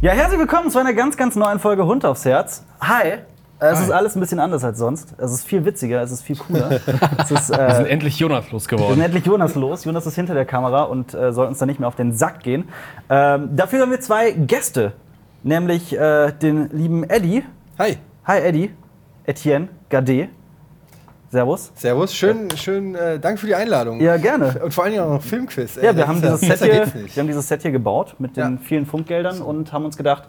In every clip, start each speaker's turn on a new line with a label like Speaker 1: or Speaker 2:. Speaker 1: Ja, herzlich willkommen zu einer ganz, ganz neuen Folge Hund aufs Herz. Hi. Es ist alles ein bisschen anders als sonst. Es ist viel witziger, es ist viel cooler. es ist, äh,
Speaker 2: Wir sind endlich Jonas
Speaker 1: Wir sind
Speaker 2: losgeworden.
Speaker 1: endlich Jonas los. Jonas ist hinter der Kamera und äh, soll uns dann nicht mehr auf den Sack gehen. Ähm, dafür haben wir zwei Gäste, nämlich äh, den lieben Eddie.
Speaker 3: Hi,
Speaker 1: Hi Eddie, Etienne Gade. Servus.
Speaker 3: Servus, schön, schön, äh, danke für die Einladung.
Speaker 1: Ja, gerne.
Speaker 3: Und vor allen Dingen auch noch Filmquiz. ey.
Speaker 1: Ja, wir
Speaker 3: Das
Speaker 1: haben,
Speaker 3: ist
Speaker 1: dieses Set
Speaker 3: besser
Speaker 1: hier,
Speaker 3: geht's nicht.
Speaker 1: wir haben dieses Set hier gebaut mit den
Speaker 3: Ja.
Speaker 1: vielen Funkgeldern und haben uns gedacht,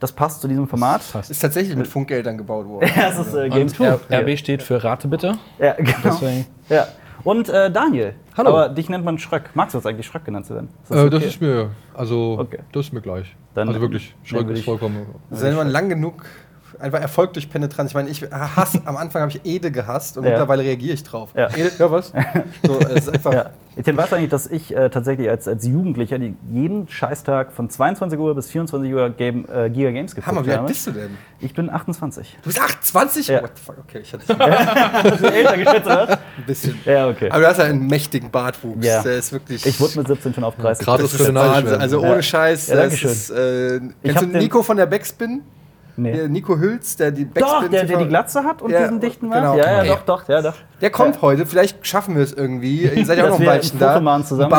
Speaker 1: das passt zu diesem Format.
Speaker 3: Ist tatsächlich mit Funkgeldern gebaut worden.
Speaker 1: Ja, es ist äh, Game 2.
Speaker 2: R- RB steht für Rate bitte.
Speaker 1: Ja, genau.
Speaker 2: Deswegen.
Speaker 1: Ja. Und äh, Daniel.
Speaker 4: Hallo.
Speaker 1: Aber dich nennt man Schröck. Magst du jetzt eigentlich Schröck genannt zu werden? Ist
Speaker 4: Äh, das
Speaker 1: okay?
Speaker 4: ist mir, also,
Speaker 1: Okay.
Speaker 4: das ist mir gleich.
Speaker 1: Dann-
Speaker 4: also wirklich,
Speaker 1: dann
Speaker 4: Schreck
Speaker 1: will
Speaker 4: ist
Speaker 1: ich-
Speaker 4: vollkommen.
Speaker 3: Also wenn man lang genug einfach Erfolg durch Penetranz. Ich meine, ich hasse, am Anfang habe ich Ede gehasst und
Speaker 1: Ja.
Speaker 3: mittlerweile reagiere ich drauf.
Speaker 1: Ja.
Speaker 3: Ede, hör was? So, es ist einfach.
Speaker 1: Ja. Etienne, weißt du eigentlich, dass ich äh, tatsächlich als, als Jugendlicher die jeden Scheißtag von 22 Uhr bis 24 Uhr Game, äh, Giga Games geguckt
Speaker 3: Hammer, wie alt
Speaker 1: habe?
Speaker 3: bist du denn?
Speaker 1: Ich bin 28.
Speaker 3: Du bist 28?
Speaker 1: Ja.
Speaker 3: What the fuck? Okay, ich hatte dich ein
Speaker 1: Bist du älter geschätzt, oder?
Speaker 3: bisschen.
Speaker 1: Ja, okay.
Speaker 3: Aber du hast ja einen mächtigen Bartwuchs.
Speaker 1: Ja.
Speaker 3: Der ist wirklich.
Speaker 1: Ich wurde mit 17 schon auf 30.
Speaker 4: Gerade
Speaker 3: das
Speaker 4: das für
Speaker 3: ist
Speaker 4: den Arsch
Speaker 3: Wahnsinn.
Speaker 4: werden.
Speaker 3: Also
Speaker 1: Ja.
Speaker 3: ohne Scheiß.
Speaker 1: Ja,
Speaker 3: das
Speaker 1: Dankeschön.
Speaker 3: ist, äh,
Speaker 1: Ich
Speaker 3: kennst
Speaker 1: hab
Speaker 3: du
Speaker 1: den-
Speaker 3: Nico von der Backspin?
Speaker 1: Nee.
Speaker 3: Der Nico Hülz, der die Backspin
Speaker 1: Doch, der, der die Glatze hat und
Speaker 3: Ja,
Speaker 1: diesen dichten Bart.
Speaker 3: genau.
Speaker 1: Ja, ja,
Speaker 3: Ja.
Speaker 1: doch, doch, ja, doch.
Speaker 3: Der kommt heute, vielleicht schaffen wir es irgendwie. Ihr seid ja auch
Speaker 1: Dass
Speaker 3: noch ein
Speaker 1: wir ein
Speaker 3: Weilchen
Speaker 1: Foto
Speaker 3: da.
Speaker 1: machen zusammen.
Speaker 3: Ein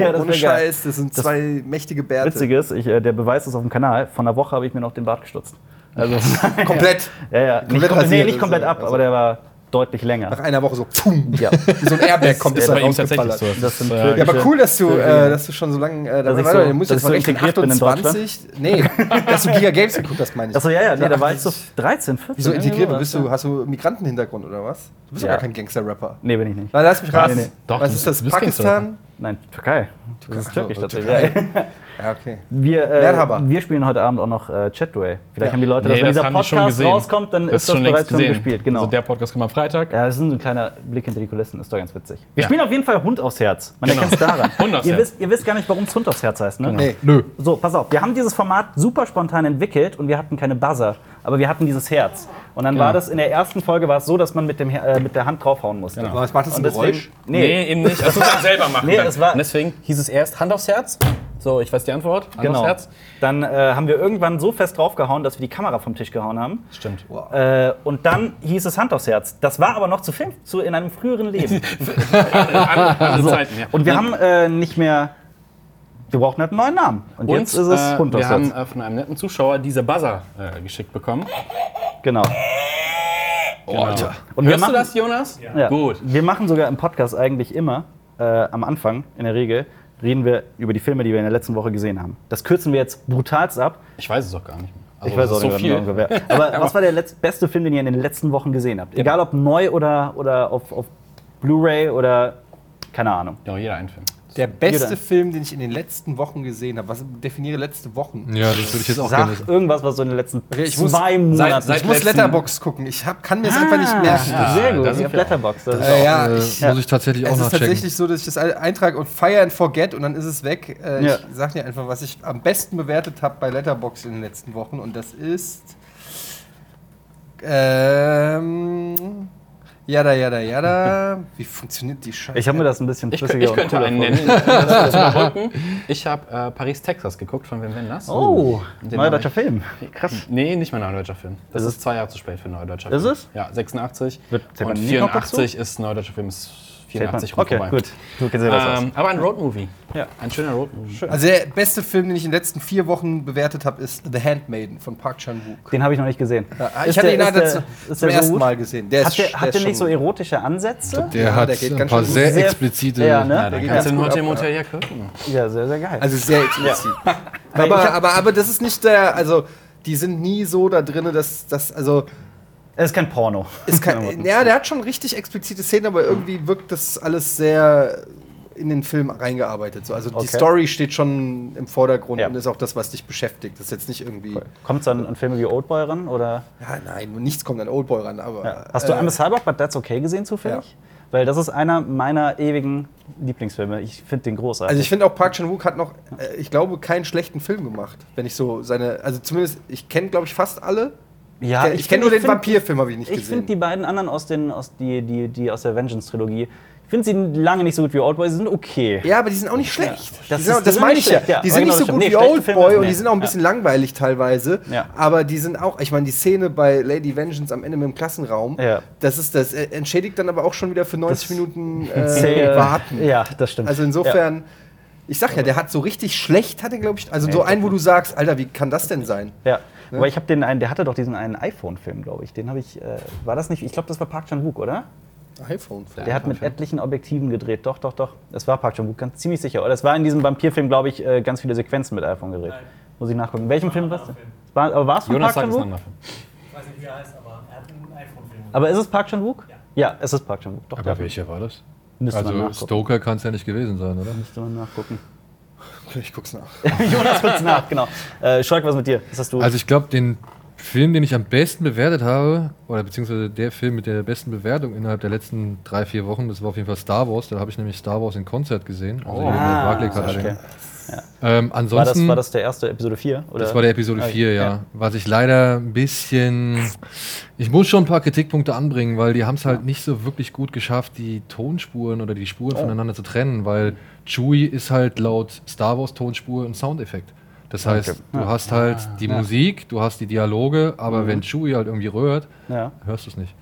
Speaker 1: Ja, das
Speaker 3: ohne
Speaker 1: wär geil.
Speaker 3: Scheiß. Das sind zwei mächtige Bärte.
Speaker 1: Witzig ist, ich, äh, der Beweis ist auf dem Kanal. Von einer Woche habe ich mir noch den Bart gestutzt. Also,
Speaker 3: Komplett.
Speaker 1: ja, ja. Nicht,
Speaker 3: Komplett
Speaker 1: komplett, nee,
Speaker 3: rasiert
Speaker 1: nicht
Speaker 3: ist,
Speaker 1: komplett ab,
Speaker 3: also.
Speaker 1: aber der war deutlich
Speaker 3: Nach
Speaker 1: länger.
Speaker 3: einer Woche so, pfum,
Speaker 1: Ja.
Speaker 3: wie so ein Airbag kommt das
Speaker 2: Das ist
Speaker 3: dann
Speaker 2: bei ihm tatsächlich
Speaker 3: rausgeballert.
Speaker 2: so.
Speaker 1: Das sind
Speaker 2: äh,
Speaker 3: Ja, aber cool, dass du, äh, dass du schon so lange äh,
Speaker 1: Dass ich
Speaker 3: warst.
Speaker 1: so-
Speaker 3: du musst
Speaker 1: dass ich
Speaker 3: jetzt mal
Speaker 1: so
Speaker 3: rechnen,
Speaker 1: integriert bin in
Speaker 3: 28. Nee, dass du Giga Games geguckt hast, meine ich.
Speaker 1: Achso, ja, ja, nee, da war ich so 13, 14.
Speaker 3: Wieso
Speaker 1: irgendwie
Speaker 3: integriert?
Speaker 1: sowas,
Speaker 3: Bist
Speaker 1: ja.
Speaker 3: du, hast du Migrantenhintergrund oder was? Du bist ja
Speaker 1: Ja.
Speaker 3: gar kein Gangster-Rapper.
Speaker 1: Nee, bin ich nicht.
Speaker 3: Na, lass mich raten.
Speaker 1: Nee, nee.
Speaker 2: Doch,
Speaker 3: was
Speaker 2: du
Speaker 3: ist das?
Speaker 2: bist
Speaker 3: Pakistan?
Speaker 1: Nein, Türkei. Das ist
Speaker 3: Ach so,
Speaker 1: türkisch
Speaker 3: äh,
Speaker 1: tatsächlich.
Speaker 3: Türkei.
Speaker 1: Ja.
Speaker 3: Ja, okay.
Speaker 1: Wir, äh,
Speaker 3: Merhaba.
Speaker 1: wir spielen heute Abend auch noch äh, Chatway. Vielleicht
Speaker 3: Ja.
Speaker 1: haben die Leute, dass
Speaker 2: Nee,
Speaker 1: wenn
Speaker 2: das
Speaker 1: dieser
Speaker 2: haben die schon
Speaker 1: Podcast
Speaker 2: gesehen.
Speaker 1: rauskommt, dann ist das
Speaker 2: schon
Speaker 1: bereits
Speaker 2: längst
Speaker 1: schon
Speaker 2: gesehen.
Speaker 1: gespielt. Genau.
Speaker 2: Also der Podcast kommt am Freitag.
Speaker 1: ja, das ist ein kleiner Blick hinter die Kulissen, ist doch ganz witzig. Wir
Speaker 2: Ja. Genau.
Speaker 1: spielen auf jeden Fall Hund aufs Herz. Man erkennt es daran.
Speaker 2: Hund aufs
Speaker 1: ihr,
Speaker 2: Herz.
Speaker 1: wisst, ihr wisst gar nicht, warum es Hund aufs Herz heißt, ne?
Speaker 3: Nee.
Speaker 4: Nö.
Speaker 1: So, pass auf. Wir haben dieses Format super spontan entwickelt und wir hatten keine Buzzer, aber wir hatten dieses Herz. Und dann war das in der ersten Folge war es so, dass man mit, dem, Her- äh, mit der Hand draufhauen musste.
Speaker 3: Was macht das ein
Speaker 1: Und deswegen-
Speaker 3: Geräusch?
Speaker 1: Nee,
Speaker 2: eben nicht. Das muss man selber machen.
Speaker 1: Nee,
Speaker 2: dann.
Speaker 1: es war-
Speaker 2: Und deswegen hieß es erst Hand aufs Herz. So, ich weiß die Antwort. Hand
Speaker 1: genau.
Speaker 2: aufs Herz.
Speaker 1: Dann äh, haben wir irgendwann so fest draufgehauen, dass wir die Kamera vom Tisch gehauen haben.
Speaker 2: Stimmt.
Speaker 1: Äh, und dann hieß es Hand aufs Herz. Das war aber noch zu Film, zu in einem früheren Leben.
Speaker 2: Andere, andere Zeiten, ja.
Speaker 1: Also, Und wir haben äh, nicht mehr. Wir brauchen halt einen neuen Namen. Und,
Speaker 2: Und,
Speaker 1: jetzt ist es
Speaker 2: äh,
Speaker 1: Hund
Speaker 2: wir
Speaker 1: aufs
Speaker 2: haben
Speaker 1: Herz.
Speaker 2: äh, von einem netten Zuschauer diese Buzzer äh, geschickt bekommen.
Speaker 1: Genau.
Speaker 2: Oh, Alter.
Speaker 1: Und wir
Speaker 2: Hörst
Speaker 1: machen,
Speaker 2: du das, Jonas?
Speaker 1: Ja.
Speaker 2: Gut.
Speaker 1: Wir machen sogar im Podcast eigentlich immer äh, am Anfang, in der Regel, reden wir über die Filme, die wir in der letzten Woche gesehen haben. Das kürzen wir jetzt brutalst ab.
Speaker 2: Ich weiß es auch gar nicht mehr.
Speaker 1: Ich
Speaker 2: Also,
Speaker 1: weiß auch
Speaker 2: das ist
Speaker 1: nicht,
Speaker 2: so viel.
Speaker 1: ungefähr. Aber was war der letz- beste Film, den ihr in den letzten Wochen gesehen habt?
Speaker 2: Genau.
Speaker 1: Egal ob neu oder, oder auf, auf Blu-ray oder keine Ahnung.
Speaker 2: Ja, jeder einen Film.
Speaker 3: Der
Speaker 1: Jeder.
Speaker 3: beste Film, den ich in den letzten Wochen gesehen habe. Was definiere letzte Wochen?
Speaker 4: Ja, das würde ich jetzt auch gerne
Speaker 1: Sag
Speaker 4: wissen.
Speaker 1: irgendwas, was so in den letzten
Speaker 3: Okay, ich muss-
Speaker 1: zwei Monaten.
Speaker 2: seit-
Speaker 3: ich muss
Speaker 2: letzten-
Speaker 3: Letterbox gucken. Ich hab, kann mir das einfach nicht merken.
Speaker 1: Ah, Sehr gut,
Speaker 2: da sind
Speaker 1: ihr habt
Speaker 2: wir auch.
Speaker 1: Letterboxd. Das ist
Speaker 3: Äh,
Speaker 1: auch-
Speaker 3: ja,
Speaker 4: äh,
Speaker 3: ich,
Speaker 4: muss ich tatsächlich auch
Speaker 3: es ist
Speaker 4: nachchecken.
Speaker 3: tatsächlich so, dass ich das all- eintrage und Fire and Forget und dann ist es weg. Äh,
Speaker 1: Ja.
Speaker 3: Ich sag dir einfach, was ich am besten bewertet habe bei Letterbox in den letzten Wochen und das ist. Ähm. Jada, jada, jada. Wie funktioniert die Scheiße?
Speaker 1: Ich habe mir das ein bisschen
Speaker 2: Ich,
Speaker 1: flüssiger
Speaker 2: kö- ich könnte
Speaker 1: cooler
Speaker 2: einen
Speaker 1: vorgestellt.
Speaker 2: nennen. um das zu überbrücken. ich habe äh, Paris, Texas geguckt von Wim Wenders.
Speaker 1: Oh,
Speaker 2: Den
Speaker 1: neuer
Speaker 2: hab
Speaker 1: deutscher
Speaker 2: ich-
Speaker 1: Film.
Speaker 2: Krass. Hm. Nee, nicht mein neuer Film. Das
Speaker 1: Ist
Speaker 2: ist,
Speaker 1: es-
Speaker 2: zwei Jahre zu spät für einen neuer Film.
Speaker 1: Ist es?
Speaker 2: Ja, 86.
Speaker 1: Wird- zählt man
Speaker 2: und
Speaker 1: nicht noch dazu?
Speaker 2: 84 ist ein neuer Film, ist
Speaker 1: Zählt man-
Speaker 2: 84 rum
Speaker 1: Okay,
Speaker 2: vorbei.
Speaker 1: gut. Du kennst ja besser aus.
Speaker 2: Ähm, aber ein Roadmovie.
Speaker 1: Ja.
Speaker 2: Ein schöner Roadmovie. Schön.
Speaker 3: also der beste Film, den ich in den letzten vier Wochen bewertet habe, ist The Handmaiden von Park Chan-wook.
Speaker 1: Den habe ich noch nicht gesehen.
Speaker 3: Ah,
Speaker 1: Ist
Speaker 3: Ich hatte
Speaker 1: der-
Speaker 3: ihn
Speaker 1: ist
Speaker 3: leider
Speaker 1: der-
Speaker 3: zu-
Speaker 1: ist der
Speaker 3: zum
Speaker 1: so
Speaker 3: ersten
Speaker 1: gut?
Speaker 3: Mal gesehen. Der
Speaker 1: Hat der,
Speaker 3: der
Speaker 1: hat der nicht so
Speaker 3: schon-
Speaker 1: erotische Ansätze?
Speaker 4: Der
Speaker 3: Ja,
Speaker 4: hat
Speaker 3: der geht
Speaker 4: ein
Speaker 3: ganz
Speaker 4: paar
Speaker 3: schön-
Speaker 4: sehr,
Speaker 1: sehr-
Speaker 4: explizite.
Speaker 1: Ja, ne?
Speaker 2: Ja, dann
Speaker 3: geht
Speaker 2: kannst du
Speaker 3: ganz
Speaker 2: den
Speaker 3: gut
Speaker 2: heute
Speaker 3: ab,
Speaker 2: im
Speaker 3: ja.
Speaker 2: Hotel ja gucken.
Speaker 1: Ja, sehr, sehr geil.
Speaker 3: Also sehr explizit. aber, aber, aber das ist nicht der, also die sind nie so da drin, dass das, also
Speaker 1: es ist kein Porno.
Speaker 3: ist kein, ja, der hat schon richtig explizite Szenen, aber irgendwie wirkt das alles sehr in den Film reingearbeitet. So. Also
Speaker 1: Okay.
Speaker 3: die Story steht schon im Vordergrund
Speaker 1: Ja.
Speaker 3: und ist auch das, was dich beschäftigt. Das ist jetzt nicht irgendwie,
Speaker 1: Kommt es dann an Filme wie Oldboy ran? Oder?
Speaker 3: ja nein, nichts kommt an Oldboy ran, aber.
Speaker 1: Hast du
Speaker 3: äh,
Speaker 1: äh, Amis Cyborg bei That's Okay gesehen zufällig? Weil das ist einer meiner ewigen Lieblingsfilme. Ich finde den großartig.
Speaker 3: Also ich finde auch Park Chan-wook hat noch, äh, ich glaube, keinen schlechten Film gemacht. Wenn ich so seine, also zumindest, ich kenne, glaube ich, fast alle.
Speaker 1: ja,
Speaker 3: Der- ich kenne nur
Speaker 1: find-
Speaker 3: den Vampirfilm, habe ich nicht
Speaker 1: Ich
Speaker 3: gesehen.
Speaker 1: finde die beiden anderen aus, den, aus, die, die, die aus der Vengeance-Trilogie, finde sie lange nicht so gut wie Oldboy, sie sind okay.
Speaker 3: Ja, aber die sind auch nicht schlecht.
Speaker 1: Das
Speaker 3: die sind,
Speaker 1: ist-
Speaker 3: auch-
Speaker 1: die
Speaker 3: das
Speaker 1: sind
Speaker 3: meine
Speaker 1: nicht
Speaker 3: ich ja.
Speaker 1: schlecht, ja.
Speaker 3: Die sind
Speaker 1: Aber
Speaker 3: nicht so
Speaker 1: genau, stimmt.
Speaker 3: gut wie
Speaker 1: Nee, schlechte
Speaker 3: Oldboy
Speaker 1: Filme,
Speaker 3: und
Speaker 1: nee.
Speaker 3: die sind auch ein bisschen langweilig teilweise.
Speaker 1: Ja.
Speaker 3: Aber die sind auch, ich meine, die Szene bei Lady Vengeance am Ende mit dem Klassenraum,
Speaker 1: Ja.
Speaker 3: das ist das äh, entschädigt dann aber auch schon wieder für 90
Speaker 1: Das-
Speaker 3: Minuten
Speaker 1: Zäh-
Speaker 3: äh, Warten.
Speaker 1: Ja, das stimmt.
Speaker 3: Also insofern, ich sag ja, der hat so richtig schlecht, hat er glaube ich, also so einen, wo du sagst, Alter, wie kann das denn sein?
Speaker 1: Ja. ja. Aber ich habe den einen, der hatte doch diesen einen iPhone-Film, glaube ich. Den habe ich, äh, war das nicht, ich glaube, das war Park Chan-wook, oder?
Speaker 3: iPhone.
Speaker 1: Der hat mit etlichen Objektiven gedreht. Doch, doch, doch. Das war Park Chan-wook, ganz ziemlich sicher. Oder es war in diesem Vampirfilm, glaube ich, äh, ganz viele Sequenzen mit iPhone gedreht. Muss ich nachgucken. In welchem Film war es denn? War, aber war es von
Speaker 2: Jonas
Speaker 1: Park
Speaker 2: sagt es
Speaker 1: Chan-wook?
Speaker 2: nochmal.
Speaker 5: Ich weiß nicht, wie er heißt, aber er hat einen iPhone-Film.
Speaker 1: Aber ist es Park Chan-wook? Ja. es ist Park Chan-wook. Doch,
Speaker 4: Aber
Speaker 1: doch.
Speaker 4: welcher war das?
Speaker 1: Müsste man
Speaker 4: Also
Speaker 1: nachgucken.
Speaker 4: Stoker kann es ja nicht gewesen sein, oder?
Speaker 1: Müsste man nachgucken.
Speaker 3: Ich guck's nach.
Speaker 1: Jonas kurz nach, genau. Äh, Scholk, was mit dir? Was hast du?
Speaker 4: Also ich glaube, den Film, den ich am besten bewertet habe, oder beziehungsweise der Film mit der besten Bewertung innerhalb der letzten drei, vier Wochen, das war auf jeden Fall Star Wars. Da habe ich nämlich Star Wars in Konzert gesehen. Also Julian
Speaker 1: Ah,
Speaker 4: Radcliffe hat
Speaker 1: okay.
Speaker 4: den. Ähm, ansonsten,
Speaker 1: war, das, war das der erste Episode 4? Oder?
Speaker 4: das war der Episode
Speaker 1: Ah,
Speaker 4: 4, ja. Was ich leider ein bisschen. Ich muss schon ein paar Kritikpunkte anbringen, weil die haben es halt nicht so wirklich gut geschafft, die Tonspuren oder die
Speaker 1: Oh.
Speaker 4: Spuren voneinander zu trennen, weil Chewie ist halt laut Star Wars Tonspur ein Soundeffekt. Das heißt, du hast halt
Speaker 1: Ah,
Speaker 4: die Musik, du hast die Dialoge,
Speaker 1: Mhm.
Speaker 4: aber wenn Chewie halt irgendwie rührt,
Speaker 1: Ja.
Speaker 4: hörst du es nicht.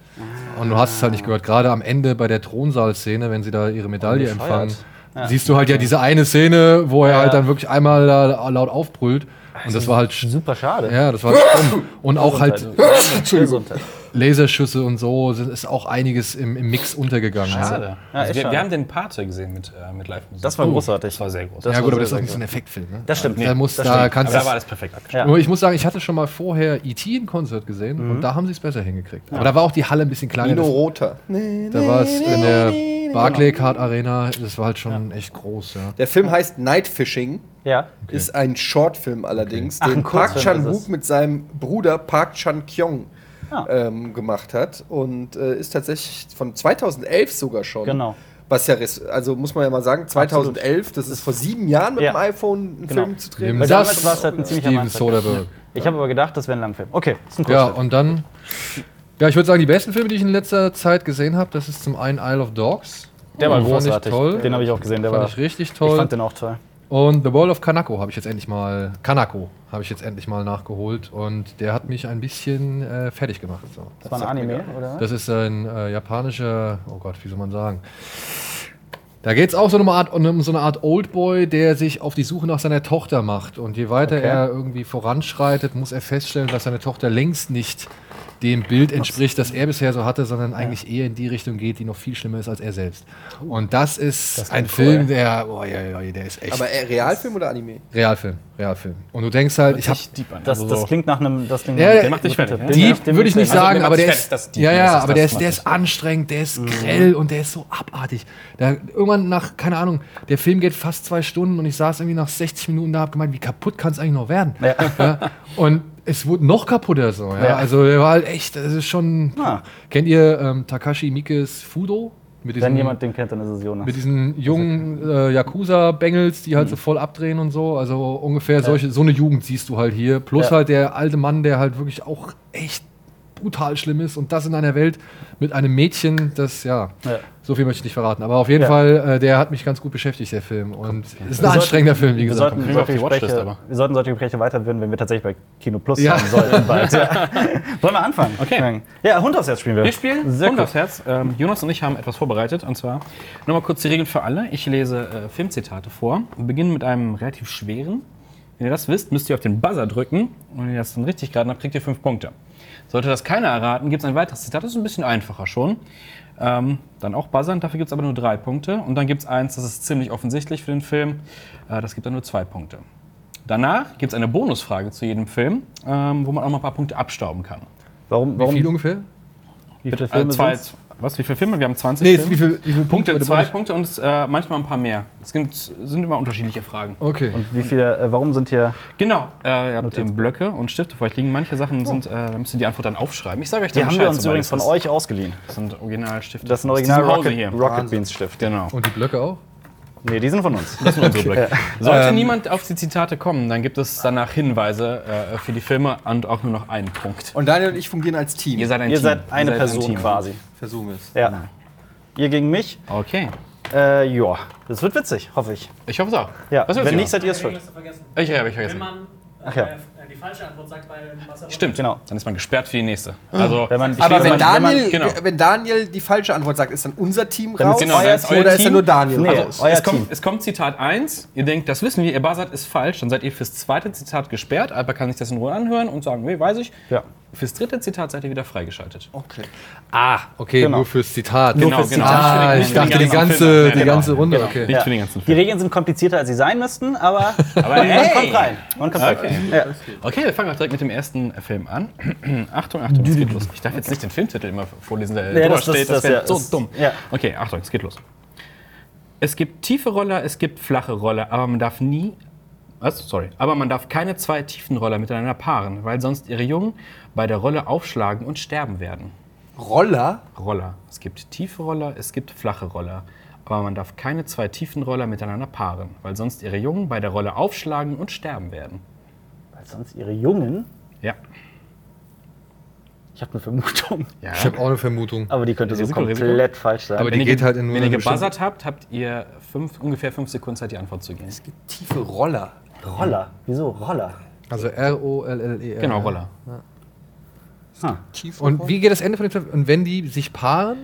Speaker 4: Und du hast es halt nicht gehört. Gerade am Ende bei der Thronsaal-Szene, wenn sie da ihre Medaille
Speaker 1: Oh, bescheuert.
Speaker 4: empfangen, siehst du halt ja diese eine Szene, wo er
Speaker 1: Ja.
Speaker 4: halt dann wirklich einmal da laut aufbrüllt. Und das war halt sch-
Speaker 1: Super schade.
Speaker 4: ja, das war stumm. Und auch halt
Speaker 1: Also, Entschuldigung.
Speaker 4: Laserschüsse und so, es ist auch einiges im, im Mix untergegangen.
Speaker 2: Schade.
Speaker 1: Ja,
Speaker 2: also
Speaker 1: ist
Speaker 2: wir,
Speaker 1: schade.
Speaker 2: wir haben den Pate gesehen mit, äh, mit Live-Musik.
Speaker 1: Das war großartig.
Speaker 2: Das war sehr groß.
Speaker 1: Das-
Speaker 4: Ja,
Speaker 1: war
Speaker 4: gut, aber das ist
Speaker 1: sehr,
Speaker 4: auch nicht
Speaker 1: sehr
Speaker 4: so ein Effektfilm. Ne?
Speaker 1: Das stimmt.
Speaker 4: Da, muss,
Speaker 1: das
Speaker 4: da
Speaker 1: stimmt.
Speaker 4: kannst
Speaker 2: Aber da war
Speaker 4: du.
Speaker 2: das perfekt abgestimmt.
Speaker 1: Ja. Mhm.
Speaker 4: Nur ich muss sagen, ich hatte schon mal vorher E.T. in Konzert gesehen und da haben sie es besser hingekriegt. Aber da war auch die Halle ein bisschen kleiner.
Speaker 3: Nino
Speaker 4: das-
Speaker 3: Rota.
Speaker 4: Da war es in der Barclaycard Arena, das war halt schon echt groß, ja.
Speaker 3: Der Film heißt Night Fishing.
Speaker 1: Ja.
Speaker 3: Ist ein Shortfilm allerdings,
Speaker 1: Ach, ein
Speaker 3: den Park
Speaker 1: Kurzfilm ist es.
Speaker 3: Chan-wook mit seinem Bruder Park Chan-kyung
Speaker 1: Ah.
Speaker 3: ähm, gemacht hat und äh, ist tatsächlich von 2011 sogar schon.
Speaker 1: Genau.
Speaker 3: Was ja, res- also muss man ja mal sagen, 2011, das ist vor sieben Jahren mit
Speaker 1: Ja.
Speaker 3: dem iPhone einen
Speaker 1: Genau.
Speaker 3: Film zu drehen.
Speaker 4: Nimm
Speaker 1: Weil
Speaker 4: das,
Speaker 1: damals war es halt ein ziemlicher
Speaker 4: Steven
Speaker 1: Mindfuck.
Speaker 4: Soderbergh.
Speaker 1: Ich habe aber gedacht, das wäre ein Langfilm. Okay, ist ein
Speaker 4: Ja,
Speaker 1: Kurzfilm.
Speaker 4: und dann, ja, ich würde sagen, die besten Filme, die ich in letzter Zeit gesehen habe, das ist zum einen Isle of Dogs.
Speaker 1: der war
Speaker 4: Den fand ich
Speaker 1: großartig.
Speaker 4: toll.
Speaker 1: Den habe ich auch gesehen. Der
Speaker 4: fand
Speaker 1: war,
Speaker 4: ich richtig toll.
Speaker 1: ich fand den auch toll.
Speaker 4: Und The World of Kanako habe ich jetzt endlich mal, Kanako habe ich jetzt endlich mal nachgeholt und der hat mich ein bisschen äh, fertig gemacht. So.
Speaker 1: Das war ein Anime, oder?
Speaker 4: Das ist ein äh, japanischer, oh Gott, wie soll man sagen? Da geht es auch so eine Art, um so eine Art Oldboy, der sich auf die Suche nach seiner Tochter macht. Und je weiter
Speaker 1: Okay.
Speaker 4: er irgendwie voranschreitet, muss er feststellen, dass seine Tochter längst nicht dem Bild entspricht, das er bisher so hatte, sondern eigentlich eher in die Richtung geht, die noch viel schlimmer ist als er selbst. Und das ist ein Film, der, oh, ja, ja, ja, der ist echt
Speaker 3: Aber äh, Realfilm oder Anime?
Speaker 4: Realfilm, Realfilm. Und du denkst halt, ich habe
Speaker 2: Deep an.
Speaker 1: Das,
Speaker 2: also
Speaker 1: das
Speaker 2: so.
Speaker 1: klingt nach einem. Das klingt
Speaker 4: Ja,
Speaker 1: nach einem-
Speaker 4: der
Speaker 2: macht dich fertig,
Speaker 1: Den-
Speaker 2: ja?
Speaker 1: den-
Speaker 4: Deep
Speaker 1: den
Speaker 4: würde ich
Speaker 1: will Also
Speaker 4: nicht
Speaker 1: sehen.
Speaker 4: sagen,
Speaker 2: mir macht's
Speaker 4: aber der
Speaker 2: fertig,
Speaker 4: ist,
Speaker 2: das Deep
Speaker 4: ja,
Speaker 2: ist,
Speaker 4: ja,
Speaker 2: das
Speaker 4: aber der
Speaker 2: macht
Speaker 4: ist, der
Speaker 2: mich
Speaker 4: ist anstrengend, der ist
Speaker 1: Mhm.
Speaker 4: grell und der ist so abartig. Da, irgendwann nach, keine Ahnung, der Film geht fast zwei Stunden und ich saß irgendwie nach 60 Minuten da, hab gemeint, wie kaputt kann es eigentlich noch werden?
Speaker 1: Ja.
Speaker 4: Ja, und es wurde noch kaputter so. Ja.
Speaker 1: Ja.
Speaker 4: Also der war halt echt, das ist schon.
Speaker 1: Ah.
Speaker 4: Kennt ihr ähm, Takashi Mikes Fudo? Mit
Speaker 1: Wenn
Speaker 4: diesem-
Speaker 1: jemand den kennt, dann ist es Jonas.
Speaker 4: mit diesen jungen äh, Yakuza-Bengels, die halt so voll abdrehen und so. Also ungefähr solche, so eine Jugend siehst du halt hier. Plus
Speaker 1: Ja.
Speaker 4: halt der alte Mann, der halt wirklich auch echt brutal schlimm ist. Und das in einer Welt mit einem Mädchen, das, ja,
Speaker 1: Ja.
Speaker 4: so viel möchte ich nicht verraten. Aber auf jeden
Speaker 1: Ja.
Speaker 4: Fall, äh, der hat mich ganz gut beschäftigt, der Film. Und es ist ein anstrengender Film, wie
Speaker 1: wir
Speaker 4: gesagt.
Speaker 1: sollten,
Speaker 2: Kriegen wir auf die
Speaker 1: solche
Speaker 2: Watchlist,
Speaker 1: Gespräche,
Speaker 2: aber.
Speaker 1: wir sollten solche Gespräche weiterführen, wenn wir tatsächlich bei Kino Plus
Speaker 4: Ja.
Speaker 1: sein sollten. Bald. Ja. Wollen wir anfangen?
Speaker 2: Okay.
Speaker 1: Ja, Hund aufs Herz spielen wir.
Speaker 2: Wir spielen
Speaker 1: Sehr
Speaker 2: Sehr
Speaker 1: cool.
Speaker 2: aufs Herz. Ähm, Jonas und ich haben etwas vorbereitet. Und zwar nochmal kurz die Regeln für alle. Ich lese äh, Filmzitate vor und beginne mit einem relativ schweren. Wenn ihr das wisst, müsst ihr auf den Buzzer drücken. Und wenn ihr das dann richtig geraten habt, kriegt ihr fünf Punkte. Sollte das keiner erraten, gibt es ein weiteres Zitat. Das ist ein bisschen einfacher schon. Ähm, dann auch buzzern. Dafür gibt es aber nur drei Punkte. Und dann gibt es eins, das ist ziemlich offensichtlich für den Film. Äh, das gibt dann nur zwei Punkte. Danach gibt es eine Bonusfrage zu jedem Film, ähm, wo man auch mal ein paar Punkte abstauben kann.
Speaker 1: Warum,
Speaker 4: Wie viel
Speaker 1: warum
Speaker 4: ungefähr?
Speaker 1: wie viele
Speaker 2: Äh,
Speaker 1: Filme
Speaker 2: zwei,
Speaker 1: sind's?
Speaker 2: was, wie viele Filme? Wir haben 20
Speaker 4: Nee,
Speaker 2: Filme.
Speaker 4: wie viel, wie viel Punkte?
Speaker 2: Punkte,
Speaker 4: bitte?
Speaker 2: zwei Punkte und äh, manchmal ein paar mehr. Es gibt, sind immer unterschiedliche Fragen.
Speaker 4: Okay.
Speaker 1: Wie viele, äh, warum sind hier.
Speaker 2: Genau, äh, ihr habt eben Blöcke und Stifte. Vielleicht liegen manche Sachen, sind, äh, da müsst ihr die Antwort dann aufschreiben. Ich sage euch
Speaker 1: Die
Speaker 2: dann
Speaker 1: haben
Speaker 2: Bescheid,
Speaker 1: wir uns
Speaker 2: sobald
Speaker 1: übrigens
Speaker 2: es
Speaker 1: von
Speaker 2: ist.
Speaker 1: euch ausgeliehen.
Speaker 2: Das sind Originalstifte.
Speaker 1: Das ist ein
Speaker 2: aus
Speaker 1: Original
Speaker 2: diesem Hause
Speaker 1: Rocket,
Speaker 2: hier.
Speaker 1: Rocket Beans Stift.
Speaker 2: Genau.
Speaker 4: Und die Blöcke auch?
Speaker 1: Nee, die sind von uns.
Speaker 2: Das sind unsere Blöcke. Sollte
Speaker 1: Ähm.
Speaker 2: niemand auf die Zitate kommen, dann gibt es danach Hinweise äh, für die Filme und auch nur noch einen Punkt.
Speaker 3: Und Daniel und ich fungieren als Team.
Speaker 2: ein
Speaker 1: Ihr seid eine
Speaker 2: ein
Speaker 1: Person
Speaker 2: Team. Genau.
Speaker 1: quasi.
Speaker 3: Versuchen wir es.
Speaker 1: Ja. Ihr gegen mich.
Speaker 2: Okay.
Speaker 1: Äh, ja, das wird witzig, hoffe ich.
Speaker 2: Ich hoffe es auch.
Speaker 1: Ja,
Speaker 2: Was
Speaker 1: wenn nicht,
Speaker 2: ich,
Speaker 1: seid ihr es schuld.
Speaker 2: ich, ja, hab ich vergessen.
Speaker 5: Wenn man äh,
Speaker 1: Ach ja.
Speaker 5: äh, die falsche Antwort sagt bei Wasser.
Speaker 2: Stimmt,
Speaker 1: Genau.
Speaker 2: Dann ist man gesperrt für die nächste. Also,
Speaker 1: Wenn man-
Speaker 2: aber
Speaker 1: wenn
Speaker 2: wenn
Speaker 1: man-
Speaker 2: da.
Speaker 3: Daniel,
Speaker 2: genau.
Speaker 3: wenn Daniel die falsche Antwort sagt, ist dann unser Team raus?
Speaker 2: genau, dann ist euer
Speaker 3: oder ist dann
Speaker 2: Team-
Speaker 3: nur Daniel
Speaker 1: Nee,
Speaker 3: raus?
Speaker 1: euer
Speaker 2: Also, Es
Speaker 1: Team.
Speaker 2: kommt, es kommt Zitat 1, ihr denkt, das wissen wir, ihr buzzert ist falsch, dann seid ihr fürs zweite Zitat gesperrt, aber kann sich das in Ruhe anhören und sagen, nee, weiß ich.
Speaker 1: Ja.
Speaker 2: Fürs dritte Zitat seid ihr wieder freigeschaltet.
Speaker 3: Okay.
Speaker 4: Ah, okay,
Speaker 1: Genau.
Speaker 4: nur fürs Zitat.
Speaker 2: Genau, fürs genau. Zitat.
Speaker 4: Ah,
Speaker 2: Nicht
Speaker 4: ich
Speaker 2: für den
Speaker 4: dachte die
Speaker 2: ganzen
Speaker 4: ganze,
Speaker 2: Film. Ja,
Speaker 4: die
Speaker 2: genau.
Speaker 4: ganze Runde. Okay.
Speaker 2: Nicht
Speaker 1: Ja.
Speaker 2: für den ganzen
Speaker 1: Die
Speaker 2: Film.
Speaker 1: Regeln sind komplizierter, als sie sein müssten, aber, aber man kommt rein. Man kommt rein. Ja.
Speaker 2: Okay, wir fangen auch direkt mit dem ersten Film an. Achtung, Achtung, es geht los. Ich darf jetzt nicht den Filmtitel immer vorlesen, der
Speaker 1: Ja,
Speaker 2: drüber
Speaker 1: das- das-
Speaker 2: steht,
Speaker 1: das
Speaker 2: das, wäre
Speaker 1: ja,
Speaker 2: so
Speaker 1: ist-
Speaker 2: dumm.
Speaker 1: ja.
Speaker 2: Okay, Achtung, es geht los. Es gibt tiefe Roller, es gibt flache Roller, aber man darf nie. Was? Sorry. Aber man darf keine zwei tiefen Roller miteinander paaren, weil sonst ihre Jungen bei der Rolle aufschlagen und sterben werden.
Speaker 3: Roller?
Speaker 2: Roller. Es gibt tiefe Roller, es gibt flache Roller. Aber man darf keine zwei tiefen Roller miteinander paaren, weil sonst ihre Jungen bei der Rolle aufschlagen und sterben werden.
Speaker 1: Weil sonst ihre Jungen,
Speaker 2: Ja.
Speaker 1: ich habe eine Vermutung,
Speaker 2: ja.
Speaker 4: Ich habe auch eine Vermutung.
Speaker 1: aber die könnte so
Speaker 2: Risiko, Risiko.
Speaker 1: komplett falsch sein.
Speaker 4: Aber die
Speaker 2: Wenn
Speaker 4: geht
Speaker 2: ihr-
Speaker 4: halt in nur
Speaker 2: Wenn ihr
Speaker 4: eine bestimmte-
Speaker 2: gebuzzert habt, habt ihr fünf, ungefähr fünf Sekunden Zeit, die Antwort zu geben.
Speaker 3: Tiefe Roller.
Speaker 1: Roller, wieso Roller?
Speaker 4: Also R-O-L-L-E-R.
Speaker 2: Genau, Roller.
Speaker 1: Ha.
Speaker 3: Tiefe
Speaker 4: E Und wie geht das Ende von dem Film? Und wenn die sich paaren?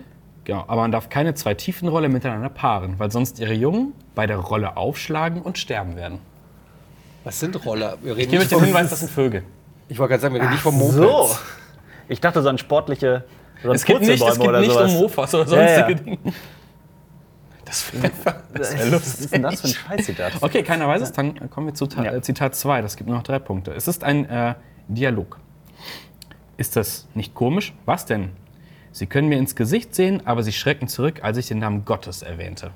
Speaker 2: Genau, aber man darf keine zwei tiefen Rolle miteinander paaren, weil sonst ihre Jungen bei der Rolle aufschlagen und sterben werden.
Speaker 3: Was sind Roller? Wir reden
Speaker 2: Ich gebe euch
Speaker 3: nicht
Speaker 2: den
Speaker 4: um
Speaker 3: vom-
Speaker 2: Hinweis, das sind Vögel.
Speaker 3: Ich wollte gerade sagen, wir reden nicht vom Moped.
Speaker 1: So. Ich dachte so an sportliche so an
Speaker 2: Es geht nicht, es
Speaker 1: Purzelbäume
Speaker 2: geht
Speaker 1: oder sowas.
Speaker 2: nicht um Mofas oder
Speaker 1: Ja, ja.
Speaker 2: sonstige Dinge. Das wäre
Speaker 1: Was ist denn das für ein Scheißzitat?
Speaker 2: Okay, keiner weiß es, dann kommen wir zu Ta äh, Zitat 2. Das gibt nur noch drei Punkte. Es ist ein äh, Dialog. Ist das nicht komisch? Was denn? Sie können mir ins Gesicht sehen, aber sie schrecken zurück, als ich den Namen Gottes erwähnte.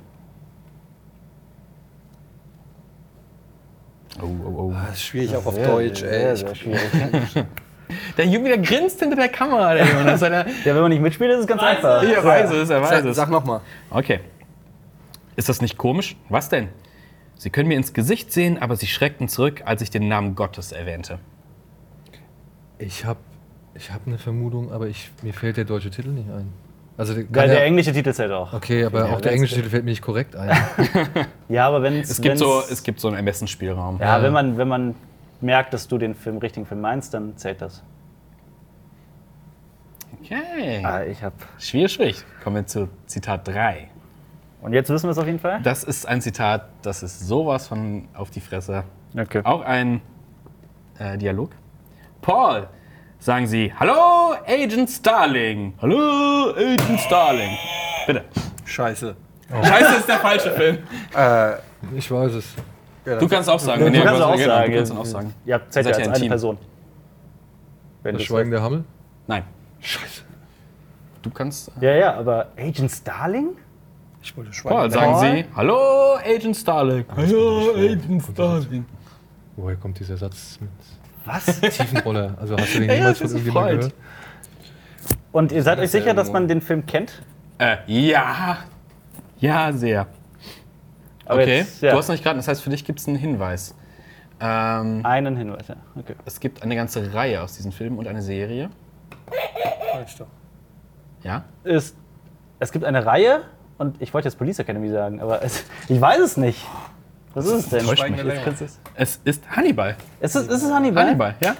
Speaker 2: Oh, oh, oh.
Speaker 3: Ah, Das ist schwierig auch auf Deutsch, ey.
Speaker 1: Sehr,
Speaker 3: Ich,
Speaker 1: sehr schwierig.
Speaker 2: Der Junge, der grinst hinter der Kamera, der Junge. Das ist einer,
Speaker 1: Ja, wenn man nicht mitspielt, ist es ganz einfach.
Speaker 2: er weiß es, er weiß
Speaker 3: sag
Speaker 2: es.
Speaker 3: sag nochmal.
Speaker 2: Okay. Ist das nicht komisch? Was denn? Sie können mir ins Gesicht sehen, aber sie schreckten zurück, als ich den Namen Gottes erwähnte.
Speaker 4: Ich habe ich hab eine Vermutung, aber ich, mir fällt der deutsche Titel nicht ein. Also der-
Speaker 1: Ja,
Speaker 4: kann
Speaker 1: der
Speaker 4: ja,
Speaker 1: englische Titel zählt auch.
Speaker 4: Okay, aber auch der
Speaker 1: ganz
Speaker 4: englische Titel fällt mir nicht korrekt ein.
Speaker 1: Ja, aber wenn
Speaker 2: Es gibt, so, es gibt so einen Ermessensspielraum.
Speaker 1: Ja, wenn man, wenn man merkt, dass du den Film richtigen Film meinst, dann zählt das.
Speaker 2: Okay.
Speaker 1: Ah, ich hab.
Speaker 2: Schwierig, schwierig. Kommen wir zu Zitat 3.
Speaker 1: Und jetzt wissen wir es auf jeden Fall?
Speaker 2: Das ist ein Zitat, das ist sowas von auf die Fresse.
Speaker 1: Okay.
Speaker 2: Auch ein äh, Dialog. Paul, sagen Sie, hallo Agent Starling. Hallo Agent Starling. Bitte.
Speaker 3: Scheiße.
Speaker 2: Scheiße, ist der falsche Film.
Speaker 4: Ich weiß es.
Speaker 2: Du kannst auch sagen. wenn
Speaker 1: Du
Speaker 2: ihr
Speaker 1: kannst
Speaker 2: was-
Speaker 1: auch
Speaker 2: genau,
Speaker 1: sagen.
Speaker 2: Du kannst dann auch sagen.
Speaker 1: Ja, zählt ja
Speaker 2: Seid
Speaker 1: als
Speaker 2: ihr ein
Speaker 1: eine
Speaker 2: Team?
Speaker 1: Person. Wenn
Speaker 4: Das
Speaker 1: das-
Speaker 4: Schweigen der Hammel?
Speaker 2: Nein,
Speaker 4: Scheiße.
Speaker 2: du kannst.
Speaker 1: ja, ja, aber Agent Starling?
Speaker 3: Ich wollte
Speaker 2: Paul,
Speaker 3: schweigen.
Speaker 2: sagen
Speaker 1: Paul?
Speaker 2: Sie, hallo Agent Starling. Hallo Agent Starling.
Speaker 4: Woher kommt dieser Satz mit
Speaker 1: Was?
Speaker 4: Tiefenroller? Also hast du den
Speaker 2: Ja, das
Speaker 4: jemals von
Speaker 2: ist
Speaker 4: irgendjemandem
Speaker 2: Freud.
Speaker 4: gehört?
Speaker 1: Und ihr seid euch sicher, dass man den Film kennt?
Speaker 2: Äh, ja. Ja, sehr.
Speaker 1: Aber
Speaker 2: okay,
Speaker 1: jetzt, ja.
Speaker 2: du hast noch nicht geraten, das heißt, für dich gibt es einen Hinweis. Ähm,
Speaker 1: einen Hinweis, ja. Okay.
Speaker 2: es gibt eine ganze Reihe aus diesen Filmen und eine Serie. Ja?
Speaker 1: Ist, es gibt eine Reihe und ich wollte jetzt Police Academy sagen, aber es, ich weiß es nicht. Was ist es denn?
Speaker 2: Täuscht mich.
Speaker 1: Jetzt kannst du es-
Speaker 2: Es ist Hannibal.
Speaker 1: Ist es, ist es Hannibal?
Speaker 2: Hannibal, ja?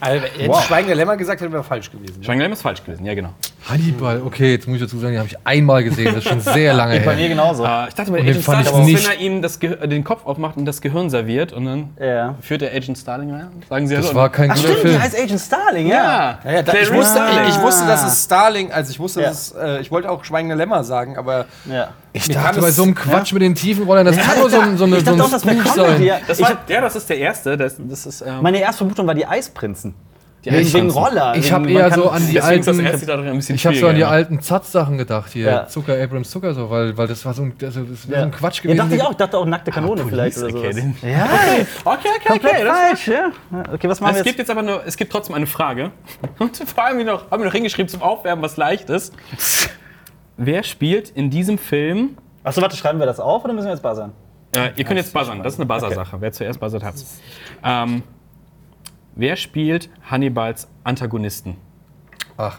Speaker 3: Also, wenn jetzt
Speaker 1: Wow.
Speaker 3: Schweigen der Lämmer gesagt, hätten wir falsch gewesen.
Speaker 2: Jean Glam ist falsch gewesen, ja, genau.
Speaker 4: Hannibal, okay, jetzt muss ich dazu sagen, den habe ich einmal gesehen, das ist schon sehr lange
Speaker 1: Bei mir genau.
Speaker 4: her.
Speaker 1: genauso.
Speaker 2: Äh, ich dachte mal,
Speaker 4: Und den
Speaker 2: Agent
Speaker 4: fand
Speaker 2: Starling,
Speaker 4: ich
Speaker 2: ist, wenn
Speaker 4: nicht-
Speaker 2: er ihm das Gehir- den Kopf aufmacht und das Gehirn serviert und dann
Speaker 1: Ja.
Speaker 2: führt der Agent Starling rein. Sagen Sie
Speaker 4: Das
Speaker 2: Hallo.
Speaker 4: war kein
Speaker 1: Ach
Speaker 4: guter
Speaker 1: stimmt, die
Speaker 4: Film.
Speaker 1: heißt Agent Starling, ja.
Speaker 2: ja.
Speaker 3: Ja, ja, da,
Speaker 2: Der
Speaker 3: ich, wusste,
Speaker 2: Starling.
Speaker 3: ich, ich wusste, dass es Starling, also ich wusste,
Speaker 1: Ja.
Speaker 3: dass es, äh, ich wollte auch Schweigende Lämmer sagen, aber
Speaker 1: ja.
Speaker 4: Ich
Speaker 3: Mir
Speaker 4: dachte
Speaker 3: kam
Speaker 4: bei
Speaker 3: es-
Speaker 4: so einem Quatsch mit den Tiefenrollern, das kann nur so ein, so eine,
Speaker 1: Ich
Speaker 4: so
Speaker 1: dachte
Speaker 4: ein
Speaker 1: auch, das wäre
Speaker 4: Spoof
Speaker 1: Comedy.
Speaker 4: sein.
Speaker 1: Ja.
Speaker 2: Das
Speaker 1: Ich
Speaker 2: war,
Speaker 1: hab,
Speaker 2: ja, das ist der erste. Das, das ist, ähm,
Speaker 1: meine erste Vermutung war die Eisprinzen.
Speaker 2: die
Speaker 1: Wegen, wegen
Speaker 2: Eispflanzen.
Speaker 1: Roller.
Speaker 4: Ich
Speaker 1: Wegen-
Speaker 4: habe
Speaker 1: man
Speaker 4: eher
Speaker 1: kann-
Speaker 4: so an die
Speaker 2: Deswegen ist das
Speaker 4: alten.
Speaker 2: erste da drin ein bisschen
Speaker 4: Ich habe so an die
Speaker 2: schwieriger,
Speaker 4: alten Zatz-Sachen gedacht hier.
Speaker 1: Ja.
Speaker 4: Zucker, Abrams, Zucker, so, weil, weil das war so ein, das, das wär so ein Quatsch
Speaker 1: Ja,
Speaker 4: gewesen.
Speaker 1: dachte ich auch. Ich dachte auch
Speaker 2: Ah,
Speaker 1: nackte Kanone vielleicht oder sowas.
Speaker 2: Academy.
Speaker 1: Ja,
Speaker 2: Okay, okay,
Speaker 1: komplett
Speaker 2: okay. Das,
Speaker 1: falsch. Ja. Ja, Okay, was machen
Speaker 2: es
Speaker 1: wir jetzt?
Speaker 2: gibt jetzt aber nur, es gibt trotzdem eine Frage. Und vor allem noch, haben wir noch hingeschrieben zum Aufwärmen, was leicht ist. Wer spielt in diesem Film?
Speaker 1: Achso, warte, schreiben wir das auf oder müssen wir jetzt buzzern?
Speaker 2: Äh, ihr könnt jetzt buzzern, das ist eine Buzzer-Sache. Wer zuerst buzzert, hat's. Ähm, wer spielt Hannibals Antagonisten?
Speaker 4: Ach,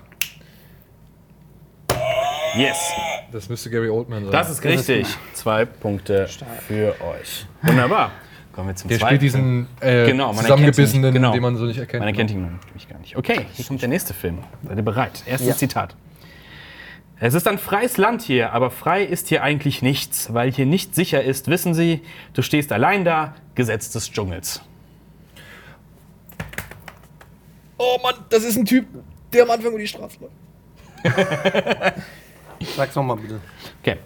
Speaker 2: Yes.
Speaker 4: Das müsste Gary Oldman sein.
Speaker 2: Das ist richtig. Zwei Punkte für euch. Wunderbar. Kommen wir zum
Speaker 4: der
Speaker 2: zweiten.
Speaker 4: spielt diesen äh,
Speaker 2: Genau, man erkennt's
Speaker 4: zusammengebissenen,
Speaker 2: nicht. Genau.
Speaker 4: den man so nicht erkennt. ne?
Speaker 2: Man erkennt ihn nämlich gar nicht. Okay, hier kommt der nächste Film. Seid ihr bereit? Erstes
Speaker 1: Ja.
Speaker 2: Zitat. Es ist ein freies Land hier, aber frei ist hier eigentlich nichts, weil hier nicht sicher ist, wissen Sie, du stehst allein da, Gesetz des Dschungels.
Speaker 4: Oh Mann, das ist ein Typ, der am Anfang über die Straße läuft.
Speaker 3: Sag's nochmal bitte.
Speaker 2: Okay.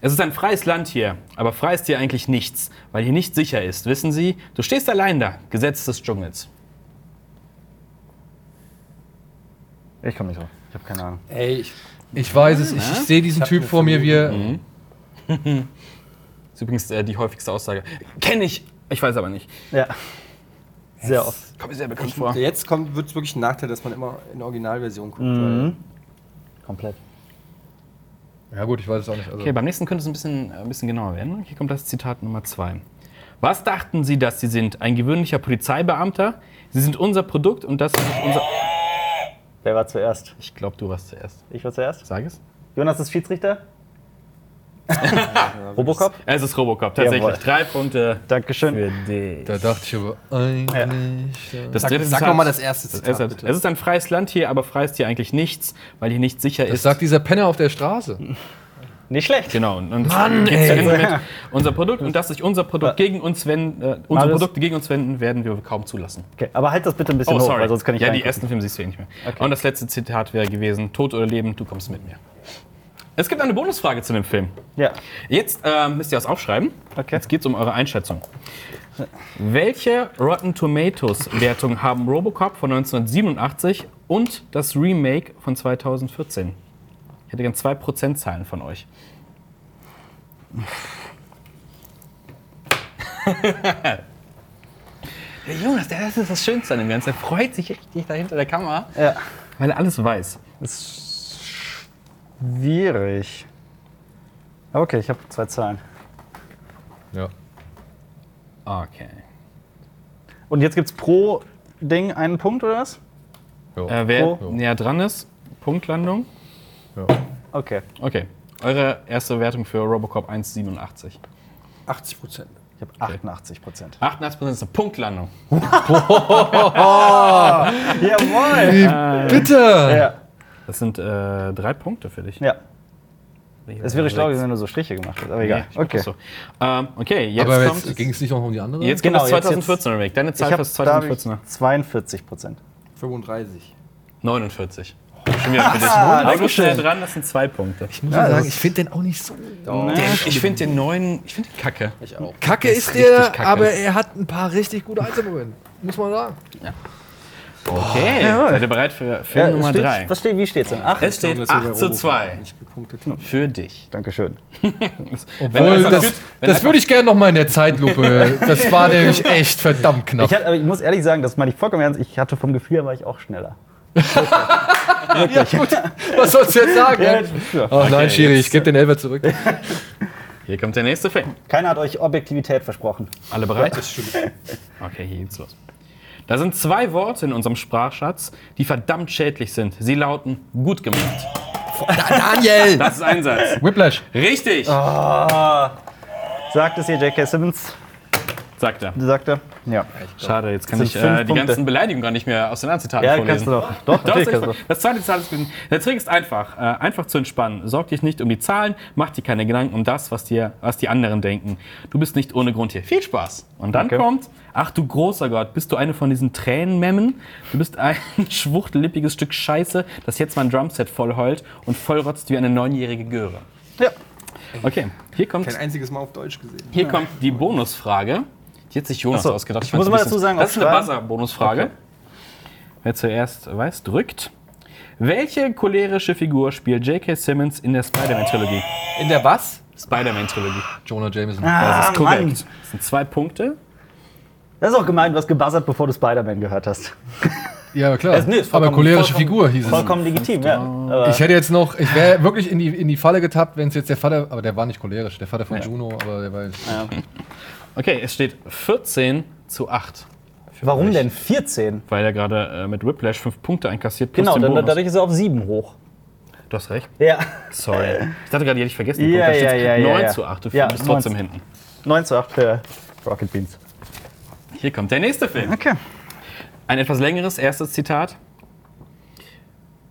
Speaker 2: Es ist ein freies Land hier, aber frei ist hier eigentlich nichts, weil hier nicht sicher ist, wissen Sie, du stehst allein da, Gesetz des Dschungels.
Speaker 1: Ich komme nicht drauf. Ich habe keine Ahnung.
Speaker 3: Ey, ich.
Speaker 4: Ich weiß es, ich, ich sehe diesen
Speaker 3: hab
Speaker 4: Typ
Speaker 3: eine
Speaker 4: vor mir, wie er.
Speaker 2: Das ist übrigens äh, die häufigste Aussage. Kenne ich, ich weiß aber nicht.
Speaker 1: Ja. Sehr oft.
Speaker 2: Kommt mir sehr bekannt vor.
Speaker 3: Jetzt wird es wirklich ein Nachteil, dass man immer in der Originalversion guckt.
Speaker 1: Mhm. Komplett. Mhm.
Speaker 4: Ja, gut, ich weiß es auch nicht. Also,
Speaker 2: Okay, beim nächsten könnte es ein bisschen, äh, ein bisschen genauer werden. Hier kommt das Zitat Nummer zwei. Was dachten Sie, dass Sie sind? Ein gewöhnlicher Polizeibeamter? Sie sind unser Produkt und das ist unser.
Speaker 1: Wer war zuerst?
Speaker 2: Ich glaube, du warst zuerst.
Speaker 1: Ich war zuerst.
Speaker 2: Sag es.
Speaker 1: Jonas ist Schiedsrichter. Robocop.
Speaker 2: Es ist Robocop, tatsächlich.
Speaker 1: Jawohl.
Speaker 2: Drei Punkte
Speaker 1: Dankeschön.
Speaker 2: für dich.
Speaker 4: da dachte ich aber eigentlich. äh,
Speaker 2: Das
Speaker 3: Sag,
Speaker 2: dritte
Speaker 3: sag
Speaker 2: Zitat-
Speaker 3: nochmal das erste
Speaker 2: halt Das erste-
Speaker 3: Zitat, bitte.
Speaker 2: es ist ein freies Land hier, aber frei ist hier eigentlich nichts, weil hier nicht sicher
Speaker 4: Das
Speaker 2: ist.
Speaker 4: sagt dieser Penner auf der Straße.
Speaker 1: Nicht schlecht.
Speaker 2: Genau, und, und Mann, jetzt enden wir mit unser Produkt und dass sich unser Produkt gegen uns wenden, äh, unsere
Speaker 1: Marius?
Speaker 2: Produkte gegen uns wenden, werden wir kaum zulassen.
Speaker 1: Okay, aber halt das bitte ein bisschen hoch, weil sonst kann ich
Speaker 2: Oh, ja, die
Speaker 1: reingucken.
Speaker 2: ersten Filme siehst du eh nicht mehr. Und das letzte Zitat wäre gewesen: Tod oder Leben, du kommst mit mir. Es gibt eine Bonusfrage zu dem Film.
Speaker 1: Ja.
Speaker 2: Jetzt ähm, müsst ihr was aufschreiben.
Speaker 1: Okay.
Speaker 2: Jetzt geht es um eure Einschätzung. Welche Rotten Tomatoes-Wertung haben Robocop von 1987 und das Remake von 2014? Ich hätte gern zwei Prozentzahlen von euch. der Jonas, der, das ist das Schönste an dem Ganzen. Er freut sich richtig da hinter der Kamera,
Speaker 1: Ja.
Speaker 2: weil er alles weiß.
Speaker 1: Ist schwierig. Okay, ich habe zwei Zahlen.
Speaker 4: Ja.
Speaker 2: Okay.
Speaker 1: Und jetzt gibt's pro Ding einen Punkt oder was?
Speaker 2: Äh, wer
Speaker 1: Oh.
Speaker 2: näher dran ist, Punktlandung.
Speaker 1: Okay.
Speaker 2: Okay. Eure erste Wertung für Robocop 1,87.
Speaker 3: 80 Prozent.
Speaker 1: Ich habe 88 Prozent.
Speaker 2: 88% ist eine Punktlandung.
Speaker 1: Jawohl!
Speaker 2: äh,
Speaker 4: Bitte!
Speaker 1: Ja.
Speaker 2: Das sind äh, drei Punkte für dich.
Speaker 1: ja. Es wäre
Speaker 2: Sechs.
Speaker 1: schlau, wenn du so Striche gemacht hättest, aber
Speaker 2: Nee,
Speaker 1: egal.
Speaker 2: ich mach
Speaker 1: Okay.
Speaker 2: das So. Ähm, okay, jetzt
Speaker 4: aber
Speaker 2: kommt.
Speaker 4: jetzt ging es nicht noch um die andere?
Speaker 2: jetzt
Speaker 1: Genau,
Speaker 2: kommt
Speaker 1: jetzt-
Speaker 2: das 2014 Remake. Deine
Speaker 1: Ich
Speaker 2: Zahl
Speaker 1: habe
Speaker 2: fürs 2014er.
Speaker 1: 42 Prozent.
Speaker 3: 35.
Speaker 2: 49. Schon
Speaker 1: Ah,
Speaker 2: wieder für dich. Aber du bist
Speaker 1: Dankeschön.
Speaker 2: schnell dran, das sind zwei Punkte.
Speaker 4: Ich muss ja, sagen, ich finde den auch nicht so.
Speaker 2: Ich finde den neuen, ich finde den kacke.
Speaker 3: Ich auch.
Speaker 4: Kacke ist,
Speaker 2: richtig
Speaker 4: der,
Speaker 2: kacke.
Speaker 4: aber er hat ein paar richtig gute Einzelmomente. Muss man sagen.
Speaker 2: Okay, seid ihr bereit für Film Nummer
Speaker 1: steht,
Speaker 2: 3?
Speaker 1: Was steht, wie steht's denn? Ach,
Speaker 2: Es steht 8 zu 2
Speaker 3: Nicht gepunktet.
Speaker 2: für dich.
Speaker 1: Dankeschön.
Speaker 2: Wenn
Speaker 4: Obwohl,
Speaker 2: du
Speaker 4: das,
Speaker 2: gut- wenn
Speaker 4: das würde ich gerne nochmal in der Zeitlupe. Das war nämlich echt verdammt knapp.
Speaker 1: Ich, hatte, aber ich muss ehrlich sagen, das meine ich vollkommen ernst, ich hatte vom Gefühl her war ich auch schneller.
Speaker 4: Was sollst du jetzt sagen?
Speaker 1: Ja,
Speaker 4: Oh nein, Schiri,
Speaker 2: jetzt-
Speaker 4: ich gebe den Elfer zurück.
Speaker 2: Hier kommt der nächste Film.
Speaker 1: Keiner hat euch Objektivität versprochen.
Speaker 2: Alle bereit? Okay, hier geht's los. Da sind zwei Worte in unserem Sprachschatz, die verdammt schädlich sind. Sie lauten gut gemacht.
Speaker 3: Daniel!
Speaker 2: Das ist ein Satz.
Speaker 4: Whiplash.
Speaker 2: Richtig,
Speaker 1: Oh. Sagt es hier J.K. Simmons,
Speaker 2: sagt er.
Speaker 1: sagt er. Ja.
Speaker 2: Schade, jetzt kann
Speaker 1: Sind
Speaker 2: ich
Speaker 1: fünf
Speaker 2: äh, die
Speaker 1: Punkte.
Speaker 2: ganzen Beleidigungen gar nicht mehr aus den Zitaten
Speaker 1: Ja,
Speaker 2: vorlesen.
Speaker 1: kannst du doch. Doch,
Speaker 2: Doch,
Speaker 1: natürlich kannst du
Speaker 2: das,
Speaker 1: doch.
Speaker 2: das zweite Zahl ist gewesen. Der Trick ist einfach, äh, einfach zu entspannen. Sorg dich nicht um die Zahlen, mach dir keine Gedanken um das, was, dir, was die anderen denken. Du bist nicht ohne Grund hier. Viel Spaß. Und dann
Speaker 1: Danke.
Speaker 2: kommt, ach du großer Gott, bist du eine von diesen Tränenmemmen? Du bist ein schwuchtelippiges Stück Scheiße, das jetzt mein Drumset voll heult und vollrotzt wie eine neunjährige Göre.
Speaker 1: Ja.
Speaker 2: Okay, hier kommt,
Speaker 3: Kein einziges Mal auf Deutsch gesehen.
Speaker 2: hier kommt die Bonusfrage. Die hat sich Jonas
Speaker 1: Ach so,
Speaker 2: ausgedacht.
Speaker 1: ich muss
Speaker 2: fand's ein
Speaker 1: mal
Speaker 2: bisschen-
Speaker 1: dazu sagen,
Speaker 2: das ist eine
Speaker 1: aufschreiben.
Speaker 2: Buzzer-Bonusfrage. Wer zuerst weiß, drückt. Welche cholerische Figur spielt J.K. Simmons in der Spider-Man-Trilogie?
Speaker 3: In der was?
Speaker 2: Spider-Man-Trilogie.
Speaker 4: Jonah Jameson.
Speaker 1: Ah, Mann.
Speaker 2: Das sind zwei Punkte.
Speaker 1: Das ist auch gemeint, du hast gebuzzert, bevor du Spider-Man gehört hast.
Speaker 4: Ja, aber klar.
Speaker 1: Es- nee, es ist
Speaker 4: aber
Speaker 1: vollkommen-
Speaker 4: cholerische
Speaker 1: vollkommen-
Speaker 4: Figur hieß es.
Speaker 1: Vollkommen legitim, ja. Aber
Speaker 4: Ich hätte jetzt noch, ich wäre wirklich in die, in die Falle getappt, wenn es jetzt der Vater, aber der war nicht cholerisch, der Vater von Juno, aber der war jetzt.
Speaker 2: Okay, es steht 14 zu 8. für
Speaker 1: warum
Speaker 2: euch.
Speaker 1: denn 14?
Speaker 2: Weil er gerade äh, mit Whiplash fünf Punkte einkassiert. plus
Speaker 1: Genau,
Speaker 2: den
Speaker 1: dann,
Speaker 2: Bonus.
Speaker 1: dadurch ist er auf 7 hoch.
Speaker 2: Du hast recht.
Speaker 1: Ja.
Speaker 2: Sorry. Ich dachte gerade, die hätte ich vergessen.
Speaker 1: Ja,
Speaker 2: Guck, da steht's
Speaker 1: ja, ja, ja,
Speaker 2: 9
Speaker 1: ja.
Speaker 2: zu 8. Du
Speaker 1: Ja,
Speaker 2: bist trotzdem
Speaker 1: 9.
Speaker 2: hinten.
Speaker 1: 9 zu 8 für Rocket Beans.
Speaker 2: Hier kommt der nächste Film.
Speaker 1: Okay.
Speaker 2: Ein etwas längeres erstes Zitat.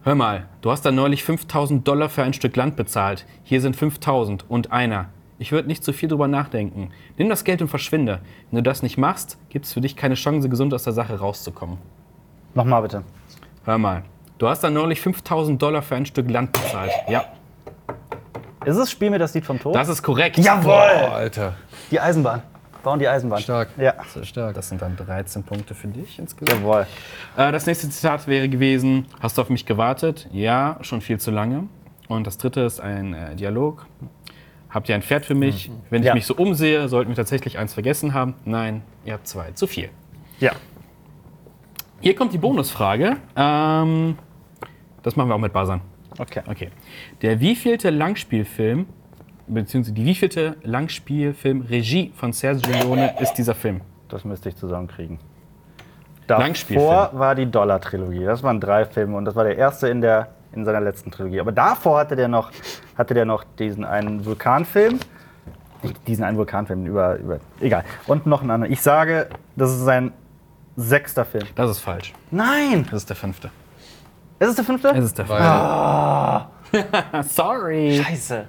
Speaker 2: Hör mal, du hast da neulich 5000 Dollar für ein Stück Land bezahlt. Hier sind 5000 und einer. Ich würde nicht zu viel drüber nachdenken. Nimm das Geld und verschwinde. Wenn du das nicht machst, gibt es für dich keine Chance, gesund aus der Sache rauszukommen.
Speaker 1: Nochmal bitte.
Speaker 2: Hör mal, du hast da neulich 5000 Dollar für ein Stück Land bezahlt. Ja,
Speaker 1: Ist es Spiel mir das Lied vom Tod?
Speaker 2: das ist korrekt.
Speaker 1: Jawohl!
Speaker 4: Alter,
Speaker 1: Die Eisenbahn. Bauen die Eisenbahn.
Speaker 4: stark.
Speaker 1: Ja.
Speaker 4: Stark.
Speaker 2: Das sind dann 13 Punkte für dich insgesamt.
Speaker 1: Jawohl.
Speaker 2: Äh, das nächste Zitat wäre gewesen: Hast du auf mich gewartet? Ja, schon viel zu lange. Und das dritte ist ein äh, Dialog. Habt ihr ein Pferd für mich? Wenn
Speaker 1: Mhm.
Speaker 2: ich
Speaker 1: Ja.
Speaker 2: mich so umsehe, sollten wir tatsächlich eins vergessen haben. Nein, ihr habt zwei zu viel.
Speaker 1: Ja.
Speaker 2: Hier kommt die Bonusfrage. Ähm, das machen wir auch mit Buzzern.
Speaker 1: Okay.
Speaker 2: Okay. Der wievielte Langspielfilm, beziehungsweise die wievielte Langspielfilm-Regie von Sergio Leone ist dieser Film?
Speaker 1: Das müsste ich zusammenkriegen. Davor
Speaker 2: Langspielfilm.
Speaker 1: war die Dollar-Trilogie. Das waren drei Filme und das war der erste in, der, in seiner letzten Trilogie. Aber davor hatte der noch, hatte der noch diesen einen Vulkanfilm. Nicht Diesen einen Vulkanfilm über, über. Egal. Und noch einen anderen. Ich sage, das ist sein sechster Film.
Speaker 2: Das ist falsch.
Speaker 1: Nein!
Speaker 2: Das ist der fünfte.
Speaker 1: Ist es der fünfte?
Speaker 2: Es ist der
Speaker 4: Weil
Speaker 2: fünfte.
Speaker 1: Ah.
Speaker 2: Sorry.
Speaker 1: Scheiße.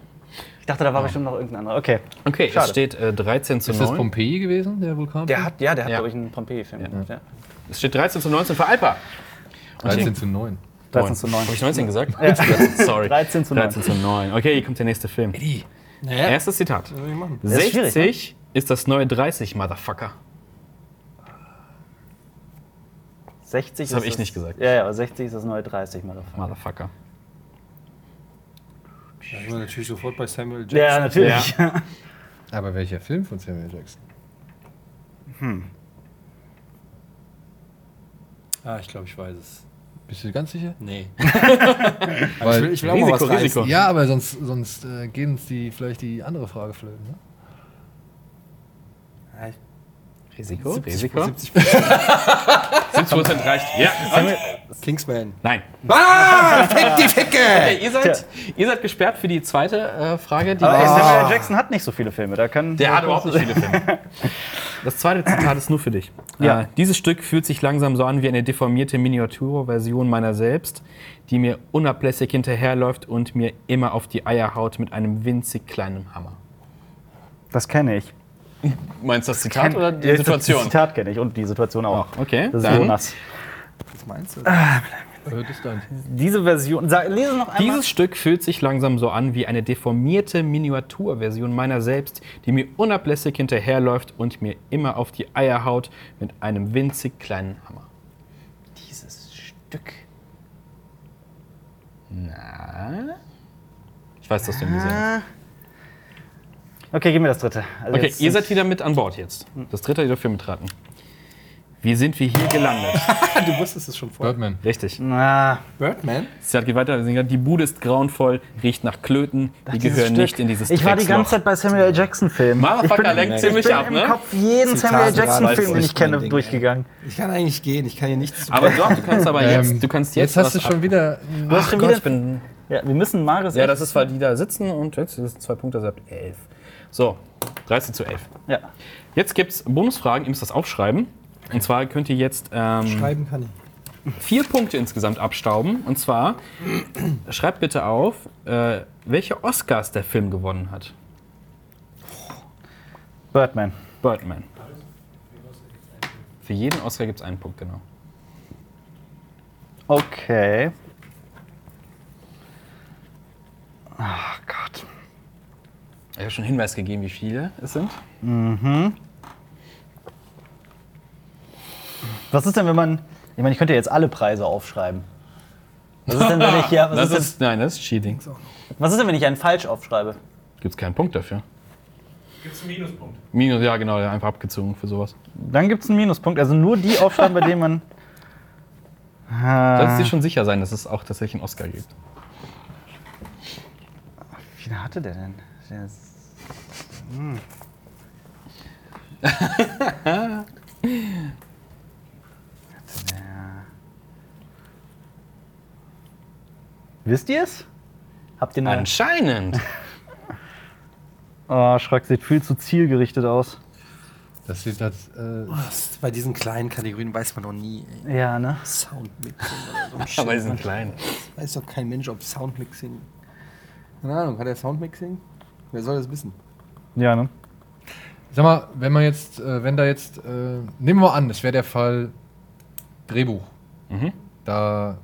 Speaker 1: Ich dachte, da war bestimmt noch irgendein anderer. Okay.
Speaker 2: Okay, es
Speaker 1: Schade.
Speaker 2: steht äh, 13 zu
Speaker 4: ist das
Speaker 2: 9.
Speaker 4: Pompeji gewesen, der Vulkan?
Speaker 1: Der hat, ja, Ah, der hat,
Speaker 2: Ja.
Speaker 1: glaube ich, einen Pompeii-Film gemacht. Ja.
Speaker 2: Es steht 13 zu 19 für Alpa.
Speaker 4: 13 zu 9.
Speaker 1: 13 zu 9.
Speaker 2: Habe ich 19 gesagt? Ja. Sorry.
Speaker 1: 13 zu 9.
Speaker 2: 13 zu 9. Okay, hier kommt der nächste Film.
Speaker 3: Naja,
Speaker 2: Erstes Zitat.
Speaker 1: ist schwierig, ne?
Speaker 2: 60 ist das neue 30, Motherfucker.
Speaker 1: 60
Speaker 2: Das hab
Speaker 1: ist
Speaker 2: ich
Speaker 1: das-
Speaker 2: nicht gesagt.
Speaker 1: Ja, ja, aber 60 ist das neue 30, mal
Speaker 2: Motherfucker.
Speaker 3: da sind wir natürlich sofort bei Samuel Jackson.
Speaker 1: Ja, natürlich.
Speaker 4: Aber welcher Film von Samuel Jackson?
Speaker 3: Ah, ich glaube, ich weiß es.
Speaker 4: Bist du ganz sicher?
Speaker 3: Nee.
Speaker 4: Weil-
Speaker 3: ich will, ich will auch mal was
Speaker 2: Risiko,
Speaker 3: reißen.
Speaker 2: Risiko.
Speaker 4: Ja, aber sonst, sonst äh, gehen uns die, vielleicht die andere Frage flöten. Ne?
Speaker 2: Risiko?
Speaker 3: 70,
Speaker 2: Risiko? 70
Speaker 3: 70 Prozent.
Speaker 2: Prozent reicht. Ja. Und?
Speaker 3: Kingsman.
Speaker 2: Nein.
Speaker 3: Ah, fick die Ficke!
Speaker 2: Ihr seid, ihr seid gesperrt für die zweite äh, Frage. Die
Speaker 1: Aber ey, Samuel Jackson hat nicht so viele Filme. Da können
Speaker 2: Der hat überhaupt nicht viele Filme. Das zweite Zitat ist nur für dich.
Speaker 1: Ja.
Speaker 2: Äh, dieses Stück fühlt sich langsam so an wie eine deformierte Miniaturversion meiner selbst, die mir unablässig hinterherläuft und mir immer auf die Eier haut mit einem winzig kleinen Hammer.
Speaker 1: Das kenne ich.
Speaker 2: Meinst du das Zitat oder die
Speaker 1: Das
Speaker 2: Situation?
Speaker 1: Zitat kenne ich und die Situation auch.
Speaker 2: Okay,
Speaker 1: Das ist
Speaker 2: dann.
Speaker 1: Jonas. Ah,
Speaker 3: Was meinst du?
Speaker 4: Hört es dann.
Speaker 1: Diese Version. Sag, lese noch einmal.
Speaker 2: Dieses Stück fühlt sich langsam so an wie eine deformierte Miniaturversion meiner selbst, die mir unablässig hinterherläuft und mir immer auf die Eier haut mit einem winzig kleinen Hammer.
Speaker 1: Dieses Stück.
Speaker 2: Na? Ich weiß, dass du ihn gesehen
Speaker 1: Ah,
Speaker 2: hast.
Speaker 1: Okay, gib mir das Hm. dritte. Also
Speaker 2: Okay,
Speaker 1: jetzt-
Speaker 2: ihr seid wieder mit an Bord jetzt. Das dritte, ihr dürft hier mitraten. Wie sind wir hier gelandet?
Speaker 3: Du wusstest es schon vorher.
Speaker 4: Birdman.
Speaker 2: Richtig.
Speaker 1: Hm. Na,
Speaker 3: Birdman?
Speaker 2: Sie geht weiter. Sie sagt, Die Bude ist grauenvoll, riecht nach Klöten. Die
Speaker 1: dieses
Speaker 2: gehören
Speaker 1: Stück.
Speaker 2: nicht in dieses
Speaker 1: Ich war die ganze
Speaker 2: Drecksloch.
Speaker 1: Zeit bei Samuel L. Jackson-Filmen.
Speaker 2: Motherfucker lenkt
Speaker 1: Ich
Speaker 2: ziemlich
Speaker 1: bin
Speaker 2: ab,
Speaker 1: im
Speaker 2: ne?
Speaker 1: Kopf jeden
Speaker 3: Zitaten
Speaker 1: Samuel L.
Speaker 3: gerade
Speaker 1: Jackson-Film,
Speaker 3: ist
Speaker 1: den ich
Speaker 3: nicht
Speaker 1: kenne,
Speaker 3: mein Ding,
Speaker 1: durchgegangen.
Speaker 3: Ich kann eigentlich gehen, ich kann hier nichts zu
Speaker 2: Aber doch, du kannst aber jetzt, du kannst jetzt,
Speaker 4: Ähm, hast du
Speaker 2: was
Speaker 4: schon
Speaker 2: ab-
Speaker 4: wieder.
Speaker 1: Du hast schon
Speaker 2: Gott,
Speaker 1: wieder-
Speaker 2: ich bin,
Speaker 1: Ja, wir müssen Maris.
Speaker 2: ja, das ist, weil die da sitzen und jetzt sind zwei Punkte, also ihr habt elf. So, 13 zu 11.
Speaker 1: Ja.
Speaker 2: Jetzt gibt's Bonusfragen, ihr müsst das aufschreiben. Und zwar könnt ihr jetzt ähm,
Speaker 3: schreiben kann ich.
Speaker 2: vier Punkte insgesamt abstauben. Und zwar schreibt bitte auf, äh, welche Oscars der Film gewonnen hat.
Speaker 1: Birdman.
Speaker 2: Birdman. Für jeden Oscar gibt es einen Punkt, genau.
Speaker 1: Okay. Ach Gott.
Speaker 2: Ich habe schon einen Hinweis gegeben, wie viele es sind.
Speaker 1: Was ist denn, wenn man. Ich meine, ich könnte jetzt alle Preise aufschreiben. Was ist denn, wenn ich,
Speaker 3: Also
Speaker 1: ja, was
Speaker 2: Das
Speaker 1: ist denn,
Speaker 2: ist, nein, das ist Cheating.
Speaker 1: was ist denn, wenn ich einen falsch aufschreibe?
Speaker 2: Gibt es keinen Punkt dafür.
Speaker 5: Gibt es einen Minuspunkt?
Speaker 2: Minus, ja genau, der einfach abgezogen für sowas.
Speaker 1: Dann gibt es einen Minuspunkt. Also nur die aufschreiben, bei denen man. Ah.
Speaker 2: Solltest du dir schon sicher sein, dass es auch tatsächlich einen Oscar gibt.
Speaker 1: Wie viele hatte der denn? Der ist- Hm. hm. Hatte der- Wisst ihr es? Habt ihr eine.
Speaker 2: Anscheinend.
Speaker 1: Oh, Schreck sieht viel zu zielgerichtet aus.
Speaker 4: Das sieht das. Äh,
Speaker 3: Bei diesen kleinen Kategorien weiß man noch nie. Ey.
Speaker 1: Ja, ne?
Speaker 3: Soundmixing oder so. ein Shit.
Speaker 2: Aber sie sind klein.
Speaker 3: Weiß doch kein Mensch, ob Soundmixing. Keine Ahnung, hat er Soundmixing? Wer soll das wissen?
Speaker 1: Ja, ne?
Speaker 4: sag mal, wenn man jetzt, äh, wenn da jetzt, äh, nehmen wir mal an, es wäre der Fall Drehbuch. Da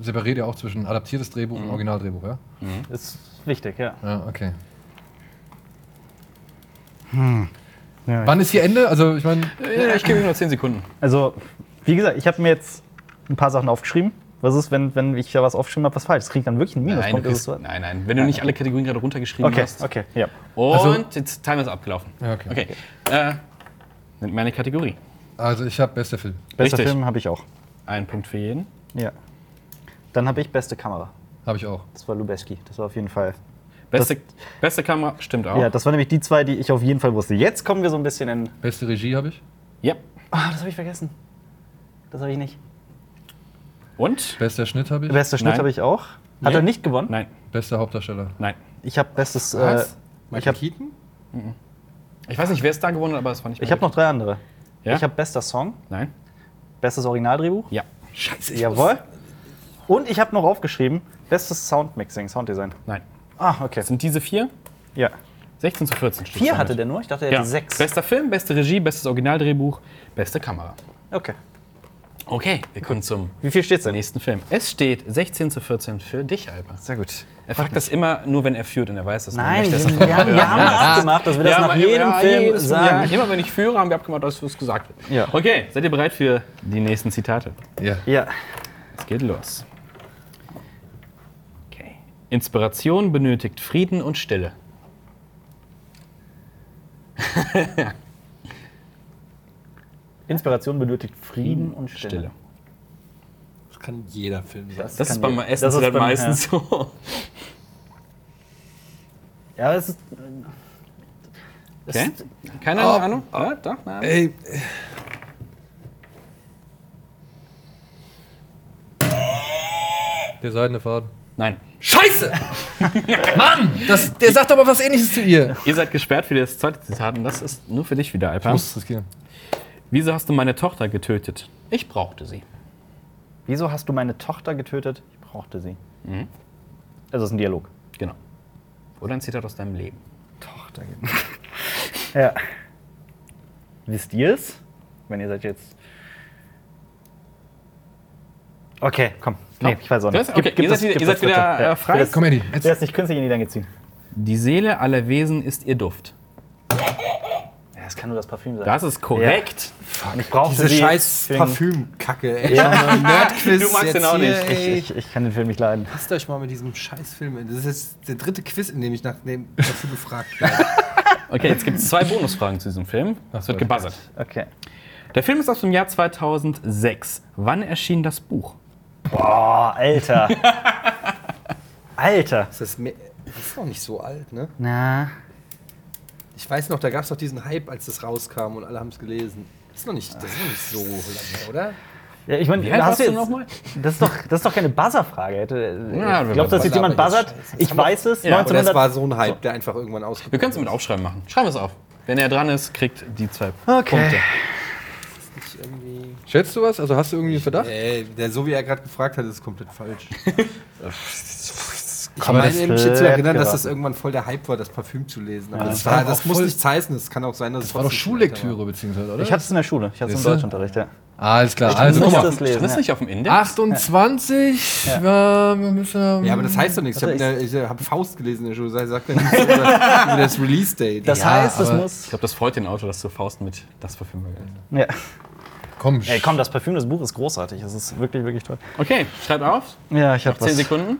Speaker 4: separiert ihr auch zwischen adaptiertes Drehbuch und Originaldrehbuch, ja?
Speaker 1: Ist wichtig, ja.
Speaker 4: Ja, okay.
Speaker 1: Hm. ja
Speaker 4: Wann ist hier Ende? Also ich meine,
Speaker 2: Äh, Ich gebe ihm nur 10 Sekunden.
Speaker 1: Also, wie gesagt, ich habe mir jetzt ein paar Sachen aufgeschrieben. Was ist, wenn, wenn ich da was aufgeschrieben habe, was falsch ist? Kriege ich dann wirklich einen
Speaker 2: Nein, du
Speaker 1: Minuspunkt?
Speaker 2: kriegst,
Speaker 1: Ist es so?
Speaker 2: nein, nein. Wenn du nicht alle Kategorien gerade runtergeschrieben
Speaker 1: Okay,
Speaker 2: hast.
Speaker 1: okay, ja.
Speaker 2: Und
Speaker 4: Also-
Speaker 2: jetzt Timer ist abgelaufen.
Speaker 4: Ja, okay.
Speaker 2: okay. Äh, nennt meine Kategorie.
Speaker 4: also ich habe bester Film.
Speaker 1: Bester
Speaker 2: Richtig.
Speaker 1: Film habe ich auch.
Speaker 2: Ein Punkt für jeden.
Speaker 1: Ja. Dann habe ich beste Kamera.
Speaker 4: Habe ich auch.
Speaker 1: Das war Lubeski. Das war auf jeden Fall.
Speaker 2: Beste, beste Kamera, stimmt auch.
Speaker 1: Ja, das waren nämlich die zwei, die ich auf jeden Fall wusste. Jetzt kommen wir so ein bisschen in.
Speaker 4: Beste Regie habe ich.
Speaker 2: Ja.
Speaker 1: Ah, das habe ich vergessen. Das habe ich nicht.
Speaker 2: Und?
Speaker 4: Bester Schnitt habe ich.
Speaker 1: Bester Schnitt
Speaker 2: Nein.
Speaker 1: habe ich auch. Hat
Speaker 2: Nee.
Speaker 1: er nicht gewonnen?
Speaker 2: Nein,
Speaker 4: Bester Hauptdarsteller.
Speaker 2: nein.
Speaker 1: Ich habe bestes. Äh,
Speaker 3: Was?
Speaker 1: ich habe
Speaker 3: Keaton?
Speaker 2: Ich weiß nicht, wer es da gewonnen hat, aber es war nicht
Speaker 1: ich hab noch drei andere.
Speaker 2: Ja?
Speaker 1: Ich habe bester Song,
Speaker 2: Nein?
Speaker 1: bestes Originaldrehbuch.
Speaker 2: Ja.
Speaker 3: Scheiße,
Speaker 1: Jawohl. Und ich habe noch aufgeschrieben, bestes Soundmixing, Sounddesign.
Speaker 2: Nein.
Speaker 1: Ah, okay.
Speaker 2: Das sind diese vier.
Speaker 1: Ja.
Speaker 2: 16 zu 14 steht
Speaker 1: Vier
Speaker 2: damit.
Speaker 1: hatte der nur? Ich dachte, er
Speaker 2: Ja.
Speaker 1: hätte sechs.
Speaker 2: Bester Film, beste Regie, bestes Originaldrehbuch, beste Kamera.
Speaker 1: Okay.
Speaker 2: Okay, wir kommen zum
Speaker 1: Wie viel steht's denn?
Speaker 2: nächsten Film. Es steht 16 zu 14 für dich, Alba.
Speaker 1: Sehr gut.
Speaker 2: Er fragt das immer nur, wenn er führt und er weiß das
Speaker 1: Nein,
Speaker 2: nicht.
Speaker 1: wir,
Speaker 2: dass-
Speaker 1: wir haben, wir haben das abgemacht, dass wir das
Speaker 2: Ja,
Speaker 1: nach
Speaker 2: immer-
Speaker 1: jedem
Speaker 2: ja,
Speaker 1: Film
Speaker 2: jedes-
Speaker 1: sagen.
Speaker 2: Ja, immer wenn ich führe, haben wir abgemacht, dass es gesagt wird.
Speaker 1: Ja.
Speaker 2: Okay, seid ihr bereit für die nächsten Zitate?
Speaker 4: Ja.
Speaker 1: Ja.
Speaker 2: Es geht los. Okay. Inspiration benötigt Frieden und Stille.
Speaker 1: Inspiration benötigt Frieden und Stille.
Speaker 3: Das kann jeder Film sein.
Speaker 2: Das
Speaker 1: kann
Speaker 2: ist beim
Speaker 1: je-
Speaker 2: Essen
Speaker 1: das ist
Speaker 2: halt
Speaker 1: beim-
Speaker 2: meistens so.
Speaker 1: Ja, das ist. äh,
Speaker 2: Okay. Keine
Speaker 1: Oh.
Speaker 2: Ahnung? Ja, doch, eine Ahnung.
Speaker 3: Ey,
Speaker 4: Der Seidene Faden.
Speaker 2: Nein.
Speaker 3: Scheiße!
Speaker 4: Das, der sagt aber was ähnliches zu ihr.
Speaker 2: Ihr seid gesperrt für das zweite Zitat und das ist nur für dich wieder, Alper.
Speaker 4: Muss riskieren.
Speaker 2: Wieso hast du meine Tochter getötet? Ich brauchte sie.
Speaker 1: Wieso hast du meine Tochter getötet? Ich brauchte sie.
Speaker 2: Mhm.
Speaker 1: Also, es ist ein Dialog.
Speaker 2: Genau. Oder ein Zitat aus deinem Leben.
Speaker 1: Tochter Ja. Wisst ihr es? Wenn ihr seid jetzt. Okay, komm. Nee, ich weiß auch nicht.
Speaker 2: Das- okay, ihr seid wieder- ihr seid wieder, äh, frei?
Speaker 4: Komm, Eddie, jetzt.
Speaker 1: Jetzt. Wer es nicht künstlich in die Länge ziehen.
Speaker 2: Die Seele aller Wesen ist ihr Duft.
Speaker 1: Ja, es kann nur das Parfüm sein.
Speaker 2: Das ist korrekt.
Speaker 1: Und ich brauche
Speaker 3: Diese scheiß Parfümkacke, ey.
Speaker 1: Ja.
Speaker 3: Nerdquiz
Speaker 2: Du magst
Speaker 3: jetzt
Speaker 2: den auch
Speaker 3: hier,
Speaker 2: nicht.
Speaker 3: ey.
Speaker 1: Ich, ich kann den Film nicht leiden.
Speaker 3: Passt euch mal mit diesem Scheißfilm. Das ist jetzt der dritte Quiz, in dem ich nach dem dazu gefragt werde.
Speaker 2: Okay, jetzt gibt es zwei Bonusfragen zu diesem Film. Es wird gebuzzert.
Speaker 1: Okay.
Speaker 2: Der Film ist aus dem Jahr 2006. Wann erschien das Buch?
Speaker 1: Boah, Alter. Alter.
Speaker 3: Das ist, mehr, das ist noch nicht so alt, ne?
Speaker 1: Na.
Speaker 3: Ich weiß noch, da gab es doch diesen Hype, als das rauskam und alle haben es gelesen. Das ist noch nicht, das ist noch nicht so lange, oder?
Speaker 1: Ja, ich meine,
Speaker 2: Wie alt warst du
Speaker 1: jetzt-
Speaker 2: nochmal?
Speaker 1: Das ist doch, das ist doch keine Buzzer-Frage. Hätte-
Speaker 2: Ja,
Speaker 1: Ich glaube, dass jetzt
Speaker 3: Buzzer,
Speaker 1: jemand
Speaker 3: aber jetzt
Speaker 1: buzzert.
Speaker 3: scheiße.
Speaker 1: Ich weiß es.
Speaker 2: Ja,
Speaker 3: Oder das
Speaker 1: 1900.
Speaker 3: war so ein Hype, der einfach irgendwann
Speaker 2: Wir
Speaker 3: ausgeht.
Speaker 2: können es mit Aufschreiben machen. Schreiben wir es auf. Wenn er dran ist, kriegt die zwei
Speaker 1: Okay.
Speaker 2: Punkte.
Speaker 3: Irgendwie.
Speaker 4: Schätzt du was? Also hast du irgendwie einen Verdacht?
Speaker 3: Ey, Äh, der, so wie er gerade gefragt hat, ist komplett falsch. Ich
Speaker 1: Aber das
Speaker 3: meine, mich jetzt zu
Speaker 1: wird
Speaker 3: erinnern, dass
Speaker 1: geraten.
Speaker 3: das irgendwann voll der Hype war, das Parfüm zu lesen. Aber das,
Speaker 4: war
Speaker 3: war,
Speaker 4: doch
Speaker 3: das
Speaker 4: auch
Speaker 3: muss
Speaker 4: voll-
Speaker 3: nichts heißen. Es kann auch sein, dass es
Speaker 4: Das war doch
Speaker 3: trotzdem
Speaker 4: Schullektüre, beziehungsweise, oder?
Speaker 1: Ich hatte es in der Schule. Ich hatte es im
Speaker 4: Siehste?
Speaker 1: Deutschunterricht. Ja.
Speaker 4: Alles klar.
Speaker 1: muss
Speaker 4: Also, guck
Speaker 1: das
Speaker 4: mal.
Speaker 1: lesen,
Speaker 2: Stand das
Speaker 1: ja.
Speaker 2: nicht auf dem
Speaker 4: Ah,
Speaker 2: Index?
Speaker 4: 28 war. Wir müssen,
Speaker 3: Ja, aber das heißt doch nichts. Ich
Speaker 1: Also
Speaker 3: habe hab Faust gelesen in der Schule. Da sagt er nichts über, über das Release-Date.
Speaker 1: Das
Speaker 4: Ja,
Speaker 1: heißt, es
Speaker 4: aber-
Speaker 2: Ich
Speaker 1: muss.
Speaker 2: glaube, das freut den Autor, dass du Faust mit das verfilmen willst.
Speaker 1: Ja.
Speaker 4: komm,
Speaker 1: Ey, komm, das Parfüm, das Buch ist großartig. Es ist wirklich, wirklich toll.
Speaker 2: Okay, schreib auf.
Speaker 1: Ja, ich habe
Speaker 2: Zehn
Speaker 1: was.
Speaker 2: Sekunden.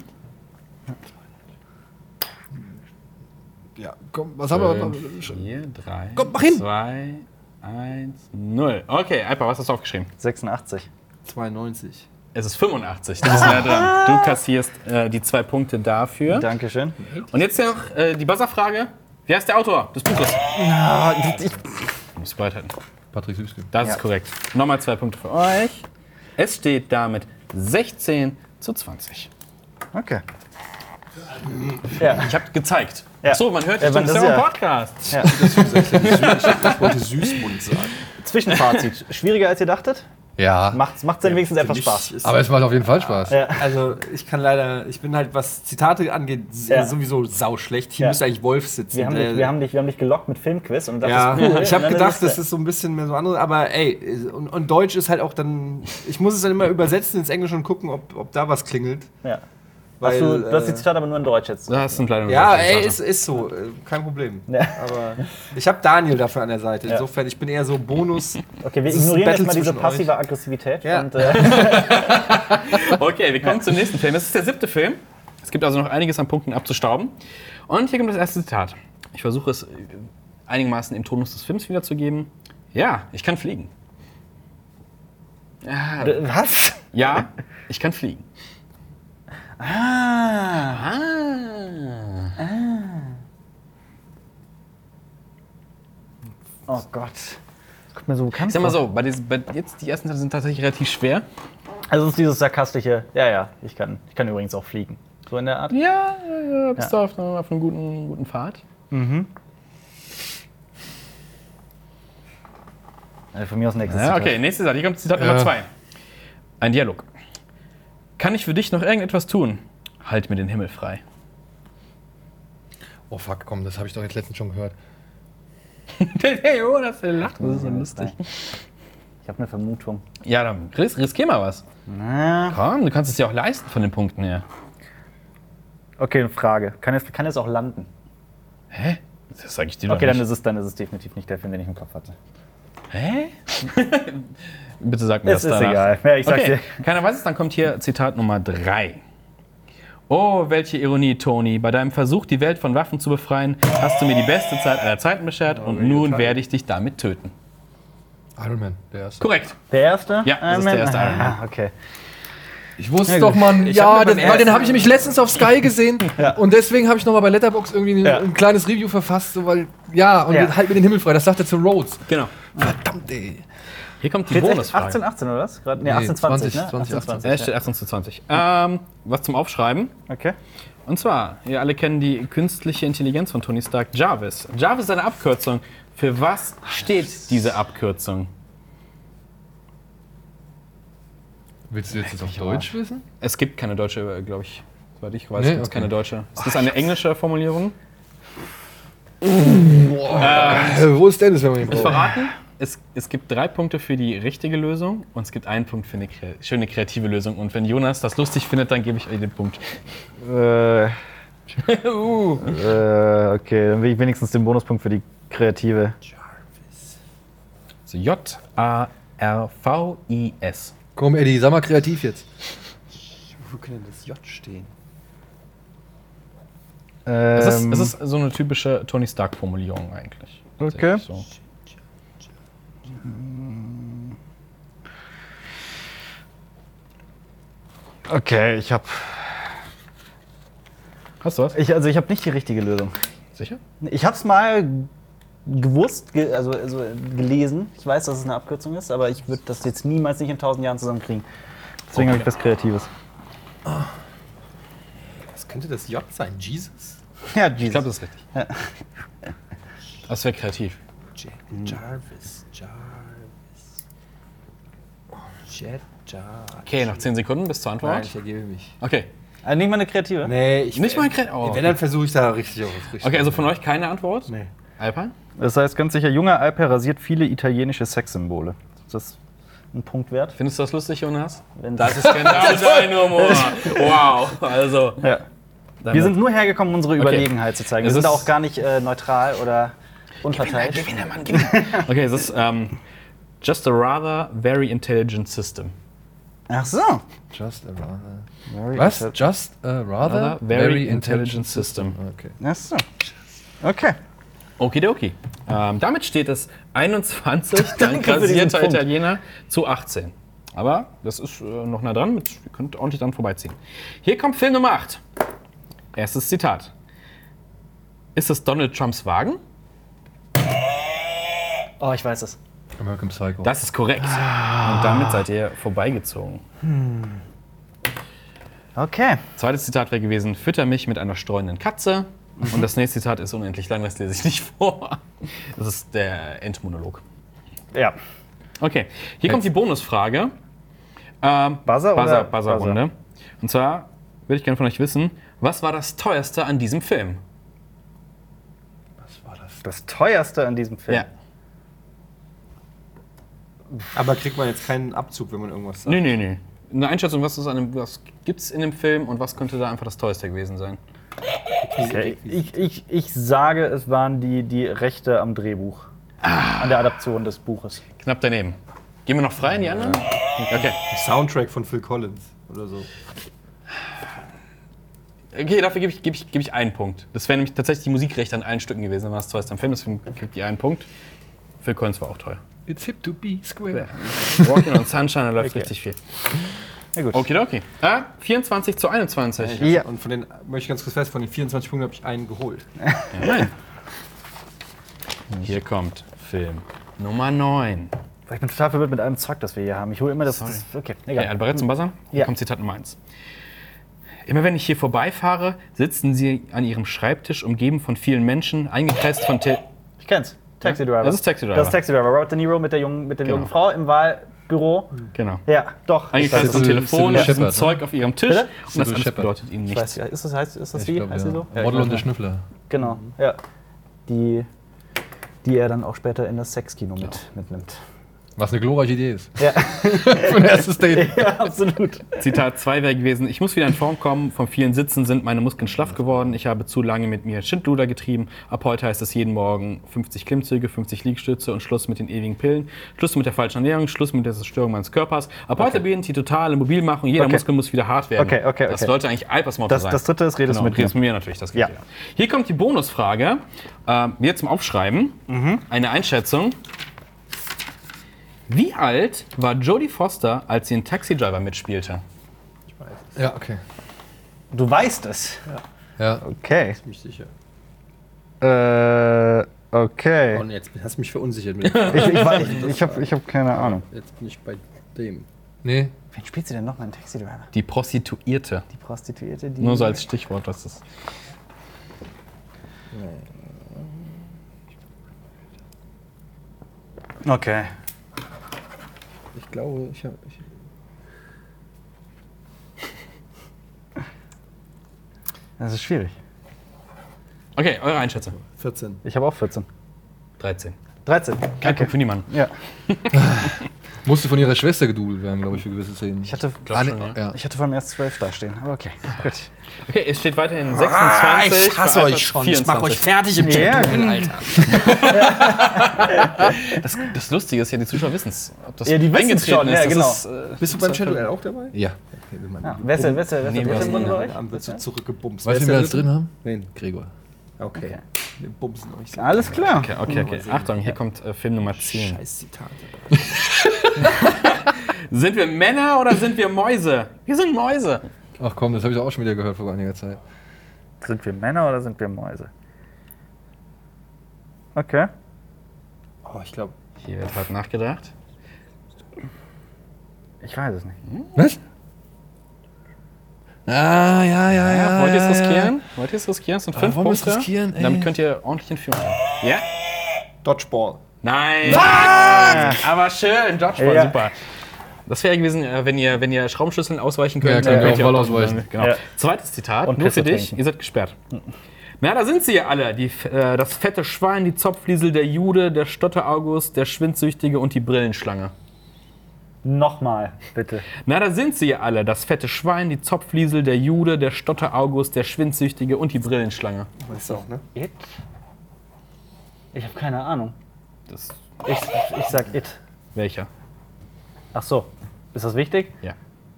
Speaker 4: Ja, komm, was haben wir?
Speaker 2: Fünf, vier, drei,
Speaker 4: Komm, mach hin.
Speaker 2: zwei, eins, null. Okay, Alpa, was hast du aufgeschrieben?
Speaker 1: 86.
Speaker 3: 92.
Speaker 2: Es ist 85. Du bist näher dran. Du kassierst äh, die zwei Punkte dafür.
Speaker 1: Dankeschön.
Speaker 2: Und jetzt noch äh, die Buzzerfrage. Wer ist der Autor des Buches?
Speaker 1: Ah, ich,
Speaker 2: Du musst bereithalten.
Speaker 4: Patrick Süßke.
Speaker 2: Das
Speaker 1: Ja.
Speaker 2: ist korrekt. Nochmal zwei Punkte für euch. Es steht damit 16 zu 20.
Speaker 1: okay. Ja.
Speaker 2: Ich habe gezeigt.
Speaker 1: Ja.
Speaker 2: Ach So, man hört
Speaker 1: Ja,
Speaker 2: dich
Speaker 1: man-
Speaker 2: doch, das
Speaker 1: das
Speaker 2: ist ja
Speaker 1: ist
Speaker 2: ein
Speaker 1: ja-
Speaker 2: Podcast.
Speaker 6: Ich wollte Süßmund sagen.
Speaker 1: Zwischenfazit. Schwieriger als ihr dachtet?
Speaker 4: Ja.
Speaker 1: Macht macht denn wenigstens etwas
Speaker 6: Für mich
Speaker 1: Spaß?
Speaker 6: ist-
Speaker 4: Aber es macht auf jeden Fall Spaß.
Speaker 1: Ja.
Speaker 6: Also, ich kann leider, ich bin halt, was Zitate angeht, s-
Speaker 1: Ja.
Speaker 6: sowieso sauschlecht. Hier
Speaker 1: Ja.
Speaker 6: müsste eigentlich Wolf sitzen.
Speaker 1: Wir haben, dich,
Speaker 6: der-
Speaker 1: wir, haben dich, wir haben dich gelockt mit Filmquiz und das
Speaker 6: ja,
Speaker 1: ist cool.
Speaker 6: ich
Speaker 1: Und
Speaker 6: habe
Speaker 1: dann
Speaker 6: gedacht,
Speaker 1: das
Speaker 6: das ist so ein bisschen mehr so andere, aber ey, und, und Deutsch ist halt auch dann, ich muss es dann immer übersetzen ins Englische und gucken, ob, ob da was klingelt.
Speaker 1: Ja.
Speaker 6: Weil,
Speaker 1: hast du, du hast die
Speaker 6: äh,
Speaker 1: Zitate aber nur in Deutsch jetzt.
Speaker 2: Das sind leider nur
Speaker 6: Ja,
Speaker 2: solche
Speaker 6: ey,
Speaker 2: Sachen.
Speaker 6: ist, ist so, äh, kein Problem.
Speaker 1: Ja.
Speaker 6: Aber ich habe Daniel dafür an der Seite.
Speaker 1: Ja.
Speaker 6: Insofern, ich bin eher so Bonus.
Speaker 1: Okay, wir
Speaker 6: Das ist ein
Speaker 1: ignorieren
Speaker 6: Battle
Speaker 1: jetzt mal diese
Speaker 6: zwischen
Speaker 1: passive Aggressivität.
Speaker 6: Ja.
Speaker 1: Und, äh,
Speaker 2: Okay, wir kommen zum nächsten Film. Es ist der siebte Film. Es gibt also noch einiges an Punkten abzustauben. Und hier kommt das erste Zitat. Ich versuche es äh, einigermaßen im Tonus des Films wiederzugeben. Ja, ich kann fliegen. Ja,
Speaker 1: was?
Speaker 2: Ja, ich kann fliegen. Ah. ah.
Speaker 1: Oh Gott. Das kommt mir so bekannt
Speaker 2: Ich sag mal
Speaker 1: vor.
Speaker 2: so, bei diesen, bei jetzt die ersten Teile sind tatsächlich relativ schwer.
Speaker 1: Also es ist dieses sarkastische, ja, ja, ich kann, ich kann übrigens auch fliegen. So in der Art.
Speaker 2: Ja, ja, ja, bist
Speaker 1: Ja.
Speaker 2: du auf, einer- auf einem guten, guten Pfad.
Speaker 1: Also von mir aus nächstes
Speaker 2: Ja,
Speaker 1: Zitat.
Speaker 2: okay, nächste Seite. Hier kommt Zitat Nummer
Speaker 4: Ja.
Speaker 2: zwei. Ein Dialog. Kann ich für dich noch irgendetwas tun? Halt mir den Himmel frei.
Speaker 4: Oh fuck, komm, das habe ich doch jetzt letztens schon gehört.
Speaker 2: hey, oh, das lacht. Das ist so lustig.
Speaker 1: Ich habe eine Vermutung. Ah.
Speaker 2: Ja, dann ris riskier mal was. Komm, du kannst es dir auch leisten von den Punkten her.
Speaker 1: Okay, eine Frage. Kann es, kann es auch landen?
Speaker 2: Hä? Das sag ich dir
Speaker 1: Okay,
Speaker 2: doch
Speaker 1: dann
Speaker 2: nicht.
Speaker 1: ist, es, dann ist es definitiv nicht der Film, den ich im Kopf hatte.
Speaker 2: Hä? Bitte sag mir
Speaker 1: Es
Speaker 2: das
Speaker 1: ist
Speaker 2: danach.
Speaker 1: egal. Ja, ich sag's
Speaker 2: okay,
Speaker 1: dir.
Speaker 2: keiner weiß es, dann kommt hier Zitat Nummer 3. Oh, welche Ironie, Tony. Bei deinem Versuch, die Welt von Waffen zu befreien, hast du mir die beste Zeit aller Zeiten beschert
Speaker 1: Oh,
Speaker 2: und nun werde ich dich damit töten.
Speaker 4: Iron Man, der erste.
Speaker 2: Korrekt.
Speaker 1: Der erste?
Speaker 2: Ja, das ist der erste Iron Man.
Speaker 1: Ah, okay.
Speaker 4: Ich wusste
Speaker 1: Ja,
Speaker 4: doch,
Speaker 1: gut.
Speaker 4: Mann.
Speaker 6: Ich
Speaker 4: ja,
Speaker 6: hab mir
Speaker 4: das,
Speaker 6: beim
Speaker 4: weil den
Speaker 6: ersten-
Speaker 4: habe ich nämlich letztens auf Sky gesehen.
Speaker 1: Ja.
Speaker 4: Und deswegen habe ich nochmal bei Letterbox irgendwie ein,
Speaker 1: Ja.
Speaker 4: ein kleines Review verfasst, so, weil, ja, und
Speaker 1: Ja.
Speaker 4: halt mir den Himmel frei. Das sagt er zu Rhodes.
Speaker 2: Genau.
Speaker 4: Verdammt, ey.
Speaker 2: Hier kommt die
Speaker 1: Jetzt echt
Speaker 2: Bonusfrage.
Speaker 1: 18, 18 oder was? Gerade, nee,
Speaker 4: Nee,
Speaker 1: 18, 20,
Speaker 4: 20, 20,
Speaker 1: ne?
Speaker 4: 18.
Speaker 2: Äh, steht 18 zu 20. Ähm, was zum Aufschreiben.
Speaker 1: Okay.
Speaker 2: Und zwar, ihr alle kennen die künstliche Intelligenz von Tony Stark, Jarvis. Jarvis ist eine Abkürzung. Für was steht diese Abkürzung?
Speaker 4: Willst du jetzt das auf Deutsch wissen?
Speaker 2: Es gibt keine deutsche, glaube ich. Soweit ich weiß,
Speaker 4: Nee,
Speaker 2: gibt es
Speaker 4: okay.
Speaker 2: keine deutsche. Ist das eine englische Formulierung?
Speaker 4: Äh, wo ist Dennis, wenn man ihn braucht?
Speaker 2: Verraten? Es, es gibt drei Punkte für die richtige Lösung und es gibt einen Punkt für eine kre schöne kreative Lösung. Und wenn Jonas das lustig findet, dann gebe ich euch den Punkt.
Speaker 1: Äh,
Speaker 2: uh.
Speaker 1: äh, okay, dann will ich wenigstens den Bonuspunkt für die Kreative.
Speaker 2: So J-A-R-V-I-S.
Speaker 4: Komm, Eddie, sag mal kreativ jetzt.
Speaker 6: Wo könnte das J stehen?
Speaker 2: Es ist,
Speaker 1: Ähm,
Speaker 2: es ist so eine typische Tony Stark-Formulierung eigentlich.
Speaker 1: Okay.
Speaker 2: So.
Speaker 1: okay, ich habe
Speaker 2: Hast du was?
Speaker 1: ich, also ich hab nicht die richtige Lösung.
Speaker 2: Sicher?
Speaker 1: Ich hab's mal gewusst, ge also, also gelesen. Ich weiß, dass es eine Abkürzung ist, aber ich würde das jetzt niemals nicht in tausend Jahren zusammenkriegen. Deswegen habe ich was Kreatives.
Speaker 6: Was könnte das J sein? Jesus?
Speaker 1: Ja,
Speaker 2: Ich glaube, das ist richtig. Das wäre kreativ.
Speaker 6: J Jarvis, Jarvis. Jet, Jarvis.
Speaker 2: Okay, noch 10 Sekunden bis zur
Speaker 6: Nein,
Speaker 2: Antwort.
Speaker 6: ich ergebe mich.
Speaker 2: Okay.
Speaker 1: also nicht mal eine Kreative?
Speaker 6: Nee, ich
Speaker 2: Nicht mal ein Kreativ.
Speaker 6: Wenn, dann versuche ich da richtig auf richtig.
Speaker 2: Okay, also von euch keine Antwort?
Speaker 6: Nee.
Speaker 2: Alpine?
Speaker 1: Das heißt ganz sicher, junger Alper rasiert viele italienische Sexsymbole. Ist das ein Punkt wert?
Speaker 2: Findest du das lustig, Jonas?
Speaker 1: Wenn
Speaker 2: Das ist genau dein Humor. Wow. Also.
Speaker 1: ja. Wir sind nur hergekommen, um unsere Überlegenheit zu zeigen. Wir
Speaker 2: Es
Speaker 1: sind da
Speaker 2: ist-
Speaker 1: auch gar nicht äh, neutral oder unparteiisch.
Speaker 2: Okay, es ist ähm, just a rather very intelligent system.
Speaker 1: Ach so.
Speaker 4: Just a rather. Was? Just a rather,
Speaker 2: Rather very intelligent system.
Speaker 4: Okay.
Speaker 1: Ach so. Okay.
Speaker 2: Okidoki. Ähm, damit steht es 21, dein
Speaker 1: für diesen
Speaker 2: rasierter
Speaker 1: Punkt.
Speaker 2: Italiener, zu 18. Aber das ist äh, noch nah dran, mit, ihr könnt ordentlich dran vorbeiziehen. Hier kommt Film Nummer 8. Erstes Zitat. Ist es Donald Trumps Wagen?
Speaker 1: Oh, ich weiß es.
Speaker 4: American Psycho.
Speaker 1: Ah.
Speaker 2: Das ist korrekt. Und damit seid ihr vorbeigezogen.
Speaker 1: Okay.
Speaker 2: Zweites Zitat wäre gewesen, fütter mich mit einer streunenden Katze. Und das nächste Zitat ist unendlich lang, das lese ich nicht vor. Das ist der Endmonolog.
Speaker 1: Ja.
Speaker 2: Okay, hier kommt die Bonusfrage. Ähm,
Speaker 1: Buzzer oder-
Speaker 2: Buzzer, Buzzer-Runde. Und zwar würde ich gerne von euch wissen, was war das teuerste an diesem Film?
Speaker 1: Das teuerste an diesem Film.
Speaker 2: Ja.
Speaker 6: Aber kriegt man jetzt keinen Abzug, wenn man irgendwas sagt?
Speaker 2: Nee, nee, nee. Eine Einschätzung, was, ist an dem, was gibt's in dem Film und was könnte da einfach das teuerste gewesen sein?
Speaker 1: Okay. Ich, ich, ich sage, es waren die, die Rechte am Drehbuch. An der Adaption des Buches.
Speaker 2: Knapp daneben. Gehen wir noch frei in die anderen? Okay.
Speaker 6: Soundtrack von Phil Collins oder so.
Speaker 2: Okay, dafür gebe ich, gebe ich, gebe ich einen Punkt. Das wären nämlich tatsächlich die Musikrechte an allen Stücken gewesen, wenn das teuerste am Film ist. Deswegen kriegt ihr einen Punkt. Phil Collins war auch teuer.
Speaker 4: It's hip to be square.
Speaker 2: Walking on Sunshine, da läuft richtig viel.
Speaker 1: Na gut.
Speaker 2: Okay, okay. Ah, 24 zu 21.
Speaker 1: Ja.
Speaker 6: Und von den, möchte ich ganz kurz fest, von den 24 Punkten habe ich einen geholt.
Speaker 2: Nein. Hier kommt Film Nummer 9.
Speaker 1: Ich bin total verwirrt mit allem Zeug, das wir hier haben. Ich hole immer das. das okay,
Speaker 2: Ja,
Speaker 1: egal.
Speaker 2: ja bereit zum Buzzer? Hier
Speaker 1: Ja.
Speaker 2: kommt Zitat Nummer 1. Immer wenn ich hier vorbeifahre, sitzen sie an ihrem Schreibtisch, umgeben von vielen Menschen, eingekreist von Te
Speaker 1: Ich kenn's. Taxi Driver.
Speaker 2: Das ist Taxi Driver.
Speaker 1: Das ist Taxi Driver. Robert De Niro mit der jungen, mit der
Speaker 2: Genau.
Speaker 1: jungen Frau im Wahlbüro.
Speaker 2: Genau.
Speaker 1: Ja, doch. Ich
Speaker 2: Eingekreist
Speaker 1: weiß,
Speaker 2: von
Speaker 4: Sybil-
Speaker 2: Telefonen,
Speaker 4: Sybil
Speaker 2: diesem
Speaker 4: Shepherd, ne?
Speaker 2: Zeug auf ihrem Tisch.
Speaker 1: Bitte?
Speaker 2: Und das
Speaker 4: Sybil
Speaker 2: alles
Speaker 4: Shepherd.
Speaker 2: bedeutet ihnen
Speaker 1: ich weiß,
Speaker 2: nichts.
Speaker 1: ja. Ist das, heißt, ist das
Speaker 4: Ich
Speaker 1: die?
Speaker 4: glaub,
Speaker 1: heißt
Speaker 4: ja.
Speaker 1: die so? Ja,
Speaker 4: Model
Speaker 1: ich
Speaker 4: und der
Speaker 1: weiß nicht.
Speaker 4: Schnüffler.
Speaker 1: Genau, ja. Die, die er dann auch später in das Sexkino mit, mitnimmt.
Speaker 4: Was eine glorreiche Idee ist.
Speaker 1: Ja.
Speaker 4: Für ein erstes Date.
Speaker 1: ja, absolut.
Speaker 2: Zitat 2 wäre gewesen, ich muss wieder in Form kommen, vom vielen Sitzen sind meine Muskeln schlaff geworden, ich habe zu lange mit mir Schindluder getrieben, ab heute heißt es jeden Morgen 50 Klimmzüge, 50 Liegestütze und Schluss mit den ewigen Pillen, Schluss mit der falschen Ernährung, Schluss mit der Zerstörung meines Körpers, ab heute beginnt die totale Mobilmachung, jeder
Speaker 1: Okay.
Speaker 2: Muskel muss wieder hart werden.
Speaker 1: Okay, okay,
Speaker 2: Das
Speaker 1: okay.
Speaker 2: sollte eigentlich Alpersmotto
Speaker 1: Das-
Speaker 2: sein.
Speaker 1: das dritte ist, redest
Speaker 2: genau,
Speaker 1: mit
Speaker 2: redest mit mir natürlich, das geht
Speaker 1: Ja.
Speaker 2: ja. Hier kommt die Bonusfrage, ähm, jetzt zum Aufschreiben,
Speaker 1: Mhm.
Speaker 2: eine Einschätzung. Wie alt war Jodie Foster, als sie in Taxi Driver mitspielte?
Speaker 4: Ja, okay.
Speaker 1: Du weißt es.
Speaker 4: Ja.
Speaker 1: Okay.
Speaker 6: Mich sicher.
Speaker 1: Äh,
Speaker 3: Oh,
Speaker 1: okay.
Speaker 6: Und jetzt hast du mich verunsichert. Mit dem-
Speaker 1: Ich, ich, weiß- ich, ich habe ich hab keine Ahnung.
Speaker 6: jetzt bin ich bei dem.
Speaker 4: Nee.
Speaker 1: Wen spielt sie denn nochmal in Taxi Driver?
Speaker 2: Die Prostituierte.
Speaker 1: Die Prostituierte, die.
Speaker 2: Nur so als Stichwort, was das.
Speaker 1: Okay.
Speaker 6: Ich glaube, ich habe. Ich
Speaker 1: Das ist schwierig.
Speaker 2: Okay, eure Einschätzung.
Speaker 6: 14.
Speaker 1: Ich habe auch 14.
Speaker 2: 13.
Speaker 1: 13.
Speaker 2: Kein Punkt für niemanden.
Speaker 1: Ja.
Speaker 4: Musste von ihrer Schwester gedudelt werden, glaube ich, für gewisse Szenen.
Speaker 1: Ich hatte,
Speaker 2: Glaub schon,
Speaker 4: ja.
Speaker 2: ja.
Speaker 1: ich hatte vor allem erst 12 dastehen. Aber okay. Gut.
Speaker 2: Okay, es steht weiterhin 26.
Speaker 6: ich hasse
Speaker 2: bei
Speaker 6: euch
Speaker 2: Alpha
Speaker 6: schon. Ich
Speaker 2: 24.
Speaker 6: mach euch fertig im
Speaker 1: Ja.
Speaker 6: Chat, Alter.
Speaker 2: Das, das Lustige ist ja, die Zuschauer wissen es. Ob das
Speaker 1: Ja, die wissen's
Speaker 2: eingetreten
Speaker 1: schon, ja,
Speaker 2: das
Speaker 1: genau.
Speaker 2: Ist, äh,
Speaker 6: Bist du beim Chat Duell auch dabei?
Speaker 4: Ja.
Speaker 1: Ja. Wer ist denn, wer ist denn, wer ist denn
Speaker 2: Nee, wir
Speaker 1: drin
Speaker 2: sind-
Speaker 1: bei euch?
Speaker 6: Dann wirst du zurückgebumst.
Speaker 4: Weißt du, wen wir jetzt drin haben?
Speaker 6: Nein.
Speaker 4: Gregor.
Speaker 6: Okay. Wir bumsen euch.
Speaker 1: Alles klar.
Speaker 2: okay, okay, okay. Achtung, hier kommt äh, Film Nummer 10.
Speaker 6: Scheiß Zitate.
Speaker 2: Sind wir Männer oder sind wir Mäuse? Wir sind Mäuse.
Speaker 4: Ach komm, das habe ich auch schon wieder gehört vor einiger Zeit.
Speaker 1: Sind wir Männer oder sind wir Mäuse? Okay.
Speaker 6: Oh, ich glaube.
Speaker 2: Hier wird halt nachgedacht.
Speaker 1: Ich weiß es nicht.
Speaker 4: Was? Ah, ja, ja, ja.
Speaker 2: Wollt ihr
Speaker 4: ja,
Speaker 2: es
Speaker 4: ja.
Speaker 2: riskieren? Wollt ihr es riskieren? Es sind fünf
Speaker 4: wollen wir es
Speaker 2: Punkte.
Speaker 4: riskieren, ey?
Speaker 2: Damit könnt ihr ordentlich in Führung gehen. Ja?
Speaker 6: Dodgeball.
Speaker 2: Nein! Aber schön, Dodgeball,
Speaker 1: Ja.
Speaker 2: super. Das wäre gewesen, äh, wenn ihr, wenn ihr Schraubenschlüsseln ausweichen könnt.
Speaker 4: Ja, könnt
Speaker 2: dann
Speaker 4: ihr
Speaker 2: könnt
Speaker 4: auch Ball ausweichen.
Speaker 2: Genau.
Speaker 1: Ja.
Speaker 2: Zweites Zitat,
Speaker 1: Und
Speaker 2: nur
Speaker 1: Pisse
Speaker 2: für dich,
Speaker 1: trinken.
Speaker 2: ihr seid gesperrt. Na, da sind sie ja alle. Die, F- äh, das fette Schwein, die Zopfliesel, der Jude, der Stotter August, der Schwindsüchtige und die Brillenschlange.
Speaker 1: Nochmal, bitte.
Speaker 2: Na, da sind sie ja alle. Das fette Schwein, die Zopfliesel, der Jude, der Stotter August, der Schwindsüchtige und die Brillenschlange.
Speaker 6: Weißt du auch, ne?
Speaker 1: It? Ich habe keine Ahnung.
Speaker 2: Das ist
Speaker 1: Ich, ich sag it.
Speaker 2: welcher?
Speaker 1: Ach so. Ist das wichtig?
Speaker 2: Ja.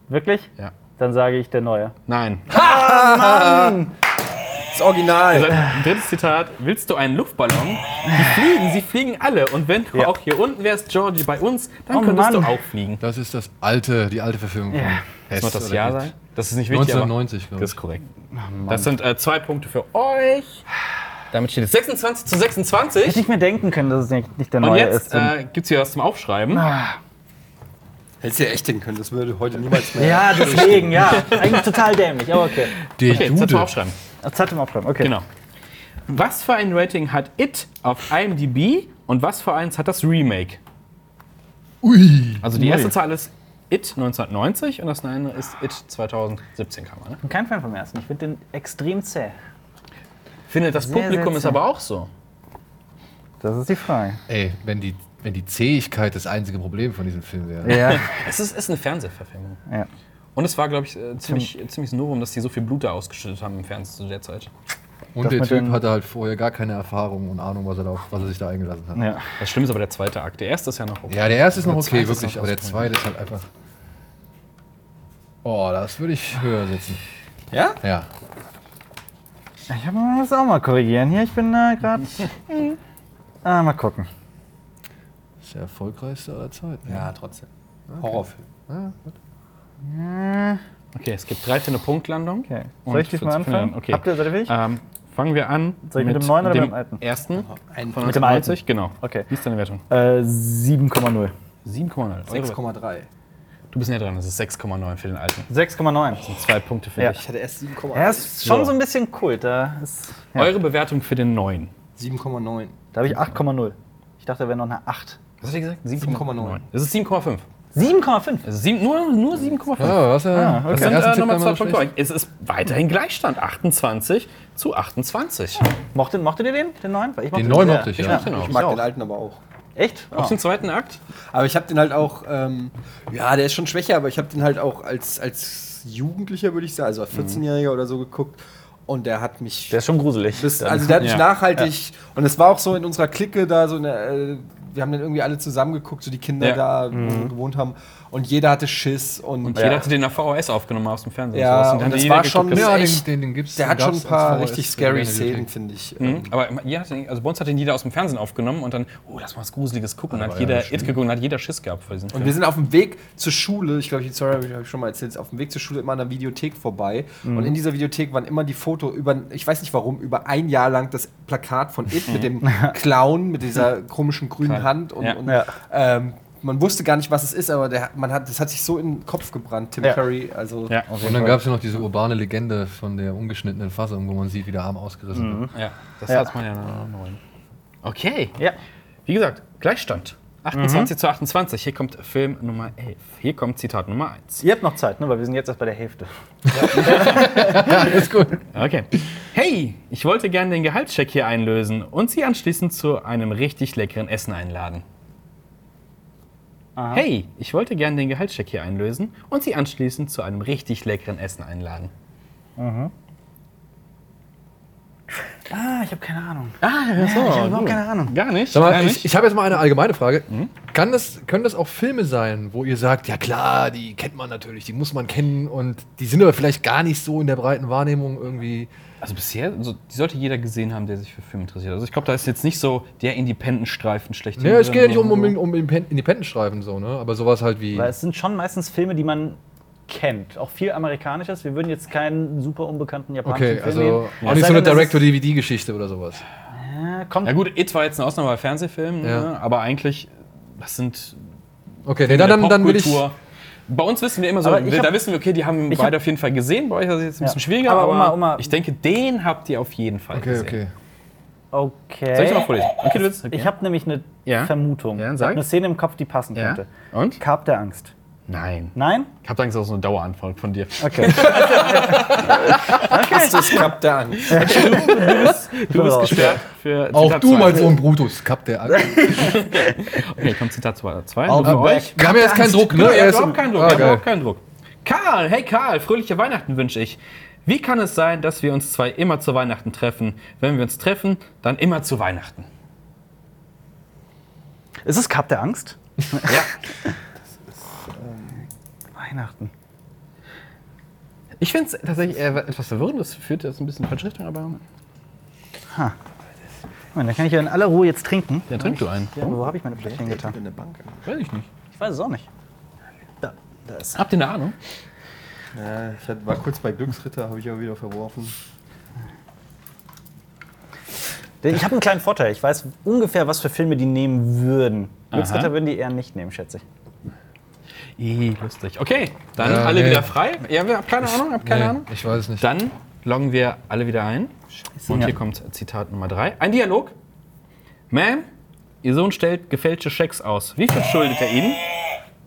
Speaker 1: Wirklich?
Speaker 2: Ja.
Speaker 1: Dann sage ich der Neue.
Speaker 2: Nein.
Speaker 6: Das Original.
Speaker 2: Sein drittes Zitat: Willst du einen Luftballon? Die fliegen, sie fliegen alle. Und wenn du
Speaker 1: Ja.
Speaker 2: auch hier unten wärst, Georgie, bei uns, dann
Speaker 1: Oh
Speaker 2: könntest du
Speaker 1: Mann.
Speaker 2: auch fliegen.
Speaker 4: Das ist das alte, die alte Verfilmung.
Speaker 1: Ja.
Speaker 4: Hess
Speaker 2: Das muss das
Speaker 4: oder
Speaker 2: Ja
Speaker 4: It.
Speaker 2: sein. Das ist nicht wichtig. aber-
Speaker 4: 1990, glaube
Speaker 2: Das
Speaker 4: ich.
Speaker 2: ist korrekt.
Speaker 1: Oh
Speaker 2: das sind äh, zwei Punkte für euch. Damit steht es 26 zu 26.
Speaker 1: Hätte ich mir denken können, dass es nicht, nicht der
Speaker 2: Und
Speaker 1: Neue Ah,
Speaker 2: jetzt
Speaker 1: ist. Und-
Speaker 2: äh, gibt es hier was zum Aufschreiben.
Speaker 3: Hättest du ja echt hin können, das würde heute niemals
Speaker 2: äh,
Speaker 3: mehr.
Speaker 1: Ja, deswegen, ja. Eigentlich total dämlich, aber okay.
Speaker 4: Der
Speaker 2: Okay, jetzt
Speaker 4: Jude.
Speaker 2: aufschreiben.
Speaker 1: Ach, Zeit im Aufschreiben, okay.
Speaker 2: Genau. Was für ein Rating hat It auf IMDb und was für eins hat das Remake?
Speaker 4: Ui.
Speaker 2: Also die erste
Speaker 1: Ui.
Speaker 2: Zahl ist It 1990 und das eine ist It 2017, kann man. Ne?
Speaker 1: Ich bin kein Fan vom ersten. Ich finde den extrem zäh.
Speaker 2: Findet das
Speaker 1: Sehr, sehr
Speaker 2: Publikum ist
Speaker 1: zäh.
Speaker 2: aber auch so.
Speaker 1: Das ist die Frage.
Speaker 4: Ey, wenn die, wenn die Zähigkeit das einzige Problem von diesem Film wäre.
Speaker 1: Ja.
Speaker 2: Es ist, ist eine Fernsehverfilmung.
Speaker 1: ja.
Speaker 2: Und es war, glaube ich, äh, ziemlich, äh, ziemlich Novum, dass die so viel Blut da ausgeschüttet haben im Fernsehen zu der Zeit.
Speaker 4: Und
Speaker 1: Das
Speaker 4: der
Speaker 1: mit
Speaker 4: Typ
Speaker 1: den-
Speaker 4: hatte halt vorher gar keine Erfahrung und Ahnung, was er, da, auf- was er sich da eingelassen hat.
Speaker 1: ja.
Speaker 2: Das Schlimme ist aber der zweite Akt. Der erste ist ja noch okay.
Speaker 4: Ja, der erste ist noch
Speaker 2: Der zweite
Speaker 4: okay,
Speaker 2: ist
Speaker 4: wirklich,
Speaker 2: noch
Speaker 4: aber der
Speaker 2: ausgefallen.
Speaker 4: zweite ist halt einfach. Oh, das würde ich höher setzen.
Speaker 3: Ja?
Speaker 4: Ja.
Speaker 1: Ich hab- muss auch mal korrigieren hier. Ich bin äh, gerade. ah, mal gucken.
Speaker 4: Das ist der erfolgreichste aller Zeiten.
Speaker 3: Ja, trotzdem. Horrorfilm.
Speaker 2: Okay, es gibt 13 eine Punktlandung.
Speaker 1: Okay.
Speaker 2: Und
Speaker 1: Soll ich diesmal
Speaker 2: 14
Speaker 1: anfangen?
Speaker 2: Okay.
Speaker 1: Habt ihr, seid ihr willig?
Speaker 2: Ähm, fangen wir an.
Speaker 1: Soll ich mit dem neuen oder mit dem alten?
Speaker 2: Ersten.
Speaker 3: Ein
Speaker 2: Von
Speaker 1: Mit dem
Speaker 2: 1990, genau.
Speaker 1: Okay.
Speaker 2: Wie ist deine Wertung?
Speaker 1: Äh, 7,0.
Speaker 2: 7,9. Eure-
Speaker 3: 6,3.
Speaker 2: Du bist näher dran, das ist 6,9 für den alten.
Speaker 1: 6,9.
Speaker 2: Das sind zwei Punkte für
Speaker 1: Ja.
Speaker 2: dich.
Speaker 3: Ich hatte erst 7,8.
Speaker 1: Er ist schon so ein bisschen Kult. Da, ist- ja.
Speaker 2: Eure Bewertung für den neuen.
Speaker 3: 7,9.
Speaker 1: da habe ich 8,0. Ich dachte, da wäre noch eine 8.
Speaker 2: Was hat ihr gesagt?
Speaker 3: 7,9.
Speaker 2: Das ist 7,5.
Speaker 1: 7,5.
Speaker 2: Es ist sieben- nur nur 7,5.
Speaker 4: Ah, was er,
Speaker 1: Ah, okay.
Speaker 4: was
Speaker 2: Das
Speaker 4: der
Speaker 2: sind
Speaker 4: erste
Speaker 2: äh,
Speaker 4: Tipp
Speaker 2: nochmal
Speaker 4: war
Speaker 2: zwei
Speaker 4: noch schlecht.
Speaker 2: Punkte. Es ist weiterhin Gleichstand. 28 zu 28.
Speaker 1: Mochtet, mochtet ihr den? Den neuen? Weil Ich mochte
Speaker 4: Den neuen
Speaker 1: sehr.
Speaker 4: mochte ich,
Speaker 2: Ich
Speaker 4: ja.
Speaker 2: mochte ihn auch.
Speaker 3: Ich mag
Speaker 2: auch.
Speaker 3: den alten aber auch.
Speaker 1: Echt?
Speaker 2: Auch
Speaker 1: Oh.
Speaker 2: den zweiten Akt?
Speaker 3: Aber ich habe den halt auch, ähm, ja, der ist schon schwächer, aber ich habe den halt auch als, als Jugendlicher, würde ich sagen, also als 14-Jähriger oder so geguckt. Und der hat mich.
Speaker 1: Mhm. Der ist schon gruselig.
Speaker 3: bis,
Speaker 1: Dann-
Speaker 3: also der hat mich
Speaker 2: Ja.
Speaker 3: nachhaltig. Und es war auch so in unserer Clique da, so eine, äh, wir haben dann irgendwie alle zusammen geguckt, so die Kinder
Speaker 2: Ja.
Speaker 3: da wo
Speaker 1: Mhm.
Speaker 3: wir gewohnt haben. Und jeder hatte Schiss und,
Speaker 2: Und
Speaker 3: ja,
Speaker 2: jeder hatte den auf VHS aufgenommen aus dem Fernsehen.
Speaker 3: Ja,
Speaker 2: sowas.
Speaker 3: und
Speaker 2: haben die
Speaker 3: das
Speaker 2: jeder
Speaker 3: war
Speaker 2: geguckt.
Speaker 3: schon-
Speaker 2: Das-
Speaker 3: Das
Speaker 4: Ja,
Speaker 3: ist
Speaker 4: den,
Speaker 3: echt-
Speaker 4: den, den gibt's.
Speaker 3: der
Speaker 4: den
Speaker 3: hat schon ein
Speaker 4: gab's
Speaker 3: paar
Speaker 4: als VHS
Speaker 3: richtig
Speaker 4: in
Speaker 3: scary
Speaker 4: der
Speaker 3: Szenen, finde ich.
Speaker 2: Mhm. Aber ja, also bei uns hat den jeder aus dem Fernsehen aufgenommen und dann, oh, lass mal was Gruseliges gucken. Dann hat
Speaker 4: Aber
Speaker 2: jeder
Speaker 4: ja,
Speaker 2: It geguckt und hat jeder Schiss gehabt vor diesen
Speaker 3: Und
Speaker 2: Film.
Speaker 3: wir sind auf dem Weg zur Schule, ich glaube, die Story habe ich, hab ich schon mal erzählt, ist auf dem Weg zur Schule immer an der Videothek vorbei. Und in dieser Videothek waren immer die Foto über, ich weiß nicht warum, über ein Jahr lang das Plakat von It mit dem Clown, mit dieser komischen grünen
Speaker 2: Clown.
Speaker 3: Hand. Und,
Speaker 2: Ja.
Speaker 3: und
Speaker 1: Ja.
Speaker 3: Ähm, man wusste gar nicht, was es ist, aber der, man hat, das hat sich so in den Kopf gebrannt, Tim
Speaker 1: Ja.
Speaker 3: Curry. Also
Speaker 2: Ja,
Speaker 4: Und dann gab es ja noch diese urbane Legende von der ungeschnittenen Fassung, wo man sieht, wie der Arm ausgerissen wird.
Speaker 2: ja, das
Speaker 1: Ja.
Speaker 2: hat man ja noch neun. Okay,
Speaker 1: Ja.
Speaker 2: wie gesagt, Gleichstand. 28 zu 28. Hier kommt Film Nummer 11. Hier kommt Zitat Nummer 1.
Speaker 1: Ihr habt noch Zeit, ne? Weil wir sind jetzt erst bei der Hälfte.
Speaker 4: Ist gut.
Speaker 2: Okay. Hey, ich wollte gerne den Gehaltscheck hier einlösen und Sie anschließend zu einem richtig leckeren Essen einladen. Hey, ich wollte gerne den Gehaltscheck hier einlösen und Sie anschließend zu einem richtig leckeren Essen einladen.
Speaker 1: Ah, ich habe keine Ahnung.
Speaker 2: Ah, so.
Speaker 1: Ich habe überhaupt keine Ahnung.
Speaker 2: Gar nicht.
Speaker 4: Sag
Speaker 2: gar
Speaker 4: mal,
Speaker 2: nicht.
Speaker 4: ich, ich habe jetzt mal eine allgemeine Frage.
Speaker 2: Mhm.
Speaker 4: Kann das, können das auch Filme sein, wo ihr sagt, ja klar, die kennt man natürlich, die muss man kennen und die sind aber vielleicht gar nicht so in der breiten Wahrnehmung irgendwie.
Speaker 2: Also bisher, also die sollte jeder gesehen haben, der sich für Filme interessiert. Also ich glaube, da ist jetzt nicht so der Independent-Streifen schlecht.
Speaker 4: Ne, es geht ja nicht um, um, um Independ- Independent-Streifen so, ne? Aber sowas halt wie.
Speaker 1: Weil es sind schon meistens Filme, die man kennt. Auch viel amerikanisches. Wir würden jetzt keinen super unbekannten japanischen
Speaker 4: Okay,
Speaker 1: Film nehmen.
Speaker 4: also auch
Speaker 1: Es
Speaker 4: nicht
Speaker 1: sei
Speaker 4: so eine
Speaker 1: denn, es ist-
Speaker 4: Director-DVD-Geschichte oder sowas.
Speaker 1: Ja, kommt.
Speaker 2: Ja gut, It war jetzt eine Ausnahme bei Fernsehfilmen,
Speaker 4: Ja.
Speaker 2: ne? aber eigentlich, das sind
Speaker 4: Okay, nee, dann, dann, dann will ich.
Speaker 2: Bei uns wissen wir immer so,
Speaker 1: Aber ich
Speaker 2: da
Speaker 1: hab-
Speaker 2: wissen wir, okay, die haben
Speaker 1: ich
Speaker 2: beide
Speaker 1: hab-
Speaker 2: auf jeden Fall gesehen. Bei euch ist es jetzt ein
Speaker 1: Ja.
Speaker 2: bisschen schwieriger, aber,
Speaker 1: Aber um mal- um mal-
Speaker 2: ich denke, den habt ihr auf jeden Fall
Speaker 4: Okay,
Speaker 2: gesehen.
Speaker 4: okay.
Speaker 1: Okay.
Speaker 2: Soll ich noch vorlesen? Okay, du willst? Okay.
Speaker 1: Ich habe nämlich eine
Speaker 2: Ja?
Speaker 1: Vermutung.
Speaker 2: Ja,
Speaker 1: ich
Speaker 2: sag.
Speaker 1: habe eine Szene im Kopf, die passen
Speaker 2: ja.
Speaker 1: könnte.
Speaker 2: Und?
Speaker 1: Kap der Angst.
Speaker 2: Nein.
Speaker 1: Nein?
Speaker 2: Ich hab Angst, das ist so eine Dauerantwort von dir.
Speaker 1: Okay.
Speaker 3: das ist knapp da an.
Speaker 2: Du bist gesperrt für
Speaker 4: Auch
Speaker 2: Zitat
Speaker 4: du,
Speaker 2: zwei.
Speaker 4: mein Sohn Brutus, Kap der Angst.
Speaker 2: Okay, kommt Zitat 2.
Speaker 1: Auch
Speaker 2: Nur für
Speaker 1: back.
Speaker 2: euch.
Speaker 4: Wir haben ja jetzt keinen Druck, ne?
Speaker 2: Ja,
Speaker 4: Er
Speaker 2: ja,
Speaker 4: ist-
Speaker 2: überhaupt keinen Druck.
Speaker 4: Ah,
Speaker 2: ja,
Speaker 4: geil.
Speaker 2: überhaupt keinen Druck. Karl, hey Karl, fröhliche Weihnachten wünsche ich. Wie kann es sein, dass wir uns zwei immer zu Weihnachten treffen? Wenn wir uns treffen, dann immer zu Weihnachten.
Speaker 1: ist es Kap der Angst?
Speaker 2: Ja.
Speaker 1: äh, Weihnachten.
Speaker 2: Ich finde es tatsächlich eher etwas verwirrend. Das führt jetzt ein bisschen in die falsche Richtung, aber.
Speaker 1: Mann, dann kann ich ja in aller Ruhe jetzt trinken.
Speaker 2: Dann trink du einen.
Speaker 1: Ja, aber wo habe ich meine Fläche hingetan?
Speaker 3: Eine Bank. an.
Speaker 2: Weiß ich nicht.
Speaker 1: Ich weiß es auch nicht.
Speaker 2: Habt ihr eine Ahnung?
Speaker 3: Ja, ich hatte- war kurz bei Glücksritter, habe ich aber wieder verworfen.
Speaker 1: Denn Ich habe einen kleinen Vorteil. Ich weiß ungefähr, was für Filme die nehmen würden. Glücksritter würden die eher nicht nehmen, schätze ich.
Speaker 2: Ih, lustig. Okay, dann
Speaker 4: Ja,
Speaker 2: alle
Speaker 4: nee.
Speaker 2: wieder frei. Ja, wir haben keine Ahnung, haben keine
Speaker 4: Nee,
Speaker 2: Ahnung.
Speaker 4: Ich weiß es nicht.
Speaker 2: Dann loggen wir alle wieder ein. Und
Speaker 1: Ja.
Speaker 2: hier kommt Zitat Nummer 3. Ein Dialog. Ma'am, Ihr Sohn stellt gefälschte Schecks aus. Wie viel schuldet er Ihnen?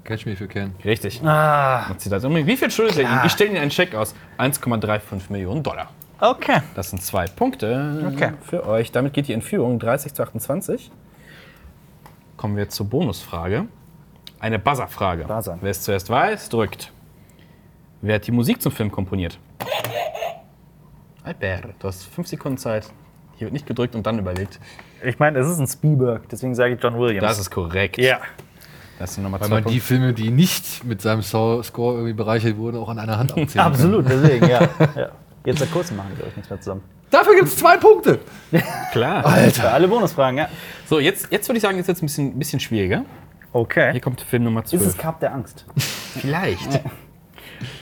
Speaker 4: Catch me if you can.
Speaker 2: Richtig.
Speaker 1: Ah,
Speaker 2: Und Zitat Nummer- Also, Wie viel schuldet er Ihnen? Ich stelle Ihnen einen Scheck aus. 1,35 Millionen Dollar.
Speaker 1: okay.
Speaker 2: Das sind zwei Punkte
Speaker 1: Okay.
Speaker 2: für euch. Damit geht ihr in Führung 30 zu 28. Kommen wir zur Bonusfrage. Eine Buzzer-Frage.
Speaker 1: Buzzern.
Speaker 2: Wer es zuerst weiß, drückt. Wer hat die Musik zum Film komponiert? Albert, du hast fünf Sekunden Zeit. Hier wird nicht gedrückt und dann überlegt.
Speaker 1: Ich meine, es ist ein Spielberg, deswegen sage ich John Williams.
Speaker 2: Das ist korrekt.
Speaker 1: ja.
Speaker 2: Das sind nochmal
Speaker 4: Weil
Speaker 2: zwei
Speaker 4: man die
Speaker 2: Punkte.
Speaker 4: Filme, die nicht mit seinem Saw- Score irgendwie bereichert wurden, auch an einer Hand abzählen kann.
Speaker 1: Absolut, deswegen, ja. ja. Jetzt seit kurzem machen wir euch nichts mehr zusammen.
Speaker 6: Dafür gibt es zwei Punkte.
Speaker 2: Klar.
Speaker 1: Für alle Bonusfragen, ja.
Speaker 2: So, jetzt, jetzt würde ich sagen, jetzt wird es ein bisschen, bisschen schwieriger. Hier
Speaker 1: Okay.
Speaker 2: kommt Film Nummer
Speaker 1: Ist es
Speaker 2: 12.
Speaker 1: Cup der Angst?
Speaker 2: Vielleicht.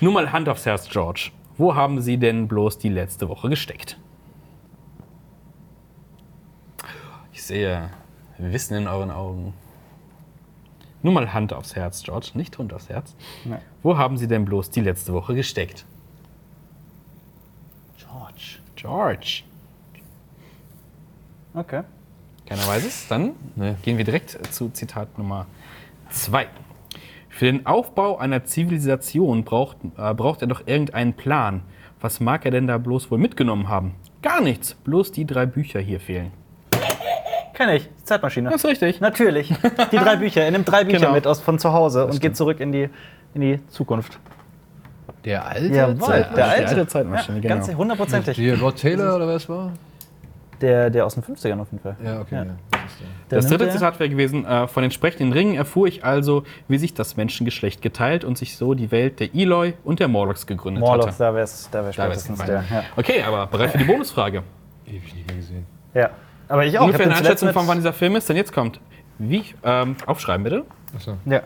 Speaker 2: Nur mal Hand aufs Herz, George. Wo haben Sie denn bloß die letzte Woche gesteckt? Ich sehe Wissen in euren Augen. Nur mal Hand aufs Herz, George, nicht Hund aufs Herz.
Speaker 1: Nee.
Speaker 2: Wo haben Sie denn bloß die letzte Woche gesteckt? George. George.
Speaker 1: Okay.
Speaker 2: Keiner weiß es. Dann ne, gehen wir direkt äh, zu Zitat Nummer 2. Für den Aufbau einer Zivilisation braucht, äh, braucht er doch irgendeinen Plan. Was mag er denn da bloß wohl mitgenommen haben? Gar nichts. Bloß die drei Bücher hier fehlen.
Speaker 1: Kenn ich. Zeitmaschine.
Speaker 2: Das ist richtig.
Speaker 1: Natürlich. Die drei Bücher. Er nimmt drei Bücher
Speaker 2: Genau.
Speaker 1: mit aus von zu Hause und geht zurück in die, in die Zukunft.
Speaker 4: Der alte
Speaker 2: Zeitmaschine.
Speaker 1: der alte.
Speaker 2: Die Also alte Zeitmaschine,
Speaker 1: ja, ganz
Speaker 2: genau.
Speaker 1: hundertprozentig.
Speaker 4: Hier, Rod Taylor oder wer es war?
Speaker 1: Der, der aus den 50ern auf jeden Fall.
Speaker 4: Ja, okay.
Speaker 1: Ja.
Speaker 4: Ja. Das ist der.
Speaker 1: Der
Speaker 2: das
Speaker 1: nimmt
Speaker 2: dritte
Speaker 1: er-
Speaker 2: Zitat wäre gewesen, äh, von den sprechenden Ringen erfuhr ich also, wie sich das Menschengeschlecht geteilt und sich so die Welt der Eloi und der Morlocks gegründet
Speaker 1: Morlocks,
Speaker 2: hatte.
Speaker 1: da wär's, da wär's
Speaker 2: Da wär's
Speaker 1: spätestens der.
Speaker 2: gemeint.
Speaker 1: Ja.
Speaker 2: Okay, aber bereit für die Bonusfrage.
Speaker 4: Ewig nicht mehr gesehen.
Speaker 1: ja. Aber ich auch. Ich hab
Speaker 2: Ungefähr eine
Speaker 1: den zuletzt
Speaker 2: Einschätzung
Speaker 1: mit-
Speaker 2: von wann dieser Film ist, denn jetzt kommt. Wie, ähm, aufschreiben bitte.
Speaker 4: Achso.
Speaker 1: Ja.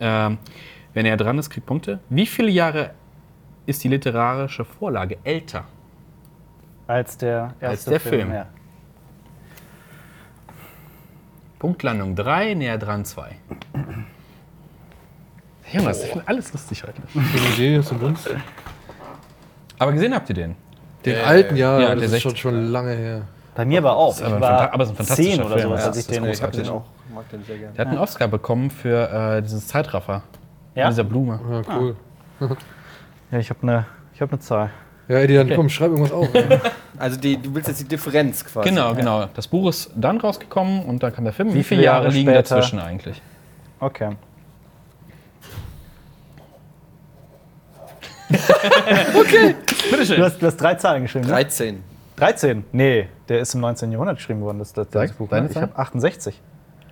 Speaker 2: Ähm, wenn er dran ist, kriegt Punkte. Wie viele Jahre ist die literarische Vorlage älter?
Speaker 1: Als der erste
Speaker 2: Als der Film.
Speaker 1: Ja.
Speaker 2: Punktlandung 3, näher dran 2. Junge, das ist alles lustig heute.
Speaker 4: Schöne Idee zum Dunst.
Speaker 2: Aber gesehen habt ihr den?
Speaker 4: Den alten, ja,
Speaker 2: ja, der
Speaker 4: das ist schon,
Speaker 2: 60er.
Speaker 4: schon lange her.
Speaker 1: Bei mir war auch. Ich
Speaker 2: aber ein fanta-
Speaker 1: war
Speaker 2: aber es ist ein fantastischer
Speaker 1: zehn oder
Speaker 2: Film,
Speaker 1: sowas,
Speaker 2: ja,
Speaker 1: als ich
Speaker 2: das ist
Speaker 1: den.
Speaker 2: großartig.
Speaker 6: den auch. Mag den sehr gerne.
Speaker 2: Der hat einen Oscar bekommen für äh, dieses Zeitraffer.
Speaker 1: Ja,
Speaker 2: Mit dieser Blume.
Speaker 4: Ja, cool.
Speaker 1: ja ich habe eine ich hab ne Zahl.
Speaker 4: Ja, Eddie, dann komm, schreib irgendwas auf.
Speaker 6: Also die, du willst jetzt die Differenz quasi.
Speaker 2: Genau, genau. Das Buch ist dann rausgekommen und dann kam der Film. Wie,
Speaker 1: viele
Speaker 2: viele Jahre,
Speaker 1: Jahre
Speaker 2: liegen
Speaker 1: später?
Speaker 2: dazwischen eigentlich?
Speaker 1: Okay. Du
Speaker 2: Bitteschön.
Speaker 1: hast, du hast drei Zahlen geschrieben, ne?
Speaker 6: 13.
Speaker 1: 13? Nee, der ist im 19. Jahrhundert geschrieben worden, das, das, das
Speaker 2: Sag,
Speaker 1: Buch.
Speaker 2: deine
Speaker 1: Ne? Ich
Speaker 2: Zahl?
Speaker 1: habe 68.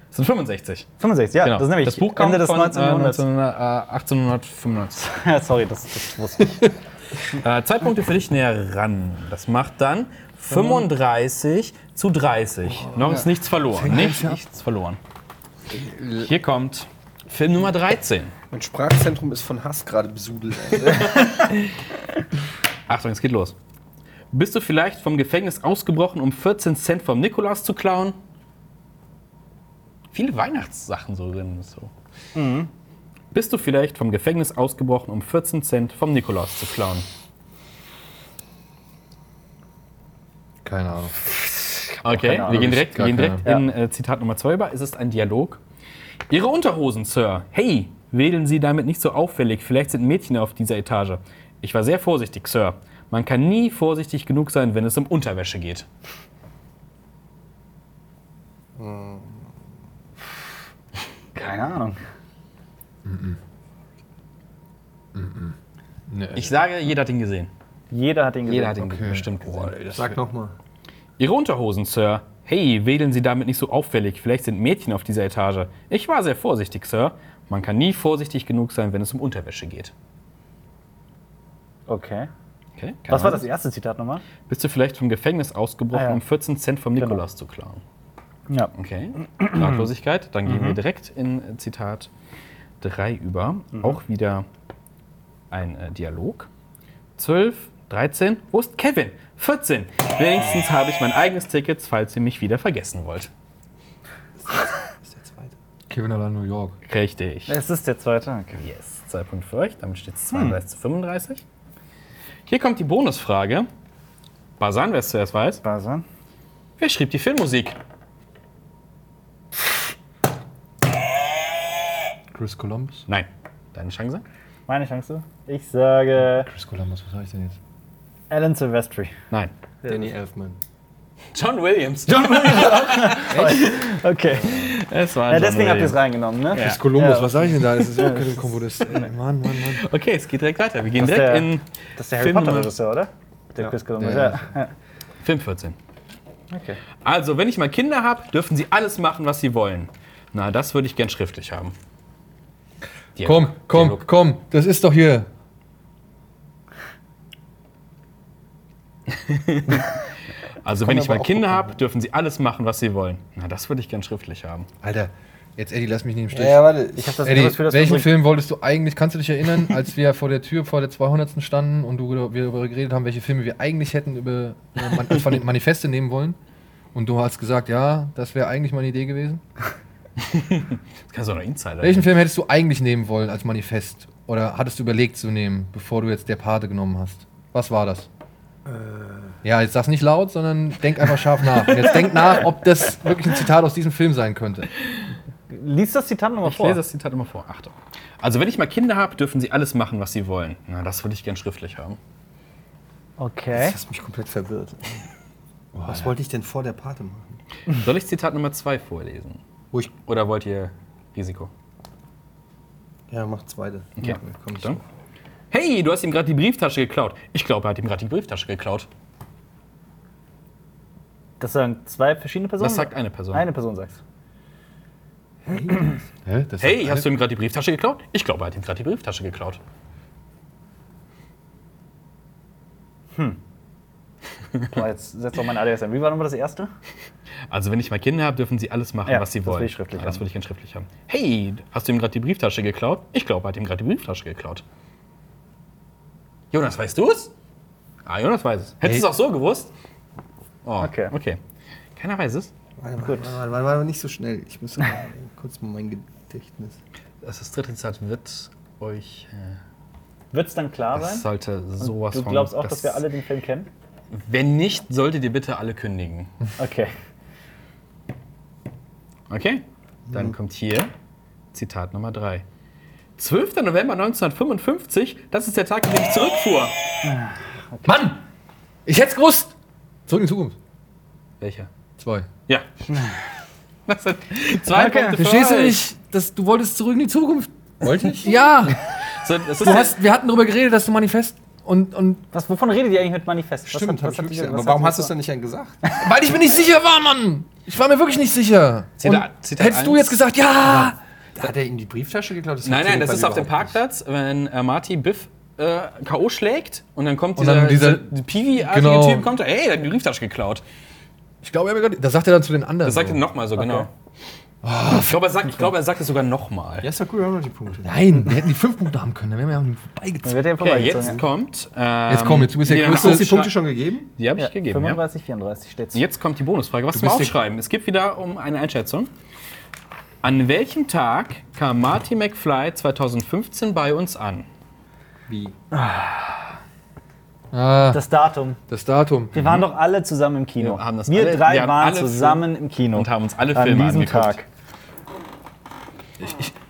Speaker 2: Das sind 65.
Speaker 1: 65, ja,
Speaker 2: Genau.
Speaker 1: das ist nämlich
Speaker 2: das Buch kam
Speaker 1: Ende des
Speaker 2: von,
Speaker 1: 19.
Speaker 2: äh,
Speaker 1: Jahrhunderts.
Speaker 2: 19, äh, 1895.
Speaker 1: Ja, sorry, das, das wusste ich.
Speaker 2: Äh, Zeitpunkte für dich näher ran. Das macht dann 35 zu 30. Oh, Noch ist nichts verloren. Nicht, nichts verloren. Hier kommt Film Nummer 13.
Speaker 6: Mein Sprachzentrum ist von Hass gerade besudelt.
Speaker 2: Achtung, es geht los. Bist du vielleicht vom Gefängnis ausgebrochen, um 14 Cent vom Nikolaus zu klauen? Viele Weihnachtssachen so drin. So. Mhm. Bist du vielleicht vom Gefängnis ausgebrochen, um 14 Cent vom Nikolaus zu klauen?
Speaker 4: Keine Ahnung.
Speaker 2: Okay, wir gehen direkt, wir
Speaker 4: Gar
Speaker 2: gehen
Speaker 4: keine
Speaker 2: direkt in
Speaker 1: Ahnung.
Speaker 2: äh, Zitat Nummer 2 über. Es ist ein Dialog. Ihre Unterhosen, Sir. Hey, wedeln Sie damit nicht so auffällig. Vielleicht sind Mädchen auf dieser Etage. Ich war sehr vorsichtig, Sir. Man kann nie vorsichtig genug sein, wenn es um Unterwäsche geht.
Speaker 1: Keine Ahnung.
Speaker 4: Nee.
Speaker 2: Ich sage, jeder hat ihn gesehen.
Speaker 1: Jeder hat ihn gesehen.
Speaker 2: Jeder hat ihn bestimmt gesehen.
Speaker 6: Sag nochmal.
Speaker 2: Ihre Unterhosen, Sir. Hey, wedeln Sie damit nicht so auffällig. Vielleicht sind Mädchen auf dieser Etage. Ich war sehr vorsichtig, Sir. Man kann nie vorsichtig genug sein, wenn es um Unterwäsche geht.
Speaker 1: Okay.
Speaker 2: Okay? keine
Speaker 1: Was war
Speaker 2: Ahnung.
Speaker 1: das erste Zitat nochmal?
Speaker 2: Bist du vielleicht vom Gefängnis ausgebrochen,
Speaker 1: Ah, ja.
Speaker 2: um 14 Cent vom Nikolaus zu klauen?
Speaker 1: Ja.
Speaker 2: Okay. Ratlosigkeit. Dann
Speaker 1: Mhm.
Speaker 2: gehen wir direkt in äh, Zitat 3 über.
Speaker 1: Mhm.
Speaker 2: Auch wieder ein äh, Dialog. 12, 13. Wo ist Kevin? 14. Wenigstens habe ich mein eigenes Ticket, falls ihr mich wieder vergessen wollt.
Speaker 4: Kevin allein New York.
Speaker 2: Richtig.
Speaker 1: Es ist der zweite Tag.
Speaker 2: Yes, zwei Punkte für euch. Damit steht
Speaker 1: Hm.
Speaker 2: es 32 zu 35. Hier kommt die Bonusfrage. Basan, wer es zuerst weiß.
Speaker 1: Basan.
Speaker 2: Wer schrieb die Filmmusik?
Speaker 4: Chris Columbus?
Speaker 2: Nein. Deine Chance?
Speaker 1: Meine Chance? Ich sage
Speaker 4: Chris Columbus, was sag ich denn jetzt?
Speaker 1: Alan Silvestri.
Speaker 2: Nein.
Speaker 6: Danny Elfman.
Speaker 2: John Williams. John
Speaker 1: Okay.
Speaker 2: es war
Speaker 1: Ja, deswegen
Speaker 2: John
Speaker 1: habt ihr
Speaker 2: Williams.
Speaker 1: es reingenommen, ne?
Speaker 2: Ja.
Speaker 4: Chris Columbus,
Speaker 1: Ja.
Speaker 4: was sag ich denn da? Das ist auch kein Komponist. Ey, Mann, Mann, Mann.
Speaker 2: Okay, es geht direkt weiter. Wir gehen
Speaker 1: Das ist
Speaker 2: direkt
Speaker 1: der-
Speaker 2: in
Speaker 1: Das ist der Harry
Speaker 2: Film Nummer-
Speaker 1: Potter-Regisseur, oder? Der Chris Columbus.
Speaker 4: Ja,
Speaker 1: Ja.
Speaker 2: Film 14.
Speaker 1: Okay.
Speaker 2: Also, wenn ich mal Kinder habe, dürfen sie alles machen, was sie wollen. Na, das würde ich gern schriftlich haben. Dialog.
Speaker 4: Komm, komm,
Speaker 2: Dialog.
Speaker 4: komm, das ist doch hier.
Speaker 2: Also, wenn ich mal Kinder habe, dürfen sie alles machen, was sie wollen. Na, das würde ich gern schriftlich haben.
Speaker 4: Alter, jetzt Eddie, lass mich nicht im Stich.
Speaker 6: Ja, warte. Ich
Speaker 1: Ich habe das
Speaker 4: Eddie,
Speaker 1: Gefühl, dass du
Speaker 4: welchen
Speaker 1: bringst-
Speaker 4: Film wolltest du eigentlich, kannst du dich erinnern, als wir vor der Tür vor der 200. standen und du, wir darüber geredet haben, welche Filme wir eigentlich hätten über, über man, von den Manifeste nehmen wollen? Und du hast gesagt, ja, das wäre eigentlich meine Idee gewesen.
Speaker 2: Das kannst du doch noch Insider.
Speaker 4: Welchen Film hättest du eigentlich nehmen wollen als Manifest? Oder hattest du überlegt zu nehmen, bevor du jetzt der Pate genommen hast? Was war das?
Speaker 2: Äh.
Speaker 4: Ja, jetzt sag's nicht laut, sondern denk einfach scharf nach. Und jetzt denk nach, ob das wirklich ein Zitat aus diesem Film sein könnte.
Speaker 1: Lies das Zitat nochmal
Speaker 2: Ich lese
Speaker 1: vor.
Speaker 2: das Zitat immer vor. Achtung. Also, wenn ich mal Kinder habe, dürfen sie alles machen, was sie wollen. Na, das würde ich gern schriftlich haben.
Speaker 1: Okay.
Speaker 6: hast mich komplett verwirrt. Was wollte ich denn vor der Pate machen?
Speaker 2: Soll ich Zitat Nummer 2 vorlesen?
Speaker 6: Wo ich.
Speaker 2: Oder wollt ihr Risiko?
Speaker 6: Ja, mach zweite.
Speaker 2: Okay.
Speaker 6: Ja, komm ich
Speaker 2: Dann. Hey, du hast ihm gerade die Brieftasche geklaut. Ich glaube, er hat ihm gerade die Brieftasche geklaut.
Speaker 1: Das sagen zwei verschiedene Personen?
Speaker 2: Das sagt eine Person.
Speaker 1: Eine Person sagt's.
Speaker 4: Hä? Das
Speaker 2: Hey,
Speaker 4: hat-
Speaker 2: hast du ihm gerade die Brieftasche geklaut? Ich glaube, er hat ihm gerade die Brieftasche geklaut.
Speaker 1: Boah, jetzt setzt doch mein ADSM. Wie war nochmal das erste?
Speaker 2: Also, wenn ich mal Kinder habe, dürfen sie alles machen,
Speaker 1: Ja,
Speaker 2: was sie
Speaker 1: das
Speaker 2: wollen.
Speaker 1: will ich schriftlich
Speaker 2: Ah, das
Speaker 1: haben.
Speaker 2: würde ich gerne schriftlich haben. Hey, hast du ihm gerade die Brieftasche geklaut? Ich glaube, er hat ihm gerade die Brieftasche geklaut. Jonas, weißt du es? Ah, Jonas weiß es. Hättest du es auch so gewusst? Oh,
Speaker 1: Okay.
Speaker 2: okay. Keiner weiß es.
Speaker 6: Warte, warte, warte, warte, warte, nicht so schnell. Ich muss kurz mal mein Gedächtnis.
Speaker 2: Das ist dritte Zitat wird euch. äh,
Speaker 1: Wird's dann klar
Speaker 2: Das
Speaker 1: sein?
Speaker 2: sollte sowas
Speaker 1: Du
Speaker 2: von.
Speaker 1: glaubst auch, dass wir alle den Film kennen?
Speaker 2: Wenn nicht, solltet ihr bitte alle kündigen.
Speaker 1: Okay.
Speaker 2: Okay, dann kommt hier Zitat Nummer 3. 12. November 1955, das ist der Tag, an dem ich zurückfuhr.
Speaker 4: Mann! Ich hätt's gewusst! Zurück in die Zukunft.
Speaker 2: Welcher?
Speaker 4: Zwei.
Speaker 2: Ja. Das sind zwei
Speaker 1: Okay,
Speaker 2: Punkte für
Speaker 4: Verstehst du
Speaker 2: euch.
Speaker 4: nicht, dass du wolltest zurück in die Zukunft? Wollte ich? Ja!
Speaker 2: So, das ist
Speaker 4: Du hast, wir hatten darüber geredet, dass du Manifest und, und
Speaker 1: Was, wovon redet ihr eigentlich mit Manifest?
Speaker 6: Stimmt,
Speaker 1: was
Speaker 6: was,
Speaker 1: hat, was
Speaker 6: ich
Speaker 1: hat,
Speaker 6: aber warum hast du es denn nicht gesagt?
Speaker 4: weil ich mir nicht sicher war, Mann! Ich war mir wirklich nicht sicher.
Speaker 2: Zitat-
Speaker 4: Und
Speaker 2: Zitat
Speaker 4: hättest du
Speaker 2: eins.
Speaker 4: jetzt gesagt, ja!
Speaker 6: Hat er ihm die Brieftasche geklaut?
Speaker 2: nein, nein, das ist auf dem
Speaker 6: Parkplatz.
Speaker 2: Parkplatz, wenn äh, Marty Biff äh, K.O. schlägt und dann kommt
Speaker 4: Und
Speaker 2: dieser,
Speaker 4: dann dieser-
Speaker 2: dieser Piwi-artige
Speaker 4: Genau.
Speaker 2: Typ, kommt, ey, der hat die Brieftasche geklaut.
Speaker 4: Ich glaube, er hat mir gerade. Das sagt er dann zu den anderen.
Speaker 2: Das sagt
Speaker 4: so.
Speaker 2: er nochmal so, genau.
Speaker 4: Ah,
Speaker 2: Ich glaube, er sagt, ich glaube, er sagt es sogar nochmal.
Speaker 6: Ja, ist doch gut, wir haben noch die Punkte.
Speaker 4: Nein, wir hätten die fünf Punkte haben können, dann wären wir an ihm vorbeigezogen.
Speaker 1: wird der
Speaker 2: Okay,
Speaker 1: vorbeigezogen.
Speaker 2: jetzt kommt. ähm,
Speaker 4: Jetzt komm, jetzt du bist der
Speaker 2: die
Speaker 4: Größte.
Speaker 6: Hast du uns die
Speaker 2: Aufschrei-
Speaker 6: Punkte schon gegeben?
Speaker 2: Die habe ich
Speaker 1: ja,
Speaker 2: gegeben. Ja.
Speaker 1: 35, 34 steht's.
Speaker 2: Jetzt kommt die Bonusfrage. Was zum
Speaker 4: bist der-
Speaker 2: Aufschreiben? Es gibt wieder um eine Einschätzung. An welchem Tag kam Marty McFly 2015 bei uns an?
Speaker 6: Wie?
Speaker 4: Ah,
Speaker 1: Das Datum.
Speaker 4: das Datum.
Speaker 1: Wir waren doch alle zusammen im Kino.
Speaker 2: Mhm. Wir haben das
Speaker 1: wir
Speaker 2: alle-
Speaker 1: drei
Speaker 2: wir haben
Speaker 1: waren
Speaker 2: alle
Speaker 1: zusammen im Kino.
Speaker 2: Und haben uns alle
Speaker 1: an
Speaker 2: Filme
Speaker 1: diesem
Speaker 2: angeguckt.
Speaker 1: Tag.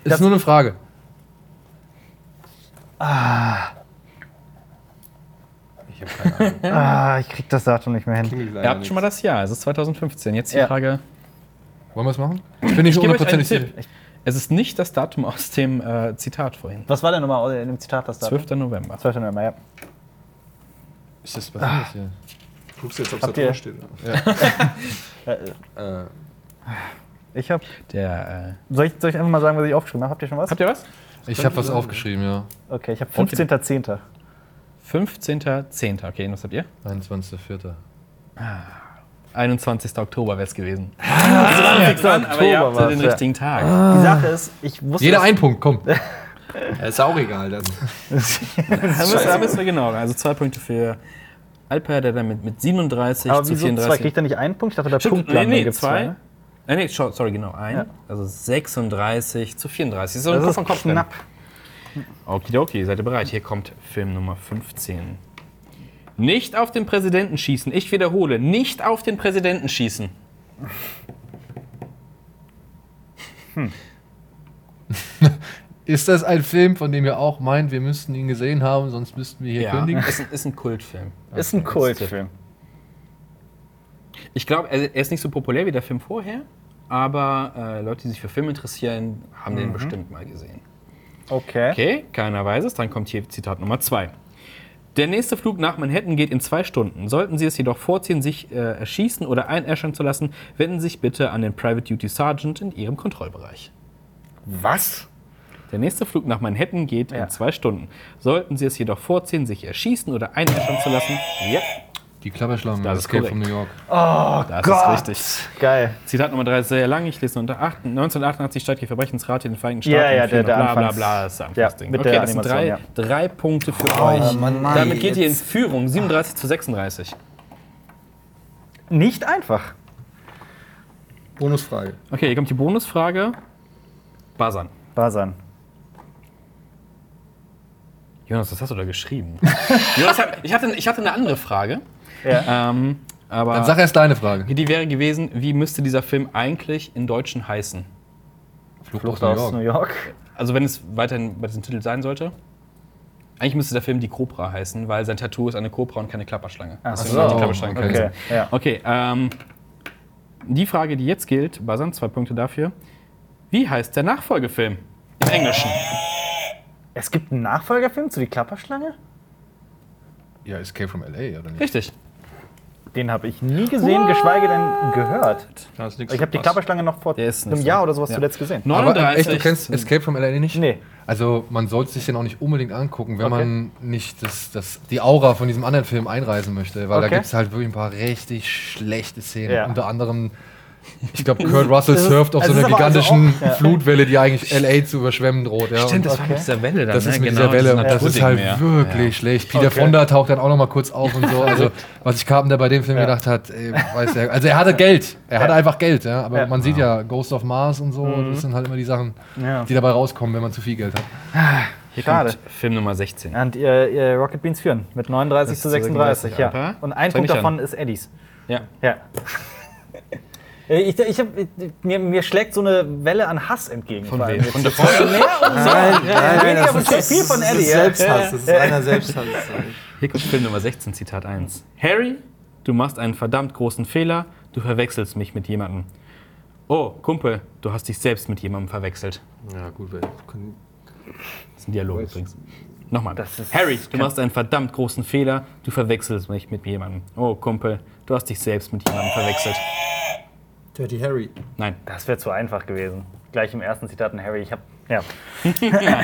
Speaker 4: Ist nur eine Frage.
Speaker 1: Ah, ich krieg das Datum nicht mehr hin.
Speaker 2: Ihr habt schon mal das Jahr. Es ist 2015. Jetzt die
Speaker 1: Ja.
Speaker 2: Frage.
Speaker 4: Wollen wir es machen? Ich bin nicht
Speaker 2: Ich gebe euch einen
Speaker 4: hundertprozentig sicher.
Speaker 2: Tipp. Es ist nicht das Datum aus dem äh, Zitat vorhin.
Speaker 1: Was war denn nochmal in dem Zitat das Datum?
Speaker 2: 12. November.
Speaker 1: 12. November, ja.
Speaker 4: Ist das was anderes hier?
Speaker 6: Guckst jetzt, ob
Speaker 1: Habt ihr-
Speaker 6: es da drin steht.
Speaker 1: Ich hab,
Speaker 2: Der, äh,
Speaker 1: soll, ich, soll ich einfach mal sagen, was ich aufgeschrieben habe? Habt ihr schon was?
Speaker 2: habt ihr was?
Speaker 4: Ich habe was aufgeschrieben, ja.
Speaker 1: Okay, ich habe 15.10.
Speaker 2: 15.10. Okay, und was habt ihr?
Speaker 4: 21.04.
Speaker 2: 21. Oktober wäre es gewesen.
Speaker 1: Dran,
Speaker 2: Aber ihr habt
Speaker 1: war's,
Speaker 2: den
Speaker 1: ja.
Speaker 2: richtigen Tag.
Speaker 1: Die Sache ist, ich wusste
Speaker 4: Jeder
Speaker 1: das-
Speaker 4: ein Punkt, komm.
Speaker 6: Ja, ist auch egal. Dann.
Speaker 2: Da müssen, da müssen wir genau. Also zwei Punkte für Alper, der damit mit 37
Speaker 1: aber
Speaker 2: zu
Speaker 1: wieso zwei?
Speaker 2: 34.
Speaker 1: Kriegt er nicht einen Punkt? Ich dachte, der
Speaker 2: Stimmt,
Speaker 1: Punktlandung
Speaker 2: nee, nee,
Speaker 1: gibt's
Speaker 2: zwei.
Speaker 1: ne?
Speaker 2: Äh, nee, schau, sorry, genau, ein. Also 36 zu 34. So ein
Speaker 1: Das
Speaker 2: Kopf
Speaker 1: ist
Speaker 2: an Kopf
Speaker 1: Oh, knapp.
Speaker 2: Okidoki, seid ihr bereit? Hier kommt Film Nummer 15. Nicht auf den Präsidenten schießen. Ich wiederhole, nicht auf den Präsidenten schießen.
Speaker 4: Ist das ein Film, von dem ihr auch meint, wir müssten ihn gesehen haben, sonst müssten wir hier kündigen?
Speaker 2: ist, ein- ist ein Kultfilm.
Speaker 1: Ist ein Kultfilm.
Speaker 2: Ich glaube, er er ist nicht so populär wie der Film vorher, aber äh, Leute, die sich für Film interessieren, haben
Speaker 1: Mhm.
Speaker 2: den bestimmt mal gesehen.
Speaker 1: Okay.
Speaker 2: Okay, keiner weiß es. Dann kommt hier Zitat Nummer zwei. Der nächste Flug nach Manhattan geht in zwei Stunden. Sollten Sie es jedoch vorziehen, sich äh, erschießen oder einäschern zu lassen, wenden Sie sich bitte an den Private Duty Sergeant in Ihrem Kontrollbereich.
Speaker 1: Was?
Speaker 2: Der nächste Flug nach Manhattan geht
Speaker 1: Ja.
Speaker 2: in zwei Stunden. Sollten Sie es jedoch vorziehen, sich erschießen oder einäschern zu lassen, ja,
Speaker 4: Die Klapperschlangen,
Speaker 2: Das
Speaker 4: das,
Speaker 2: ist
Speaker 4: Escape
Speaker 2: korrekt.
Speaker 4: from New York.
Speaker 2: Oh das
Speaker 1: Oh Gott.
Speaker 2: ist richtig.
Speaker 1: Geil.
Speaker 2: Zitat Nummer drei ist sehr lang. Ich lese unter 8, 1988 steigt die Verbrechensrate in den Vereinigten Staaten.
Speaker 1: Ja, ja,
Speaker 2: um
Speaker 1: der-
Speaker 2: vier
Speaker 1: der
Speaker 2: Uhr, bla, bla,
Speaker 1: Anfangs-
Speaker 2: bla, das ist der
Speaker 1: ja,
Speaker 2: Anfangsding.
Speaker 1: mit
Speaker 2: okay,
Speaker 1: der
Speaker 2: das sind drei,
Speaker 1: Animation,
Speaker 2: drei Punkte für euch.
Speaker 1: Ah,
Speaker 2: Damit geht ihr in Führung, 37 zu 36.
Speaker 1: Nicht einfach.
Speaker 6: Bonusfrage.
Speaker 4: Ah.
Speaker 2: Okay, hier kommt die Bonusfrage. Buzzern.
Speaker 1: Basan.
Speaker 2: Jonas, was hast du da geschrieben? Jonas, hab- ich hatte, ich hatte eine andere Frage.
Speaker 1: Ja.
Speaker 2: Ähm, aber
Speaker 4: Dann sag erst deine Frage.
Speaker 2: die wäre gewesen, wie müsste dieser Film eigentlich in Deutschen heißen?
Speaker 4: Flucht,
Speaker 1: Flucht aus New York.
Speaker 2: Also wenn es weiterhin bei diesem Titel sein sollte. Eigentlich müsste der Film Die Cobra heißen, weil sein Tattoo ist eine Cobra und keine Klapperschlange.
Speaker 1: Ach
Speaker 2: Deswegen
Speaker 1: so,
Speaker 2: macht die Klapperschlange keinen
Speaker 1: Okay.
Speaker 2: Sinn.
Speaker 1: Ja.
Speaker 2: Okay, ähm, die Frage, die jetzt gilt, Basan, zwei Punkte dafür. Wie heißt der Nachfolgefilm im Englischen?
Speaker 1: Es gibt einen Nachfolgerfilm zu Die Klapperschlange?
Speaker 4: Ja, Escape from L.A., oder nicht?
Speaker 2: Richtig.
Speaker 1: Den habe ich nie gesehen, geschweige denn gehört.
Speaker 5: Da ist nichts
Speaker 1: Ich habe die
Speaker 5: verpasst.
Speaker 1: Klapperschlange noch vor
Speaker 2: Der ist
Speaker 1: einem
Speaker 2: nicht
Speaker 1: Jahr
Speaker 2: so.
Speaker 1: oder sowas
Speaker 2: Ja.
Speaker 1: zuletzt gesehen.
Speaker 4: Aber äh,
Speaker 2: 39.
Speaker 4: echt, du kennst Escape from L.A. nicht?
Speaker 1: Nee.
Speaker 4: Also man sollte sich den auch nicht unbedingt angucken, wenn
Speaker 1: Okay.
Speaker 4: man nicht das, das, die Aura von diesem anderen Film einreisen möchte, weil da
Speaker 1: Okay.
Speaker 4: gibt es halt wirklich ein paar richtig schlechte Szenen.
Speaker 1: Ja.
Speaker 4: Unter anderem, ich glaube, Kurt Russell surft auf
Speaker 1: es
Speaker 4: so
Speaker 1: ist
Speaker 4: einer
Speaker 1: aber also
Speaker 4: gigantischen
Speaker 1: auch- ja.
Speaker 4: Flutwelle, die eigentlich L.A. zu überschwemmen droht. Ja.
Speaker 2: Stimmt,
Speaker 4: Und
Speaker 2: das war mit
Speaker 1: Okay.
Speaker 2: dieser Welle dann,
Speaker 4: das
Speaker 2: ne?
Speaker 4: ist mit
Speaker 2: Genau,
Speaker 4: dieser Welle und
Speaker 2: dieses
Speaker 4: das ist halt
Speaker 2: Naturding mehr.
Speaker 4: wirklich schlecht. Peter
Speaker 1: Okay.
Speaker 4: Fonda taucht dann auch noch mal kurz auf und so. Also, was ich Carpenter bei dem Film gedacht hat, ey, weiß er. Also, er hatte Geld. Er hatte einfach Geld, ja. Genau. Aber
Speaker 1: Ja.
Speaker 4: man sieht ja Ghost of Mars und so. Das sind halt immer die Sachen,
Speaker 1: Ja.
Speaker 4: die dabei rauskommen, wenn man zu viel Geld hat.
Speaker 2: Hier
Speaker 1: Schade.
Speaker 2: kommt Film Nummer 16.
Speaker 1: Und ihr, ihr Rocket Beans führen mit 39 zu 36.
Speaker 2: 36,
Speaker 1: ja.
Speaker 2: aber-
Speaker 1: Und ein
Speaker 2: Zeig
Speaker 1: Punkt
Speaker 2: mich an.
Speaker 1: davon ist Eddies.
Speaker 2: Ja.
Speaker 1: Ja. Äh, ich, ich hab, mir, mir schlägt so eine Welle an Hass entgegen.
Speaker 2: Von
Speaker 1: vor allem
Speaker 2: wem?
Speaker 1: jetzt.
Speaker 2: Von der Freundin?
Speaker 1: Nein, nein,
Speaker 3: das
Speaker 1: das ist viel von
Speaker 3: Das
Speaker 1: Eddie.
Speaker 3: ist
Speaker 1: ja.
Speaker 3: Selbsthass, das ist reiner Selbsthass.
Speaker 2: Hier kommt Film Nummer 16, Zitat 1. Harry, du machst einen verdammt großen Fehler, du verwechselst mich mit jemandem. Oh, Kumpel, du hast dich selbst mit jemandem verwechselt.
Speaker 6: Ja, gut, weil.
Speaker 2: Das ist ein Dialog übrigens. Nochmal.
Speaker 1: Das ist-
Speaker 2: Harry, du machst einen verdammt großen Fehler, du verwechselst mich mit jemandem. Oh, Kumpel, du hast dich selbst mit jemandem verwechselt.
Speaker 6: Dirty Harry.
Speaker 2: Nein.
Speaker 1: Das wäre zu einfach gewesen. Gleich im ersten Zitat in Harry. Ich hab, ja.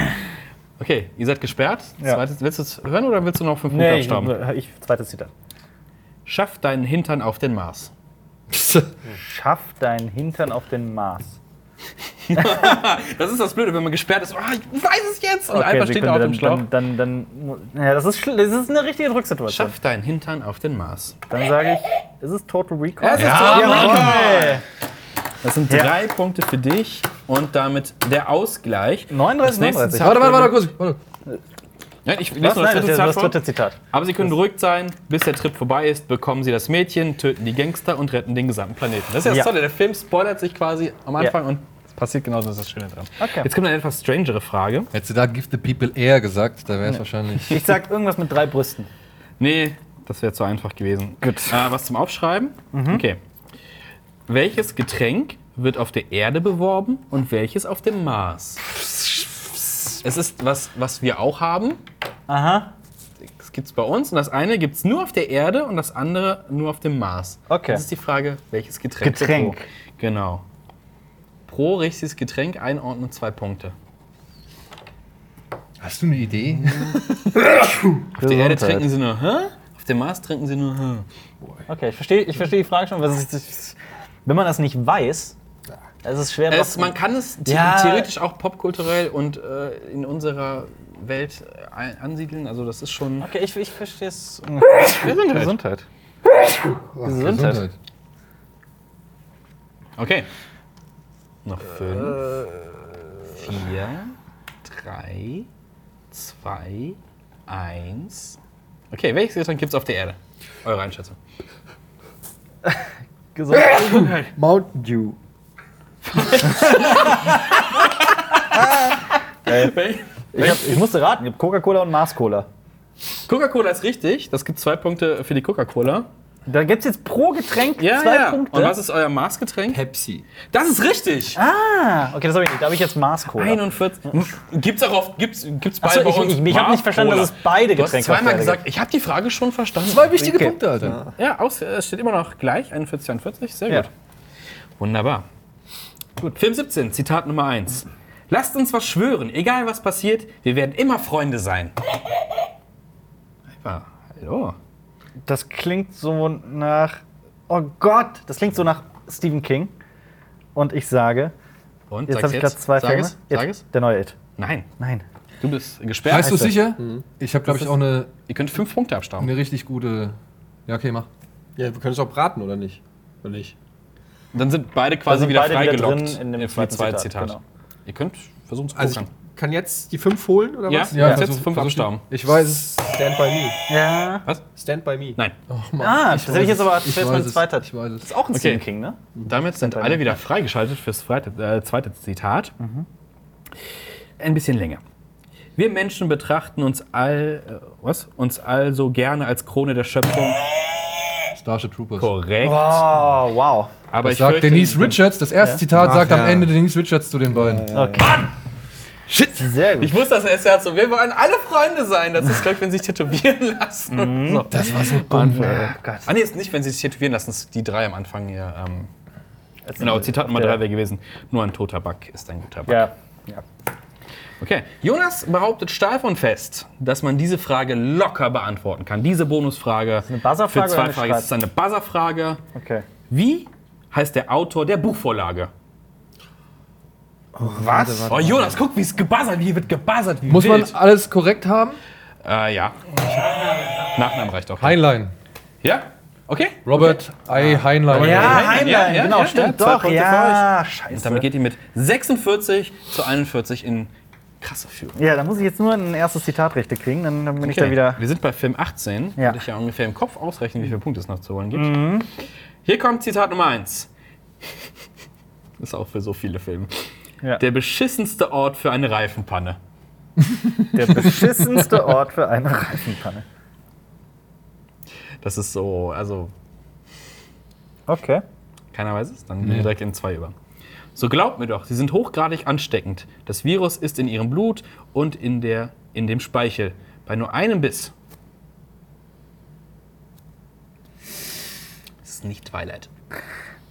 Speaker 2: Okay, ihr seid gesperrt.
Speaker 1: Ja.
Speaker 2: Zweites, willst du es hören oder willst du noch fünf Punkte
Speaker 1: Nee, ich,
Speaker 2: abstauben?
Speaker 1: ich, zweites Zitat.
Speaker 2: Schaff deinen Hintern auf den Mars.
Speaker 1: Schaff deinen Hintern auf den Mars.
Speaker 2: Das ist das Blöde, wenn man gesperrt ist. Oh, ich weiß es jetzt! Und
Speaker 1: Okay,
Speaker 2: einfach steht da auf dem
Speaker 1: dann,
Speaker 2: Schlauch.
Speaker 1: dann, dann, dann, ja, das ist, schl- das ist eine richtige Drucksituation.
Speaker 2: Schaff deinen Hintern auf den Mars.
Speaker 1: Dann sage ich, ist es Total Recall?
Speaker 2: Es ist
Speaker 1: Total Recall!
Speaker 2: Das sind
Speaker 1: Ja.
Speaker 2: drei Punkte für dich und damit der Ausgleich.
Speaker 1: 39,
Speaker 2: Das nächste
Speaker 1: 39.
Speaker 2: Zitat-
Speaker 4: Warte, warte, warte, kurz. Warte.
Speaker 2: Nein, ich lese
Speaker 1: Was?
Speaker 2: nur
Speaker 1: Nein, das,
Speaker 2: das dritte
Speaker 1: ist
Speaker 2: Zitat
Speaker 1: das
Speaker 2: vor.
Speaker 1: dritte Zitat.
Speaker 2: Aber sie können ruhig sein, bis der Trip vorbei ist, bekommen sie das Mädchen, töten die Gangster und retten den gesamten Planeten. Das ist ja das
Speaker 1: Ja.
Speaker 2: Tolle, der Film spoilert sich quasi am
Speaker 1: Ja.
Speaker 2: Anfang und es passiert genauso, das ist das Schöne dran.
Speaker 1: Okay.
Speaker 2: Jetzt kommt eine etwas strangere Frage.
Speaker 4: Hättest du da Give the People Air gesagt, da wäre es wahrscheinlich.
Speaker 1: Ich sag irgendwas mit drei Brüsten.
Speaker 2: Nee, das wäre zu einfach gewesen. Gut. Äh, was zum Aufschreiben?
Speaker 1: Mhm.
Speaker 2: Okay. Welches Getränk wird auf der Erde beworben und welches auf dem Mars? Es ist was, was wir auch haben.
Speaker 1: Aha.
Speaker 2: Das gibt es bei uns. Und das eine gibt es nur auf der Erde und das andere nur auf dem Mars.
Speaker 1: Okay.
Speaker 2: Das ist die Frage, welches Getränk?
Speaker 1: Getränk.
Speaker 2: Pro. Genau. Pro richtiges Getränk einordnen zwei Punkte.
Speaker 4: Hast du eine Idee?
Speaker 2: Auf der Erde trinken sie nur, hä? Auf dem Mars trinken sie nur, hä?
Speaker 1: Okay, ich verstehe ich verstehe die Frage schon. Was ist, das- wenn man das nicht weiß, es ist schwer.
Speaker 2: Es,
Speaker 1: drauf-
Speaker 2: man kann es the
Speaker 1: Ja.
Speaker 2: theoretisch auch popkulturell und äh, in unserer Welt ein- ansiedeln. Also das ist schon.
Speaker 1: okay, ich, ich verstehe es.
Speaker 2: Gesundheit.
Speaker 1: Gesundheit.
Speaker 4: Gesundheit.
Speaker 2: Okay. Äh, Noch fünf, vier, drei, zwei, eins. Okay, welches Getränk gibt es auf der Erde? Eure Einschätzung.
Speaker 1: Gesundheit.
Speaker 3: Mountain Dew.
Speaker 1: Ich, hab, ich musste raten, ich habe Coca-Cola und Mars-Cola.
Speaker 2: Coca-Cola ist richtig. Das gibt zwei Punkte für die Coca-Cola.
Speaker 1: Da gibt es jetzt pro Getränk zwei Punkte.
Speaker 2: Und was ist euer Maßgetränk?
Speaker 6: Pepsi.
Speaker 2: Das ist richtig.
Speaker 1: ah, okay, das habe ich nicht. Da habe ich jetzt Mars-Cola.
Speaker 2: 41. Gibt's auch oft, gibt's, gibt's
Speaker 1: Ach
Speaker 2: beide
Speaker 1: so,
Speaker 2: bei
Speaker 1: ich-
Speaker 2: uns.
Speaker 1: ich- ich hab nicht verstanden,
Speaker 2: Cola.
Speaker 1: dass es beide
Speaker 2: Du hast
Speaker 1: Getränke auf
Speaker 2: zweimal
Speaker 1: der Erde
Speaker 2: gesagt, ich habe die Frage schon verstanden.
Speaker 4: Zwei wichtige
Speaker 1: Okay.
Speaker 4: Punkte, Alter.
Speaker 2: Ja, aus, äh, es steht immer noch gleich, 41, 41, sehr
Speaker 1: Ja.
Speaker 2: gut. Wunderbar. Gut. Film 17, Zitat Nummer 1. Lasst uns was schwören, egal was passiert, wir werden immer Freunde sein. Ja, hallo.
Speaker 1: Das klingt so nach. Oh Gott, das klingt so nach Stephen King. Und ich sage,
Speaker 2: Und,
Speaker 1: jetzt
Speaker 2: sag's
Speaker 1: habe ich gerade zwei
Speaker 2: sag
Speaker 1: Filme.
Speaker 2: Es,
Speaker 1: It,
Speaker 2: sag es.
Speaker 1: Der neue It.
Speaker 2: Nein,
Speaker 1: Nein.
Speaker 2: du bist gesperrt.
Speaker 4: Weißt du
Speaker 1: Scheiße.
Speaker 4: sicher? Ich habe, glaube ich, auch eine,
Speaker 2: Ihr könnt fünf Punkte abstauben.
Speaker 4: eine richtig gute. Ja, okay, mach.
Speaker 6: Ja, wir können es auch braten, oder nicht? Oder nicht?
Speaker 2: Und Dann sind beide quasi
Speaker 1: Dann sind
Speaker 2: wieder
Speaker 1: beide wieder
Speaker 2: freigelockt
Speaker 1: drin in dem
Speaker 2: für die
Speaker 1: zweiten
Speaker 2: zweite
Speaker 1: Zitat, genau.
Speaker 2: Ihr könnt versuchen zu
Speaker 6: Also
Speaker 2: gucken.
Speaker 6: ich kann jetzt die fünf holen, oder was?
Speaker 2: ja,
Speaker 4: Ja,
Speaker 2: ja jetzt
Speaker 4: versuch-
Speaker 2: fünf
Speaker 4: versuch-
Speaker 2: abstauben.
Speaker 4: Ich weiß es.
Speaker 6: Stand by me.
Speaker 1: Ja.
Speaker 6: Stand by me.
Speaker 2: Nein.
Speaker 4: Oh, Mann.
Speaker 1: Ah, das hätte ich
Speaker 4: weiß
Speaker 1: jetzt aber
Speaker 4: es.
Speaker 1: das wäre jetzt mein
Speaker 4: weiß es.
Speaker 1: zweiter.
Speaker 4: Ich weiß es.
Speaker 1: Ist auch ein
Speaker 2: Okay.
Speaker 1: Stephen King, ne?
Speaker 2: Damit sind alle wieder freigeschaltet fürs zweite, äh, zweite Zitat.
Speaker 4: Mhm.
Speaker 2: Ein bisschen länger. Wir Menschen betrachten uns all, äh, was? Uns also gerne als Krone der Schöpfung.
Speaker 4: Starship Troopers.
Speaker 2: Korrekt.
Speaker 1: Oh, wow.
Speaker 2: Aber
Speaker 4: Das
Speaker 2: ich
Speaker 4: sagt
Speaker 2: fürchte-
Speaker 4: Denise Richards, das erste
Speaker 1: Ja.
Speaker 4: Zitat
Speaker 6: Ach,
Speaker 4: sagt am
Speaker 6: ja.
Speaker 4: Ende Denise Richards zu den beiden.
Speaker 1: Shit. Sehr gut.
Speaker 2: Ich wusste das erst Herz so. Wir wollen alle Freunde sein. Das ist, glaube ich, wenn sie sich tätowieren
Speaker 4: Mhm.
Speaker 2: lassen. So.
Speaker 4: Das war so dumm.
Speaker 1: oh Gott.
Speaker 2: Ah, nee, ist nicht, wenn sie sich tätowieren lassen. Das sind die drei am Anfang hier. Ähm, genau, Zitat Nummer
Speaker 1: der-
Speaker 2: drei wäre gewesen. Nur ein toter Back ist ein guter Back.
Speaker 1: Ja.
Speaker 2: Okay. Jonas behauptet steif und fest, dass man diese Frage locker beantworten kann. Diese Bonusfrage. Ist
Speaker 1: eine Buzzerfrage
Speaker 2: Für
Speaker 1: oder
Speaker 2: zwei
Speaker 1: eine
Speaker 2: Fragen. Es ist eine Buzzerfrage.
Speaker 1: Okay.
Speaker 2: Wie heißt der Autor der Buchvorlage? Was? oh, Jonas, guck, wie es gebuzzert, wie wird gebuzzert, wie
Speaker 4: Muss man
Speaker 2: wild.
Speaker 4: alles korrekt haben?
Speaker 2: Äh, ja. Nachnamen reicht auch.
Speaker 4: Heinlein.
Speaker 2: Ja? Okay.
Speaker 4: Robert I. Heinlein.
Speaker 1: Ja,
Speaker 2: Heinlein,
Speaker 1: Heinlein,
Speaker 2: ja, ja,
Speaker 1: genau,
Speaker 2: ja,
Speaker 1: stimmt
Speaker 2: ja, zwei
Speaker 1: doch.
Speaker 2: Punkte
Speaker 1: Ja,
Speaker 2: Und
Speaker 1: scheiße.
Speaker 2: damit geht ihr mit 46 zu 41 in krasse Führung.
Speaker 1: Ja, da muss ich jetzt nur ein erstes Zitat richtig kriegen, dann dann bin ich da wieder.
Speaker 2: Wir sind bei Film 18.
Speaker 1: Ja. Mhm.
Speaker 2: Würde ich ja ungefähr im Kopf ausrechnen, wie viele Punkte es noch zu holen gibt. Hier kommt Zitat Nummer 1. Ist auch für so viele Filme.
Speaker 1: Ja.
Speaker 2: Der beschissenste Ort für eine Reifenpanne.
Speaker 1: Der beschissenste Ort für eine Reifenpanne.
Speaker 2: Das ist so, also
Speaker 1: Okay.
Speaker 2: Keiner weiß es? Dann gehen wir direkt in zwei über. So glaubt mir doch, sie sind hochgradig ansteckend. Das Virus ist in ihrem Blut und in, der, in dem Speichel. Bei nur einem Biss. Das ist nicht Twilight.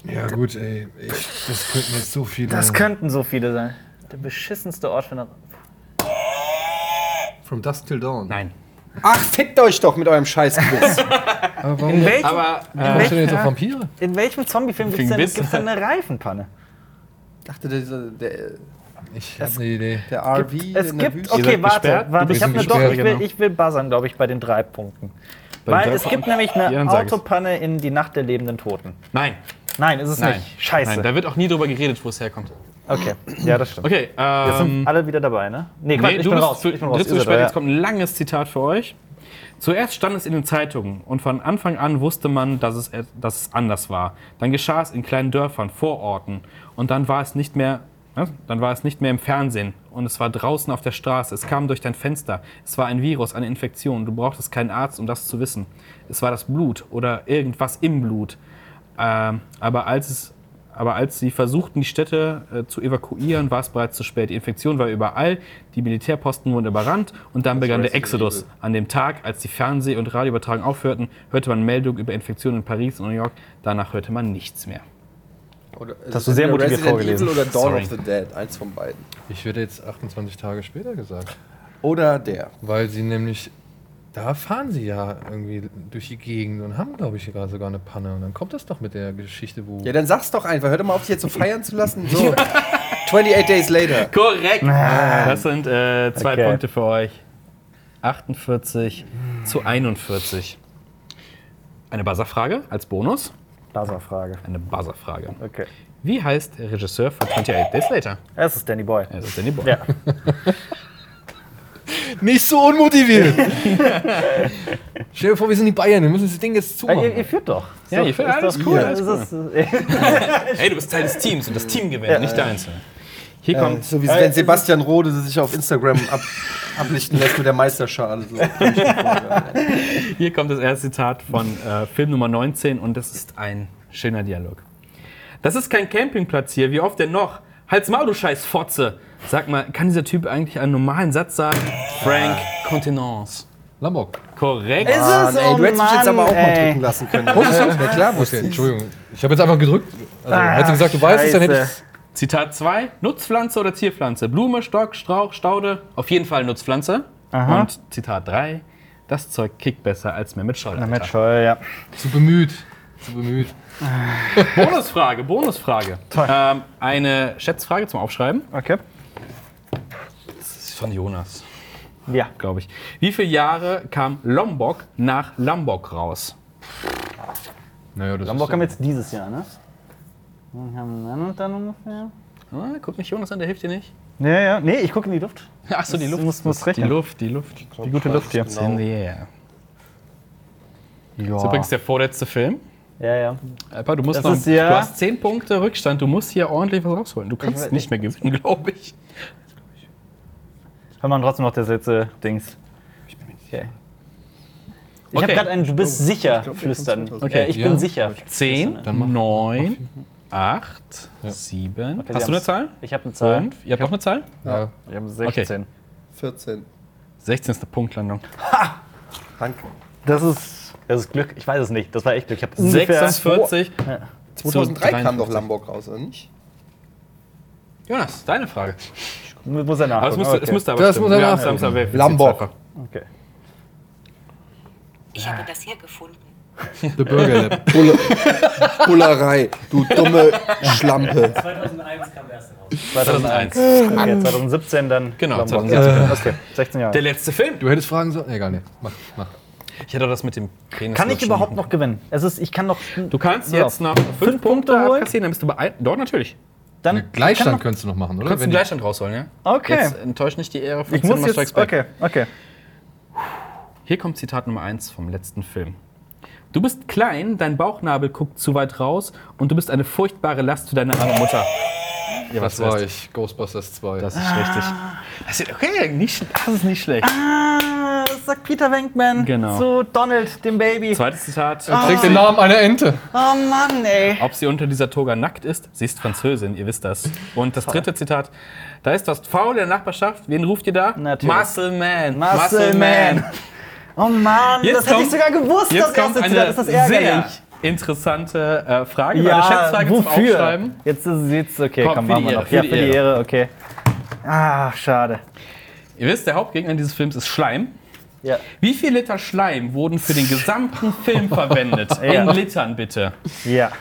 Speaker 4: Ja, gut, ey. Ich, das könnten jetzt so viele.
Speaker 1: Das könnten so viele sein. Der beschissenste Ort für eine.
Speaker 6: From Dusk Till Dawn.
Speaker 2: Nein.
Speaker 6: Ach, fickt euch doch mit eurem scheiß Quiz.
Speaker 4: Aber
Speaker 1: In
Speaker 4: warum
Speaker 1: welchem,
Speaker 2: Aber äh,
Speaker 4: kommst du denn jetzt auf Vampire?
Speaker 1: in welchem Zombie-Film gibt
Speaker 2: Fing
Speaker 1: es denn,
Speaker 2: Biss.
Speaker 1: gibt's denn eine Reifenpanne?
Speaker 6: Ich dachte, der, der,
Speaker 4: Ich hab eine Idee.
Speaker 6: der RV
Speaker 1: Es
Speaker 6: in der
Speaker 1: gibt,
Speaker 6: Wüste.
Speaker 1: okay, warte,
Speaker 2: gesperrt?
Speaker 1: warte
Speaker 4: Wir
Speaker 1: ich, hab
Speaker 4: sind
Speaker 1: ne doch,
Speaker 4: gesperrt,
Speaker 1: ich, will,
Speaker 2: genau.
Speaker 1: ich will buzzern, glaube ich, bei den drei Punkten.
Speaker 2: Bei den
Speaker 1: Weil
Speaker 2: drei
Speaker 1: es gibt
Speaker 2: Punkten?
Speaker 1: nämlich eine
Speaker 2: Ja, dann sag es.
Speaker 1: Autopanne in Die Nacht der lebenden Toten.
Speaker 2: nein.
Speaker 1: Nein, ist es
Speaker 2: Nein.
Speaker 1: nicht. Scheiße.
Speaker 2: Nein, da wird auch nie drüber geredet, wo es herkommt.
Speaker 1: okay, ja, das stimmt.
Speaker 2: Okay, ähm,
Speaker 1: Alle wieder dabei, ne? Nee, Quatsch,
Speaker 2: Nee,
Speaker 1: ich,
Speaker 2: du
Speaker 1: bin
Speaker 2: bist
Speaker 1: raus.
Speaker 2: Zu,
Speaker 1: ich bin raus.
Speaker 2: dritt zu
Speaker 1: Ihr seid
Speaker 2: spät,
Speaker 1: da,
Speaker 2: jetzt kommt ein langes Zitat für euch. Zuerst stand es in den Zeitungen und von Anfang an wusste man, dass es, et- dass es anders war. Dann geschah es in kleinen Dörfern, Vororten und dann war es nicht mehr. Was? Dann war es nicht mehr im Fernsehen und es war draußen auf der Straße. Es kam durch dein Fenster. Es war ein Virus, eine Infektion. Du brauchtest keinen Arzt, um das zu wissen. Es war das Blut oder irgendwas im Blut. Ähm, aber als es aber als sie versuchten, die Städte äh, zu evakuieren, war es bereits zu spät. Die Infektion war überall, die Militärposten wurden überrannt und dann begann der Exodus. An dem Tag, als die Fernseh- und Radioübertragung aufhörten, hörte man Meldungen über Infektionen in Paris und New York. Danach hörte man nichts mehr.
Speaker 6: Oder,
Speaker 1: hast du sehr motiviert
Speaker 6: Resident
Speaker 1: vorgelesen.
Speaker 6: Evil oder Dawn
Speaker 2: Sorry.
Speaker 6: of the Dead, eins von beiden.
Speaker 4: Ich werde jetzt 28 Tage später gesagt.
Speaker 6: Oder der.
Speaker 4: Weil sie nämlich. Da fahren sie ja irgendwie durch die Gegend und haben, glaube ich, gerade sogar eine Panne. Und dann kommt das doch mit der Geschichte, wo.
Speaker 6: Ja, dann sag's doch einfach. Hör doch mal auf, dich jetzt so feiern zu lassen. So. 28 Days Later.
Speaker 2: Korrekt! Das sind äh, zwei
Speaker 1: Okay.
Speaker 2: Punkte für euch. 48 zu 41. Eine Buzzerfrage als Bonus.
Speaker 1: Buzzer-Frage.
Speaker 2: Eine Buzzer-Frage.
Speaker 1: Okay.
Speaker 2: Wie heißt der Regisseur von 28 Days Later?
Speaker 1: Es ist Danny Boy.
Speaker 2: Es ist Danny Boyle.
Speaker 1: Ja.
Speaker 4: Nicht so unmotiviert. Stell dir vor, wir sind die Bayern, wir müssen das Ding jetzt
Speaker 1: Äh, ihr,
Speaker 4: zumachen.
Speaker 1: ihr führt doch. Ist
Speaker 2: Ja,
Speaker 1: doch-
Speaker 2: ihr führt-
Speaker 1: ist
Speaker 2: alles
Speaker 1: doch-
Speaker 2: cool,
Speaker 1: ja,
Speaker 2: alles
Speaker 1: es ist-
Speaker 2: Hey, du bist Teil des Teams und das Team gewinnt, nicht der Einzelne. Hier kommt
Speaker 6: So wie wenn Sebastian Rode sich auf Instagram ab, ablichten lässt mit der Meisterschale. So.
Speaker 2: Hier kommt das erste Zitat von äh, Film Nummer 19 und das ist ein schöner Dialog. Das ist kein Campingplatz hier, wie oft denn noch? Halt's Maul, du scheiß Fotze! Sag mal, kann dieser Typ eigentlich einen normalen Satz sagen? Frank Contenance.
Speaker 4: Lamborg.
Speaker 2: Korrekt.
Speaker 1: Mann, ey,
Speaker 6: du hättest mich jetzt aber auch mal drücken lassen können.
Speaker 4: Ja, klar, wo ist der? Entschuldigung. Ich habe jetzt einfach gedrückt. Also, hättest du gesagt, du weißt es, dann hätte ich.
Speaker 2: Zitat 2. Nutzpflanze oder Zierpflanze? Blume, Stock, Strauch, Staude? Auf jeden Fall Nutzpflanze. Und Zitat 3. Das Zeug kickt besser als mehr mit Scholl.
Speaker 1: Na, Matt
Speaker 2: Alter.
Speaker 1: Scholl, ja.
Speaker 4: Zu bemüht. Zu bemüht.
Speaker 2: Bonusfrage, Bonusfrage.
Speaker 1: Toll.
Speaker 2: Ähm, eine Schätzfrage zum Aufschreiben.
Speaker 1: Okay.
Speaker 2: Das ist von Jonas.
Speaker 1: Ja.
Speaker 2: glaube ich. Wie viele Jahre kam Lombok nach Lombok raus?
Speaker 4: Naja, das
Speaker 1: Hamburg
Speaker 4: ist
Speaker 1: haben jetzt dieses Jahr, ne? Wir haben dann und dann ungefähr.
Speaker 2: Ah, guck mich Jonas an, der hilft dir nicht.
Speaker 1: Ja, ja. Nee, ich gucke in die Luft.
Speaker 2: Achso, die Luft.
Speaker 1: Muss, muss
Speaker 2: Die
Speaker 1: rechnen.
Speaker 2: Luft, die Luft.
Speaker 1: Die gute Luft hier.
Speaker 2: It's in the air.
Speaker 1: Ja.
Speaker 2: Das ist übrigens der vorletzte Film.
Speaker 1: ja, ja.
Speaker 2: Alper, du musst
Speaker 1: Das
Speaker 2: noch.
Speaker 1: ist ja-
Speaker 2: Du hast 10 Punkte Rückstand, du musst hier ordentlich was rausholen. Du kannst
Speaker 1: weiß
Speaker 2: nicht mehr gewinnen, glaube ich.
Speaker 1: Kann man trotzdem noch das letzte Dings. Okay. Ich
Speaker 2: Okay.
Speaker 1: habe gerade einen Du bist sicher flüstern.
Speaker 2: Okay.
Speaker 1: Äh, ich
Speaker 4: Ja.
Speaker 1: bin sicher.
Speaker 2: 10,
Speaker 4: Dann mach-
Speaker 2: 9, 8, 7.
Speaker 1: Okay,
Speaker 2: Hast
Speaker 1: Sie
Speaker 2: du eine
Speaker 1: haben's.
Speaker 2: Zahl?
Speaker 1: Ich habe eine Zahl.
Speaker 2: 5. Ihr habt auch eine Zahl?
Speaker 4: Ja.
Speaker 1: Ich habe 16.
Speaker 6: 14.
Speaker 2: 16. ist eine Punktlandung.
Speaker 6: Danke.
Speaker 1: Das ist. Das ist Glück. Ich weiß es nicht. Das war echt Glück. Ich habe
Speaker 2: 46.
Speaker 6: 2003 kam doch
Speaker 2: 53.
Speaker 6: Lamborg raus, oder nicht?
Speaker 2: Jonas, deine Frage.
Speaker 1: Muss er nachgucken.
Speaker 2: Aber es müsste, es müsste aber
Speaker 4: Das
Speaker 2: stimmen.
Speaker 4: muss er
Speaker 2: Wir haben
Speaker 4: nachgucken.
Speaker 2: Samstag Wave.
Speaker 6: Lombok.
Speaker 1: okay.
Speaker 7: Ich habe das hier gefunden.
Speaker 4: The Burger Lab.
Speaker 6: Bullerei, du dumme Schlampe.
Speaker 5: 2001 kam der erste raus.
Speaker 1: 2001.
Speaker 2: 2001.
Speaker 1: Okay, 2017 dann.
Speaker 2: Genau,
Speaker 1: Lombok.
Speaker 2: 2017.
Speaker 1: Äh, Okay, 16 Jahre.
Speaker 2: Der letzte Film.
Speaker 4: Du hättest fragen sollen. Egal, nee. Mach, mach.
Speaker 2: Ich hätte das mit dem Penis.
Speaker 1: Kann ich
Speaker 2: schon
Speaker 1: überhaupt
Speaker 2: machen.
Speaker 1: noch gewinnen? Es ist, ich kann noch.
Speaker 2: Du kannst
Speaker 1: So.
Speaker 2: jetzt noch fünf Punkte
Speaker 1: Punkte holen?
Speaker 2: abkassieren, dann bist du bei ein, Doch, natürlich. Du
Speaker 1: Dann
Speaker 4: Einen Gleichstand könntest du noch machen, oder?
Speaker 2: kannst
Speaker 4: Wenn
Speaker 2: einen
Speaker 4: die-
Speaker 2: Gleichstand rausholen, ja?
Speaker 1: Okay.
Speaker 2: Jetzt enttäusch nicht die Ehre von
Speaker 1: Ich muss
Speaker 2: Cinema
Speaker 1: jetzt.
Speaker 2: Strikes Back.
Speaker 1: Okay, okay.
Speaker 2: Hier kommt Zitat Nummer 1 vom letzten Film. Du bist klein, dein Bauchnabel guckt zu weit raus und du bist eine furchtbare Last für deine arme Mutter. Ja,
Speaker 4: Das war ich. Ghostbusters 2.
Speaker 2: Das ist richtig. Das ist, okay, nicht, sch- das ist nicht schlecht.
Speaker 1: Ah, das sagt Peter Venkman
Speaker 2: Genau.
Speaker 1: zu Donald, dem Baby.
Speaker 2: Zweites Zitat.
Speaker 4: Trägt den Namen einer Ente.
Speaker 1: Oh Mann, ey.
Speaker 2: Ob sie unter dieser Toga nackt ist, sie ist Französin, ihr wisst das. Und das dritte Zitat, da ist was faul in der Nachbarschaft, wen ruft ihr da?
Speaker 1: Natürlich.
Speaker 2: Muscle Man.
Speaker 1: Muscle Man. Oh Mann,
Speaker 2: Jetzt
Speaker 1: das hätte ich
Speaker 2: kommt-
Speaker 1: sogar gewusst, das
Speaker 2: Jetzt kommt
Speaker 1: erste
Speaker 2: eine
Speaker 1: Zitat. Ist das
Speaker 2: sehr
Speaker 1: ärgerlich?
Speaker 2: interessante äh, Frage, eine Schätzfrage zum Aufschreiben.
Speaker 1: Jetzt ist es jetzt okay,
Speaker 2: Komm,
Speaker 1: komm,
Speaker 2: für die
Speaker 1: machen wir
Speaker 2: Ehre,
Speaker 1: noch.
Speaker 2: für
Speaker 1: ja,
Speaker 2: die
Speaker 1: für die Ehre, okay. Ach, schade.
Speaker 2: Ihr wisst, der Hauptgegner dieses Films ist Schleim.
Speaker 1: Ja.
Speaker 2: Wie viel Liter Schleim wurden für den gesamten Film verwendet?
Speaker 1: Ja.
Speaker 2: In Litern bitte.
Speaker 1: Ja.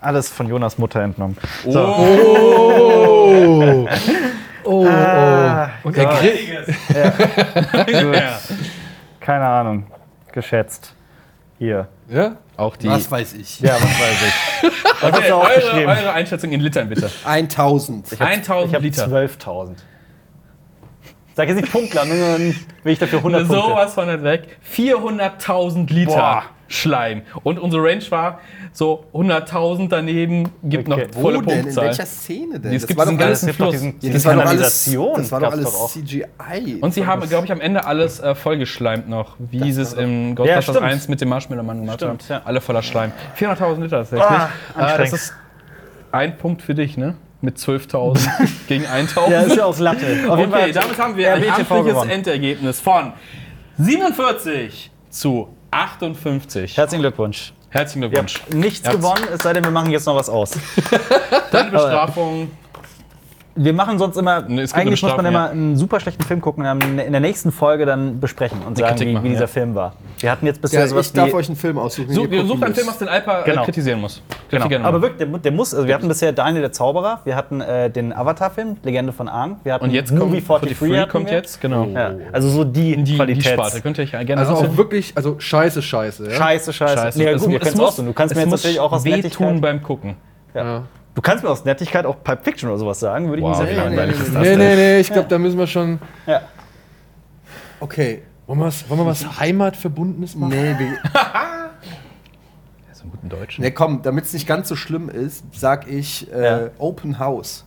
Speaker 1: Alles von Jonas Mutter entnommen. So.
Speaker 4: Oh, oh. Und er grillt.
Speaker 2: Ja.
Speaker 1: Keine Ahnung. Geschätzt. Hier.
Speaker 4: Ja?
Speaker 2: Auch die.
Speaker 6: Was weiß ich.
Speaker 1: Ja, was weiß ich. Was hast
Speaker 2: Okay,
Speaker 1: du
Speaker 2: eure,
Speaker 1: aufgeschrieben?
Speaker 2: eure Einschätzung in Litern bitte.
Speaker 6: 1000.
Speaker 2: 1000
Speaker 1: Ich
Speaker 2: Liter.
Speaker 1: habe 12.000. Sag jetzt nicht Punktler, nur- nur- will ich dafür 100
Speaker 2: So
Speaker 1: Punkte.
Speaker 2: was von nicht weg. 400.000 Liter
Speaker 1: Boah.
Speaker 2: Schleim. Und unsere Range war so 100.000 daneben, gibt
Speaker 1: Okay.
Speaker 2: noch volle Punktzahl.
Speaker 6: Szene denn?
Speaker 2: Es
Speaker 6: Das
Speaker 2: gibt
Speaker 6: war
Speaker 2: diesen
Speaker 6: doch alles-
Speaker 2: ganzen Fluss.
Speaker 6: Ja, das war doch alles,
Speaker 1: Kanalisation
Speaker 6: das war doch
Speaker 1: gab's
Speaker 6: alles
Speaker 1: doch auch.
Speaker 6: CGI.
Speaker 2: Und sie haben, glaube ich, am Ende alles äh, vollgeschleimt noch, wie sie es im Ghostbusters
Speaker 1: stimmt.
Speaker 2: 1 mit dem Marshmallow-Mann gemacht
Speaker 1: Stimmt,
Speaker 2: haben.
Speaker 1: ja. Ah,
Speaker 2: Alle voller Schleim. 400.000 Liter tatsächlich. äh, das
Speaker 1: anstrengend.
Speaker 2: ist ein Punkt für dich, ne? Mit 12.000 gegen 1.000.
Speaker 1: Ja, ist ja auch Latte. Auf jeden Fall
Speaker 2: Okay, damit haben wir ein
Speaker 1: RBTV
Speaker 2: amtliches
Speaker 1: gewonnen.
Speaker 2: Endergebnis von 47 zu 58.
Speaker 1: Herzlichen Glückwunsch.
Speaker 2: Herzlichen
Speaker 1: Ihr
Speaker 2: Glückwunsch.
Speaker 1: habt nichts
Speaker 2: Herzlich.
Speaker 1: gewonnen, es sei denn, wir machen jetzt noch was aus.
Speaker 2: Deine Bestrafung
Speaker 1: wir machen sonst immer,
Speaker 2: Nee, es
Speaker 1: eigentlich
Speaker 2: gibt eine
Speaker 1: muss man
Speaker 2: Staffel,
Speaker 1: immer
Speaker 2: ja.
Speaker 1: einen super schlechten Film gucken und dann in der nächsten Folge dann besprechen und sagen,
Speaker 2: Kritik
Speaker 1: wie,
Speaker 2: machen,
Speaker 1: wie
Speaker 2: ja.
Speaker 1: dieser Film war. Wir hatten jetzt bisher
Speaker 3: Ja,
Speaker 1: sowas
Speaker 3: ich darf
Speaker 1: wie,
Speaker 3: euch einen Film aussuchen. den
Speaker 2: So,
Speaker 3: ihr
Speaker 2: ihr sucht
Speaker 3: gucken
Speaker 2: einen Film, was
Speaker 3: müsst.
Speaker 2: den Alpa äh,
Speaker 1: Genau.
Speaker 2: kritisieren muss.
Speaker 1: genau.
Speaker 2: Kritikerer.
Speaker 1: aber wirklich, der, mu- der muss, also wir hatten bisher Daniel der Zauberer, wir hatten äh, den Avatar-Film, Legende von Aang, wir hatten
Speaker 2: und jetzt
Speaker 1: Movie
Speaker 2: kommt
Speaker 1: 43,
Speaker 2: 43
Speaker 1: hatten
Speaker 2: kommt
Speaker 1: wir.
Speaker 2: jetzt, genau.
Speaker 1: Ja, also so die,
Speaker 2: Die, die
Speaker 1: Qualitäts-
Speaker 2: Sparte könnt ihr euch ja gerne
Speaker 4: Also auch
Speaker 2: aussuchen.
Speaker 4: wirklich, also scheiße, scheiße. Ja?
Speaker 1: Scheiße, scheiße.
Speaker 2: Scheiße.
Speaker 1: Nee,
Speaker 2: Es
Speaker 1: gut,
Speaker 2: mu-
Speaker 1: wir
Speaker 2: es
Speaker 1: können es
Speaker 2: muss-
Speaker 1: aussuchen. Du kannst
Speaker 2: es
Speaker 1: mir jetzt
Speaker 2: muss
Speaker 1: natürlich auch aus
Speaker 2: wehtun
Speaker 1: Nettigkeit,
Speaker 2: beim Gucken.
Speaker 4: Ja.
Speaker 1: du kannst mir aus Nettigkeit auch Pulp Fiction oder sowas sagen, würde ich
Speaker 2: Wow,
Speaker 1: nicht
Speaker 2: wie
Speaker 1: sagen.
Speaker 2: langweilig ist das
Speaker 4: Nee,
Speaker 2: denn?
Speaker 4: nee, nee, ich glaube, da müssen wir schon.
Speaker 1: Ja.
Speaker 3: Okay.
Speaker 4: Wollen wir was, wollen wir was Heimatverbundenes machen?
Speaker 3: Nee, wir,
Speaker 2: So einen guten Deutschen.
Speaker 3: nee komm, damit es nicht ganz so schlimm ist, sag ich äh,
Speaker 1: Ja.
Speaker 3: Open House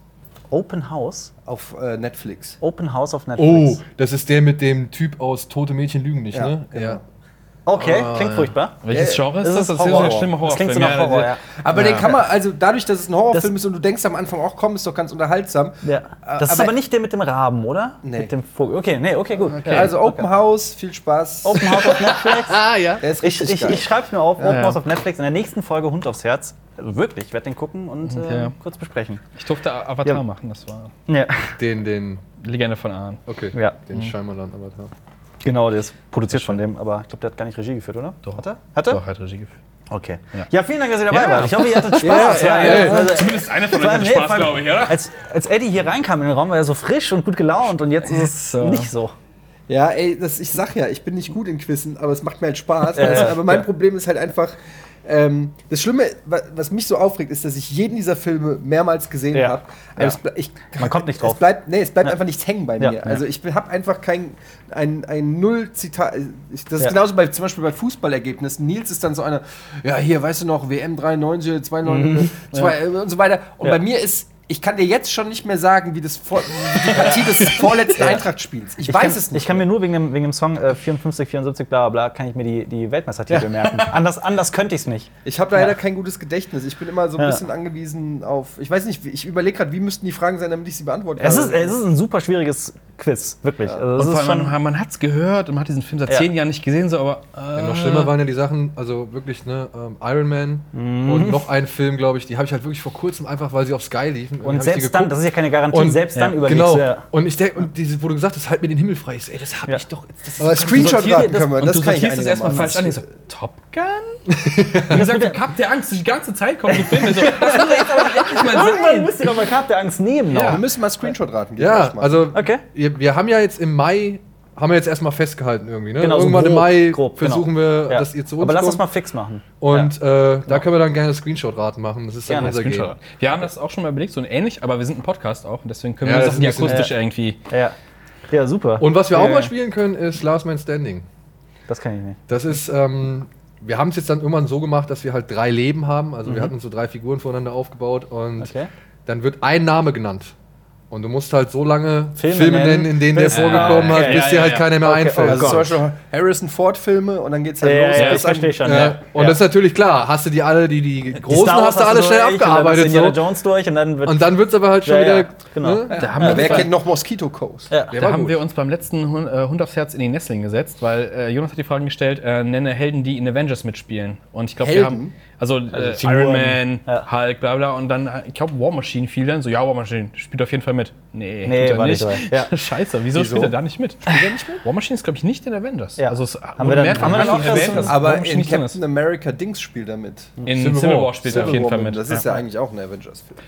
Speaker 1: Open House,
Speaker 3: auf äh, Netflix.
Speaker 1: Open House auf
Speaker 4: Oh,
Speaker 1: Netflix.
Speaker 4: das ist der mit dem Typ aus Tote Mädchen lügen nicht,
Speaker 3: Ja,
Speaker 4: ne?
Speaker 3: genau.
Speaker 1: Oh. Okay,
Speaker 4: Ah,
Speaker 1: klingt
Speaker 4: ja.
Speaker 1: furchtbar.
Speaker 2: Welches
Speaker 3: Äh,
Speaker 2: Genre ist
Speaker 1: es
Speaker 2: das?
Speaker 1: ist
Speaker 2: Das ist
Speaker 1: Horror.
Speaker 2: ein schlimmer
Speaker 1: Das klingt so
Speaker 2: Horrorfilm.
Speaker 1: nach Horror,
Speaker 2: der-
Speaker 1: ja.
Speaker 3: Aber den kann man, also dadurch, dass es ein Horrorfilm
Speaker 1: Das-
Speaker 3: ist und du denkst am Anfang auch, komm, ist doch ganz unterhaltsam.
Speaker 1: Ja.
Speaker 2: Ah,
Speaker 3: Äh,
Speaker 1: Das ist
Speaker 3: aber-
Speaker 1: aber nicht der mit dem Raben, oder?
Speaker 3: Nee.
Speaker 1: Mit dem Vogel. Okay, nee, okay, gut.
Speaker 3: Ja, Also Open House, viel Spaß.
Speaker 1: Open House auf Netflix.
Speaker 4: Ah, ja.
Speaker 3: Der ist
Speaker 1: Ich,
Speaker 3: richtig
Speaker 1: ich,
Speaker 3: geil.
Speaker 1: ich schreibe mir auf, Open
Speaker 2: ja.
Speaker 1: House auf Netflix in der nächsten Folge Hund aufs Herz. Also wirklich, ich werde den gucken und äh,
Speaker 2: Okay.
Speaker 1: kurz besprechen.
Speaker 2: Ich durfte Avatar
Speaker 1: Ja.
Speaker 2: machen, das war
Speaker 1: Ja,
Speaker 4: Den, den.
Speaker 2: Legende von Ahn.
Speaker 4: Okay.
Speaker 1: Ja. Mhm.
Speaker 4: Den Scheimerland-Avatar.
Speaker 1: genau, der ist produziert von dem, aber ich glaube, der hat gar nicht Regie geführt, oder?
Speaker 2: Doch.
Speaker 1: Hat er? Hat er?
Speaker 2: Doch, hat Regie geführt.
Speaker 1: Okay.
Speaker 2: Ja.
Speaker 1: Ja. vielen Dank, dass ihr dabei
Speaker 2: Ja.
Speaker 1: wart. Ich hoffe, ihr hattet Spaß.
Speaker 3: ja, ja.
Speaker 1: Also,
Speaker 2: Zumindest einer
Speaker 1: vor
Speaker 2: von euch
Speaker 1: allem,
Speaker 2: hat
Speaker 1: nee, vor
Speaker 2: Spaß,
Speaker 1: allem,
Speaker 2: glaube ich, oder?
Speaker 1: Als, als Eddie hier reinkam in den Raum, war er so frisch und gut gelaunt und jetzt ist es
Speaker 2: So.
Speaker 1: nicht so.
Speaker 3: Ja, ey, das, ich sag ja, ich bin nicht gut in Quizzen, aber es macht mir halt Spaß. weil es-
Speaker 1: ja,
Speaker 3: aber mein
Speaker 1: ja.
Speaker 3: Problem ist halt einfach, ähm, das Schlimme, wa- was mich so aufregt, ist, dass ich jeden dieser Filme mehrmals gesehen
Speaker 1: Ja.
Speaker 3: habe.
Speaker 1: Ja.
Speaker 3: Man
Speaker 1: kommt nicht drauf.
Speaker 3: Es bleibt, nee, es bleibt einfach nichts hängen bei
Speaker 1: Ja.
Speaker 3: mir.
Speaker 1: Ja.
Speaker 3: Also ich habe einfach kein ein, ein Null-Zitat. ich- Das ist
Speaker 1: Ja.
Speaker 3: genauso bei, zum Beispiel bei Fußballergebnissen. Nils ist dann so einer, ja, hier, weißt du noch, WM 93, 92, zwei, äh, und so weiter. Und
Speaker 1: Mhm. Ja.
Speaker 3: bei mir ist. Ich kann dir jetzt schon nicht mehr sagen, wie, das vor, wie die Partie des vorletzten Eintrachtspiels. Ich, weiß
Speaker 1: kann,
Speaker 3: es nicht.
Speaker 1: Ich kann mir nur wegen dem, wegen dem Song äh, 54, 74, bla bla, bla, kann ich mir die, die Weltmeistertitel merken. Anders, anders könnte ich es nicht.
Speaker 3: Ich habe leider kein gutes Gedächtnis. Ich bin immer so ein
Speaker 1: Ja.
Speaker 3: bisschen angewiesen auf. Ich weiß nicht, wie- ich überlege gerade, wie müssten die Fragen sein, damit ich sie beantworten
Speaker 1: Es ist,
Speaker 3: kann.
Speaker 1: es ist ein super schwieriges Quiz, wirklich. Also, es
Speaker 2: Und vor
Speaker 1: ist
Speaker 2: allem,
Speaker 1: schon,
Speaker 2: man, man hat es gehört und man hat diesen Film seit
Speaker 1: Ja.
Speaker 2: zehn Jahren nicht gesehen, so, aber. äh,
Speaker 4: Ja, noch schlimmer waren ja die Sachen, also wirklich, ne, ähm, Iron Man
Speaker 1: Mhm.
Speaker 4: und noch ein Film, glaube ich, die habe ich halt wirklich vor kurzem einfach, weil sie auf Sky liefen. irgendwie hab
Speaker 1: und
Speaker 4: ich die
Speaker 1: selbst dann,
Speaker 4: geguckt.
Speaker 1: das ist ja keine Garantie,
Speaker 4: Und-
Speaker 1: selbst dann
Speaker 2: ja,
Speaker 1: überlegst
Speaker 4: Genau.
Speaker 1: du ja.
Speaker 4: Und ich denke, und diese, wo du gesagt hast, halt mir den Himmel frei. Ich so, Ey, das habe
Speaker 1: Ja.
Speaker 4: ich doch. Das
Speaker 3: aber Screenshot
Speaker 2: sortier dir
Speaker 3: raten können wir,
Speaker 2: und
Speaker 3: das
Speaker 2: du
Speaker 3: kann ich
Speaker 2: sortierst das erstmal
Speaker 3: einigermaßen.
Speaker 2: falsch an. Ich so, Top Gun? Und ich sage, Kap der Angst, die ganze Zeit kommen die Filme so. Das muss jetzt aber endlich mal
Speaker 1: Irgendwann
Speaker 2: sein.
Speaker 1: müsst ihr doch mal Karte der Angst nehmen.
Speaker 3: Ja,
Speaker 1: noch.
Speaker 3: wir müssen mal Screenshot raten. gehen
Speaker 4: ja,
Speaker 3: gleich mal.
Speaker 4: also
Speaker 1: Okay.
Speaker 4: wir, wir haben ja jetzt im Mai, haben wir jetzt erstmal festgehalten irgendwie. Ne?
Speaker 1: Genau, so
Speaker 4: Irgendwann im
Speaker 1: grob,
Speaker 4: Mai
Speaker 1: grob, genau.
Speaker 4: versuchen wir,
Speaker 1: Ja.
Speaker 4: dass ihr zu uns
Speaker 1: Aber lass uns
Speaker 4: kommt.
Speaker 1: mal fix machen.
Speaker 4: und äh, da können wir dann gerne Screenshot-Raten machen. Das ist dann
Speaker 1: Genau. Gerne,
Speaker 4: unser Game.
Speaker 2: Wir haben das auch schon mal überlegt, so ein ähnlich, aber wir sind ein Podcast auch und deswegen können
Speaker 4: Ja,
Speaker 2: wir
Speaker 4: das
Speaker 2: das nicht
Speaker 4: ist ein bisschen-
Speaker 2: akustisch irgendwie.
Speaker 1: Ja, ja. ja super.
Speaker 4: Und was wir auch
Speaker 1: Ja,
Speaker 4: mal
Speaker 1: ja.
Speaker 4: spielen können, ist Last Man Standing.
Speaker 1: Das kann ich nicht.
Speaker 4: Das ist, ähm, wir haben es jetzt dann irgendwann so gemacht, dass wir halt drei Leben haben. Also wir hatten so drei Figuren voneinander aufgebaut und
Speaker 1: Mhm. Okay.
Speaker 4: dann wird ein Name genannt. Und du musst halt so lange Filme,
Speaker 1: Filme
Speaker 4: nennen,
Speaker 1: nennen,
Speaker 4: in denen der
Speaker 1: bis-
Speaker 4: vorgekommen
Speaker 1: Ah,
Speaker 4: hat,
Speaker 1: okay,
Speaker 4: bis
Speaker 2: ja,
Speaker 4: dir
Speaker 2: ja,
Speaker 4: halt
Speaker 2: ja.
Speaker 4: keiner mehr
Speaker 1: Okay,
Speaker 4: einfällt.
Speaker 1: oh
Speaker 3: also zum
Speaker 1: Gott.
Speaker 3: Beispiel Harrison Ford Filme und dann geht's
Speaker 1: Ja,
Speaker 3: halt los.
Speaker 1: ja,
Speaker 3: bis
Speaker 1: ich verstehe schon.
Speaker 4: Ja.
Speaker 1: Ja.
Speaker 4: äh, Und
Speaker 1: Ja.
Speaker 4: das ist natürlich klar, hast du die alle, die,
Speaker 1: Die
Speaker 4: die großen
Speaker 1: Star Wars
Speaker 4: hast du alle
Speaker 1: so
Speaker 4: schnell
Speaker 1: durch und dann
Speaker 4: abgearbeitet.
Speaker 1: ist Indiana
Speaker 4: So.
Speaker 1: Jones durch und dann wird.
Speaker 4: Und dann wird es aber halt schon
Speaker 1: Ja, ja,
Speaker 4: wieder.
Speaker 1: genau.
Speaker 4: Ne?
Speaker 2: Da
Speaker 3: Ja,
Speaker 2: haben
Speaker 3: wer
Speaker 2: wir
Speaker 3: kennt noch Mosquito Coast?
Speaker 1: ja.
Speaker 4: Der
Speaker 2: Da
Speaker 4: war
Speaker 2: haben
Speaker 4: gut.
Speaker 2: wir uns beim letzten Hund, äh, Hund aufs Herz in den Nesseln gesetzt, weil äh, Jonas hat die Fragen gestellt, äh, nenne Helden, die in Avengers mitspielen. Und ich glaube, wir
Speaker 3: Helden?
Speaker 2: haben, also, äh,
Speaker 1: Figuren.
Speaker 2: Iron Man,
Speaker 1: Ja.
Speaker 2: Hulk, bla bla, und dann, äh, ich glaube, War Machine fiel dann so, ja, War Machine spielt auf jeden Fall mit. Nee,
Speaker 1: Nee,
Speaker 2: tut er
Speaker 1: war
Speaker 2: nicht.
Speaker 1: nicht dabei.
Speaker 2: Scheiße, wieso, spielt er da nicht mit? Spielt er nicht mit? War Machine ist, glaube ich, nicht in Avengers.
Speaker 1: Ja.
Speaker 2: Also, es
Speaker 1: Haben
Speaker 2: wurde
Speaker 1: wir dann-
Speaker 2: mehrfach
Speaker 1: haben wir dann auch
Speaker 2: erwähnt,
Speaker 1: das-
Speaker 2: dass War
Speaker 3: Aber
Speaker 2: Machine
Speaker 3: in
Speaker 2: nicht drin ist.
Speaker 3: Captain America Dings spielt er mit.
Speaker 1: Mhm.
Speaker 2: In
Speaker 4: Civil
Speaker 2: Civil, War,
Speaker 4: War
Speaker 2: spielt er auf jeden
Speaker 3: War
Speaker 2: Fall
Speaker 3: Man,
Speaker 2: mit.
Speaker 3: Das ist ja eigentlich auch ein Avengers-Film.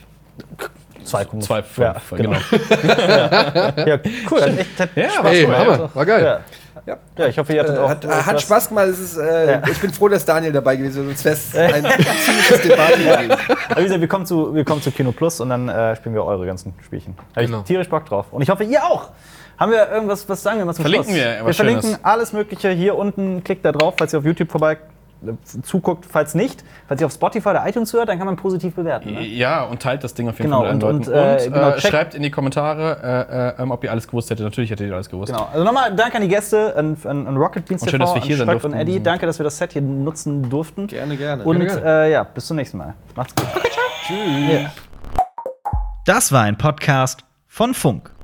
Speaker 1: Zwei,
Speaker 2: Zwei,
Speaker 1: ja,
Speaker 2: fünf, genau.
Speaker 1: Ja, cool. Dann echt, hat
Speaker 2: Ja,
Speaker 1: Spaß
Speaker 2: aber-
Speaker 4: Ey,
Speaker 1: gemacht.
Speaker 4: Hammer, war geil.
Speaker 1: Ja.
Speaker 3: Ja.
Speaker 1: ja, ich hoffe, ihr hattet
Speaker 3: Äh,
Speaker 1: auch.
Speaker 3: hat,
Speaker 1: etwas-
Speaker 3: hat Spaß gemacht. Es ist, äh,
Speaker 1: Ja.
Speaker 3: Ich bin froh, dass Daniel dabei gewesen ist, sonst wäre es ein ziemliches Debakel gewesen.
Speaker 1: Aber wie gesagt, wir kommen zu, wir kommen zu Kino Plus und dann äh, spielen wir eure ganzen Spielchen. Da hab
Speaker 4: Genau.
Speaker 1: ich tierisch Bock drauf. Und ich hoffe, ihr auch. Haben wir irgendwas, was sagen wir mal zum
Speaker 2: Verlinken
Speaker 1: Schluss?
Speaker 2: wir was
Speaker 1: wir verlinken
Speaker 2: Schönes.
Speaker 1: alles Mögliche hier unten. Klickt da drauf, falls ihr auf YouTube vorbei äh, zuguckt. Falls nicht, falls ihr auf Spotify oder iTunes hört, dann kann man positiv bewerten. Ne?
Speaker 2: äh, Ja, und teilt das Ding auf jeden
Speaker 1: Genau,
Speaker 2: Fall mit allen
Speaker 1: und-
Speaker 2: Leuten.
Speaker 1: und, äh, genau,
Speaker 2: äh,
Speaker 1: check-
Speaker 2: schreibt in die Kommentare, äh, äh, ähm, ob ihr alles gewusst hättet. Natürlich hättet ihr alles gewusst.
Speaker 1: Genau. Also nochmal danke an die Gäste, an, an, an Rocket Beans
Speaker 2: Und schön,
Speaker 1: TV,
Speaker 2: dass wir hier
Speaker 1: an
Speaker 2: sein
Speaker 1: Schröck und
Speaker 2: durften.
Speaker 1: Eddie. Danke, dass wir das Set hier nutzen durften.
Speaker 3: Gerne, gerne.
Speaker 1: Und
Speaker 4: Gerne,
Speaker 1: Äh, ja, bis zum nächsten Mal. Macht's gut. Tschüss. Das war ein Podcast von Funk.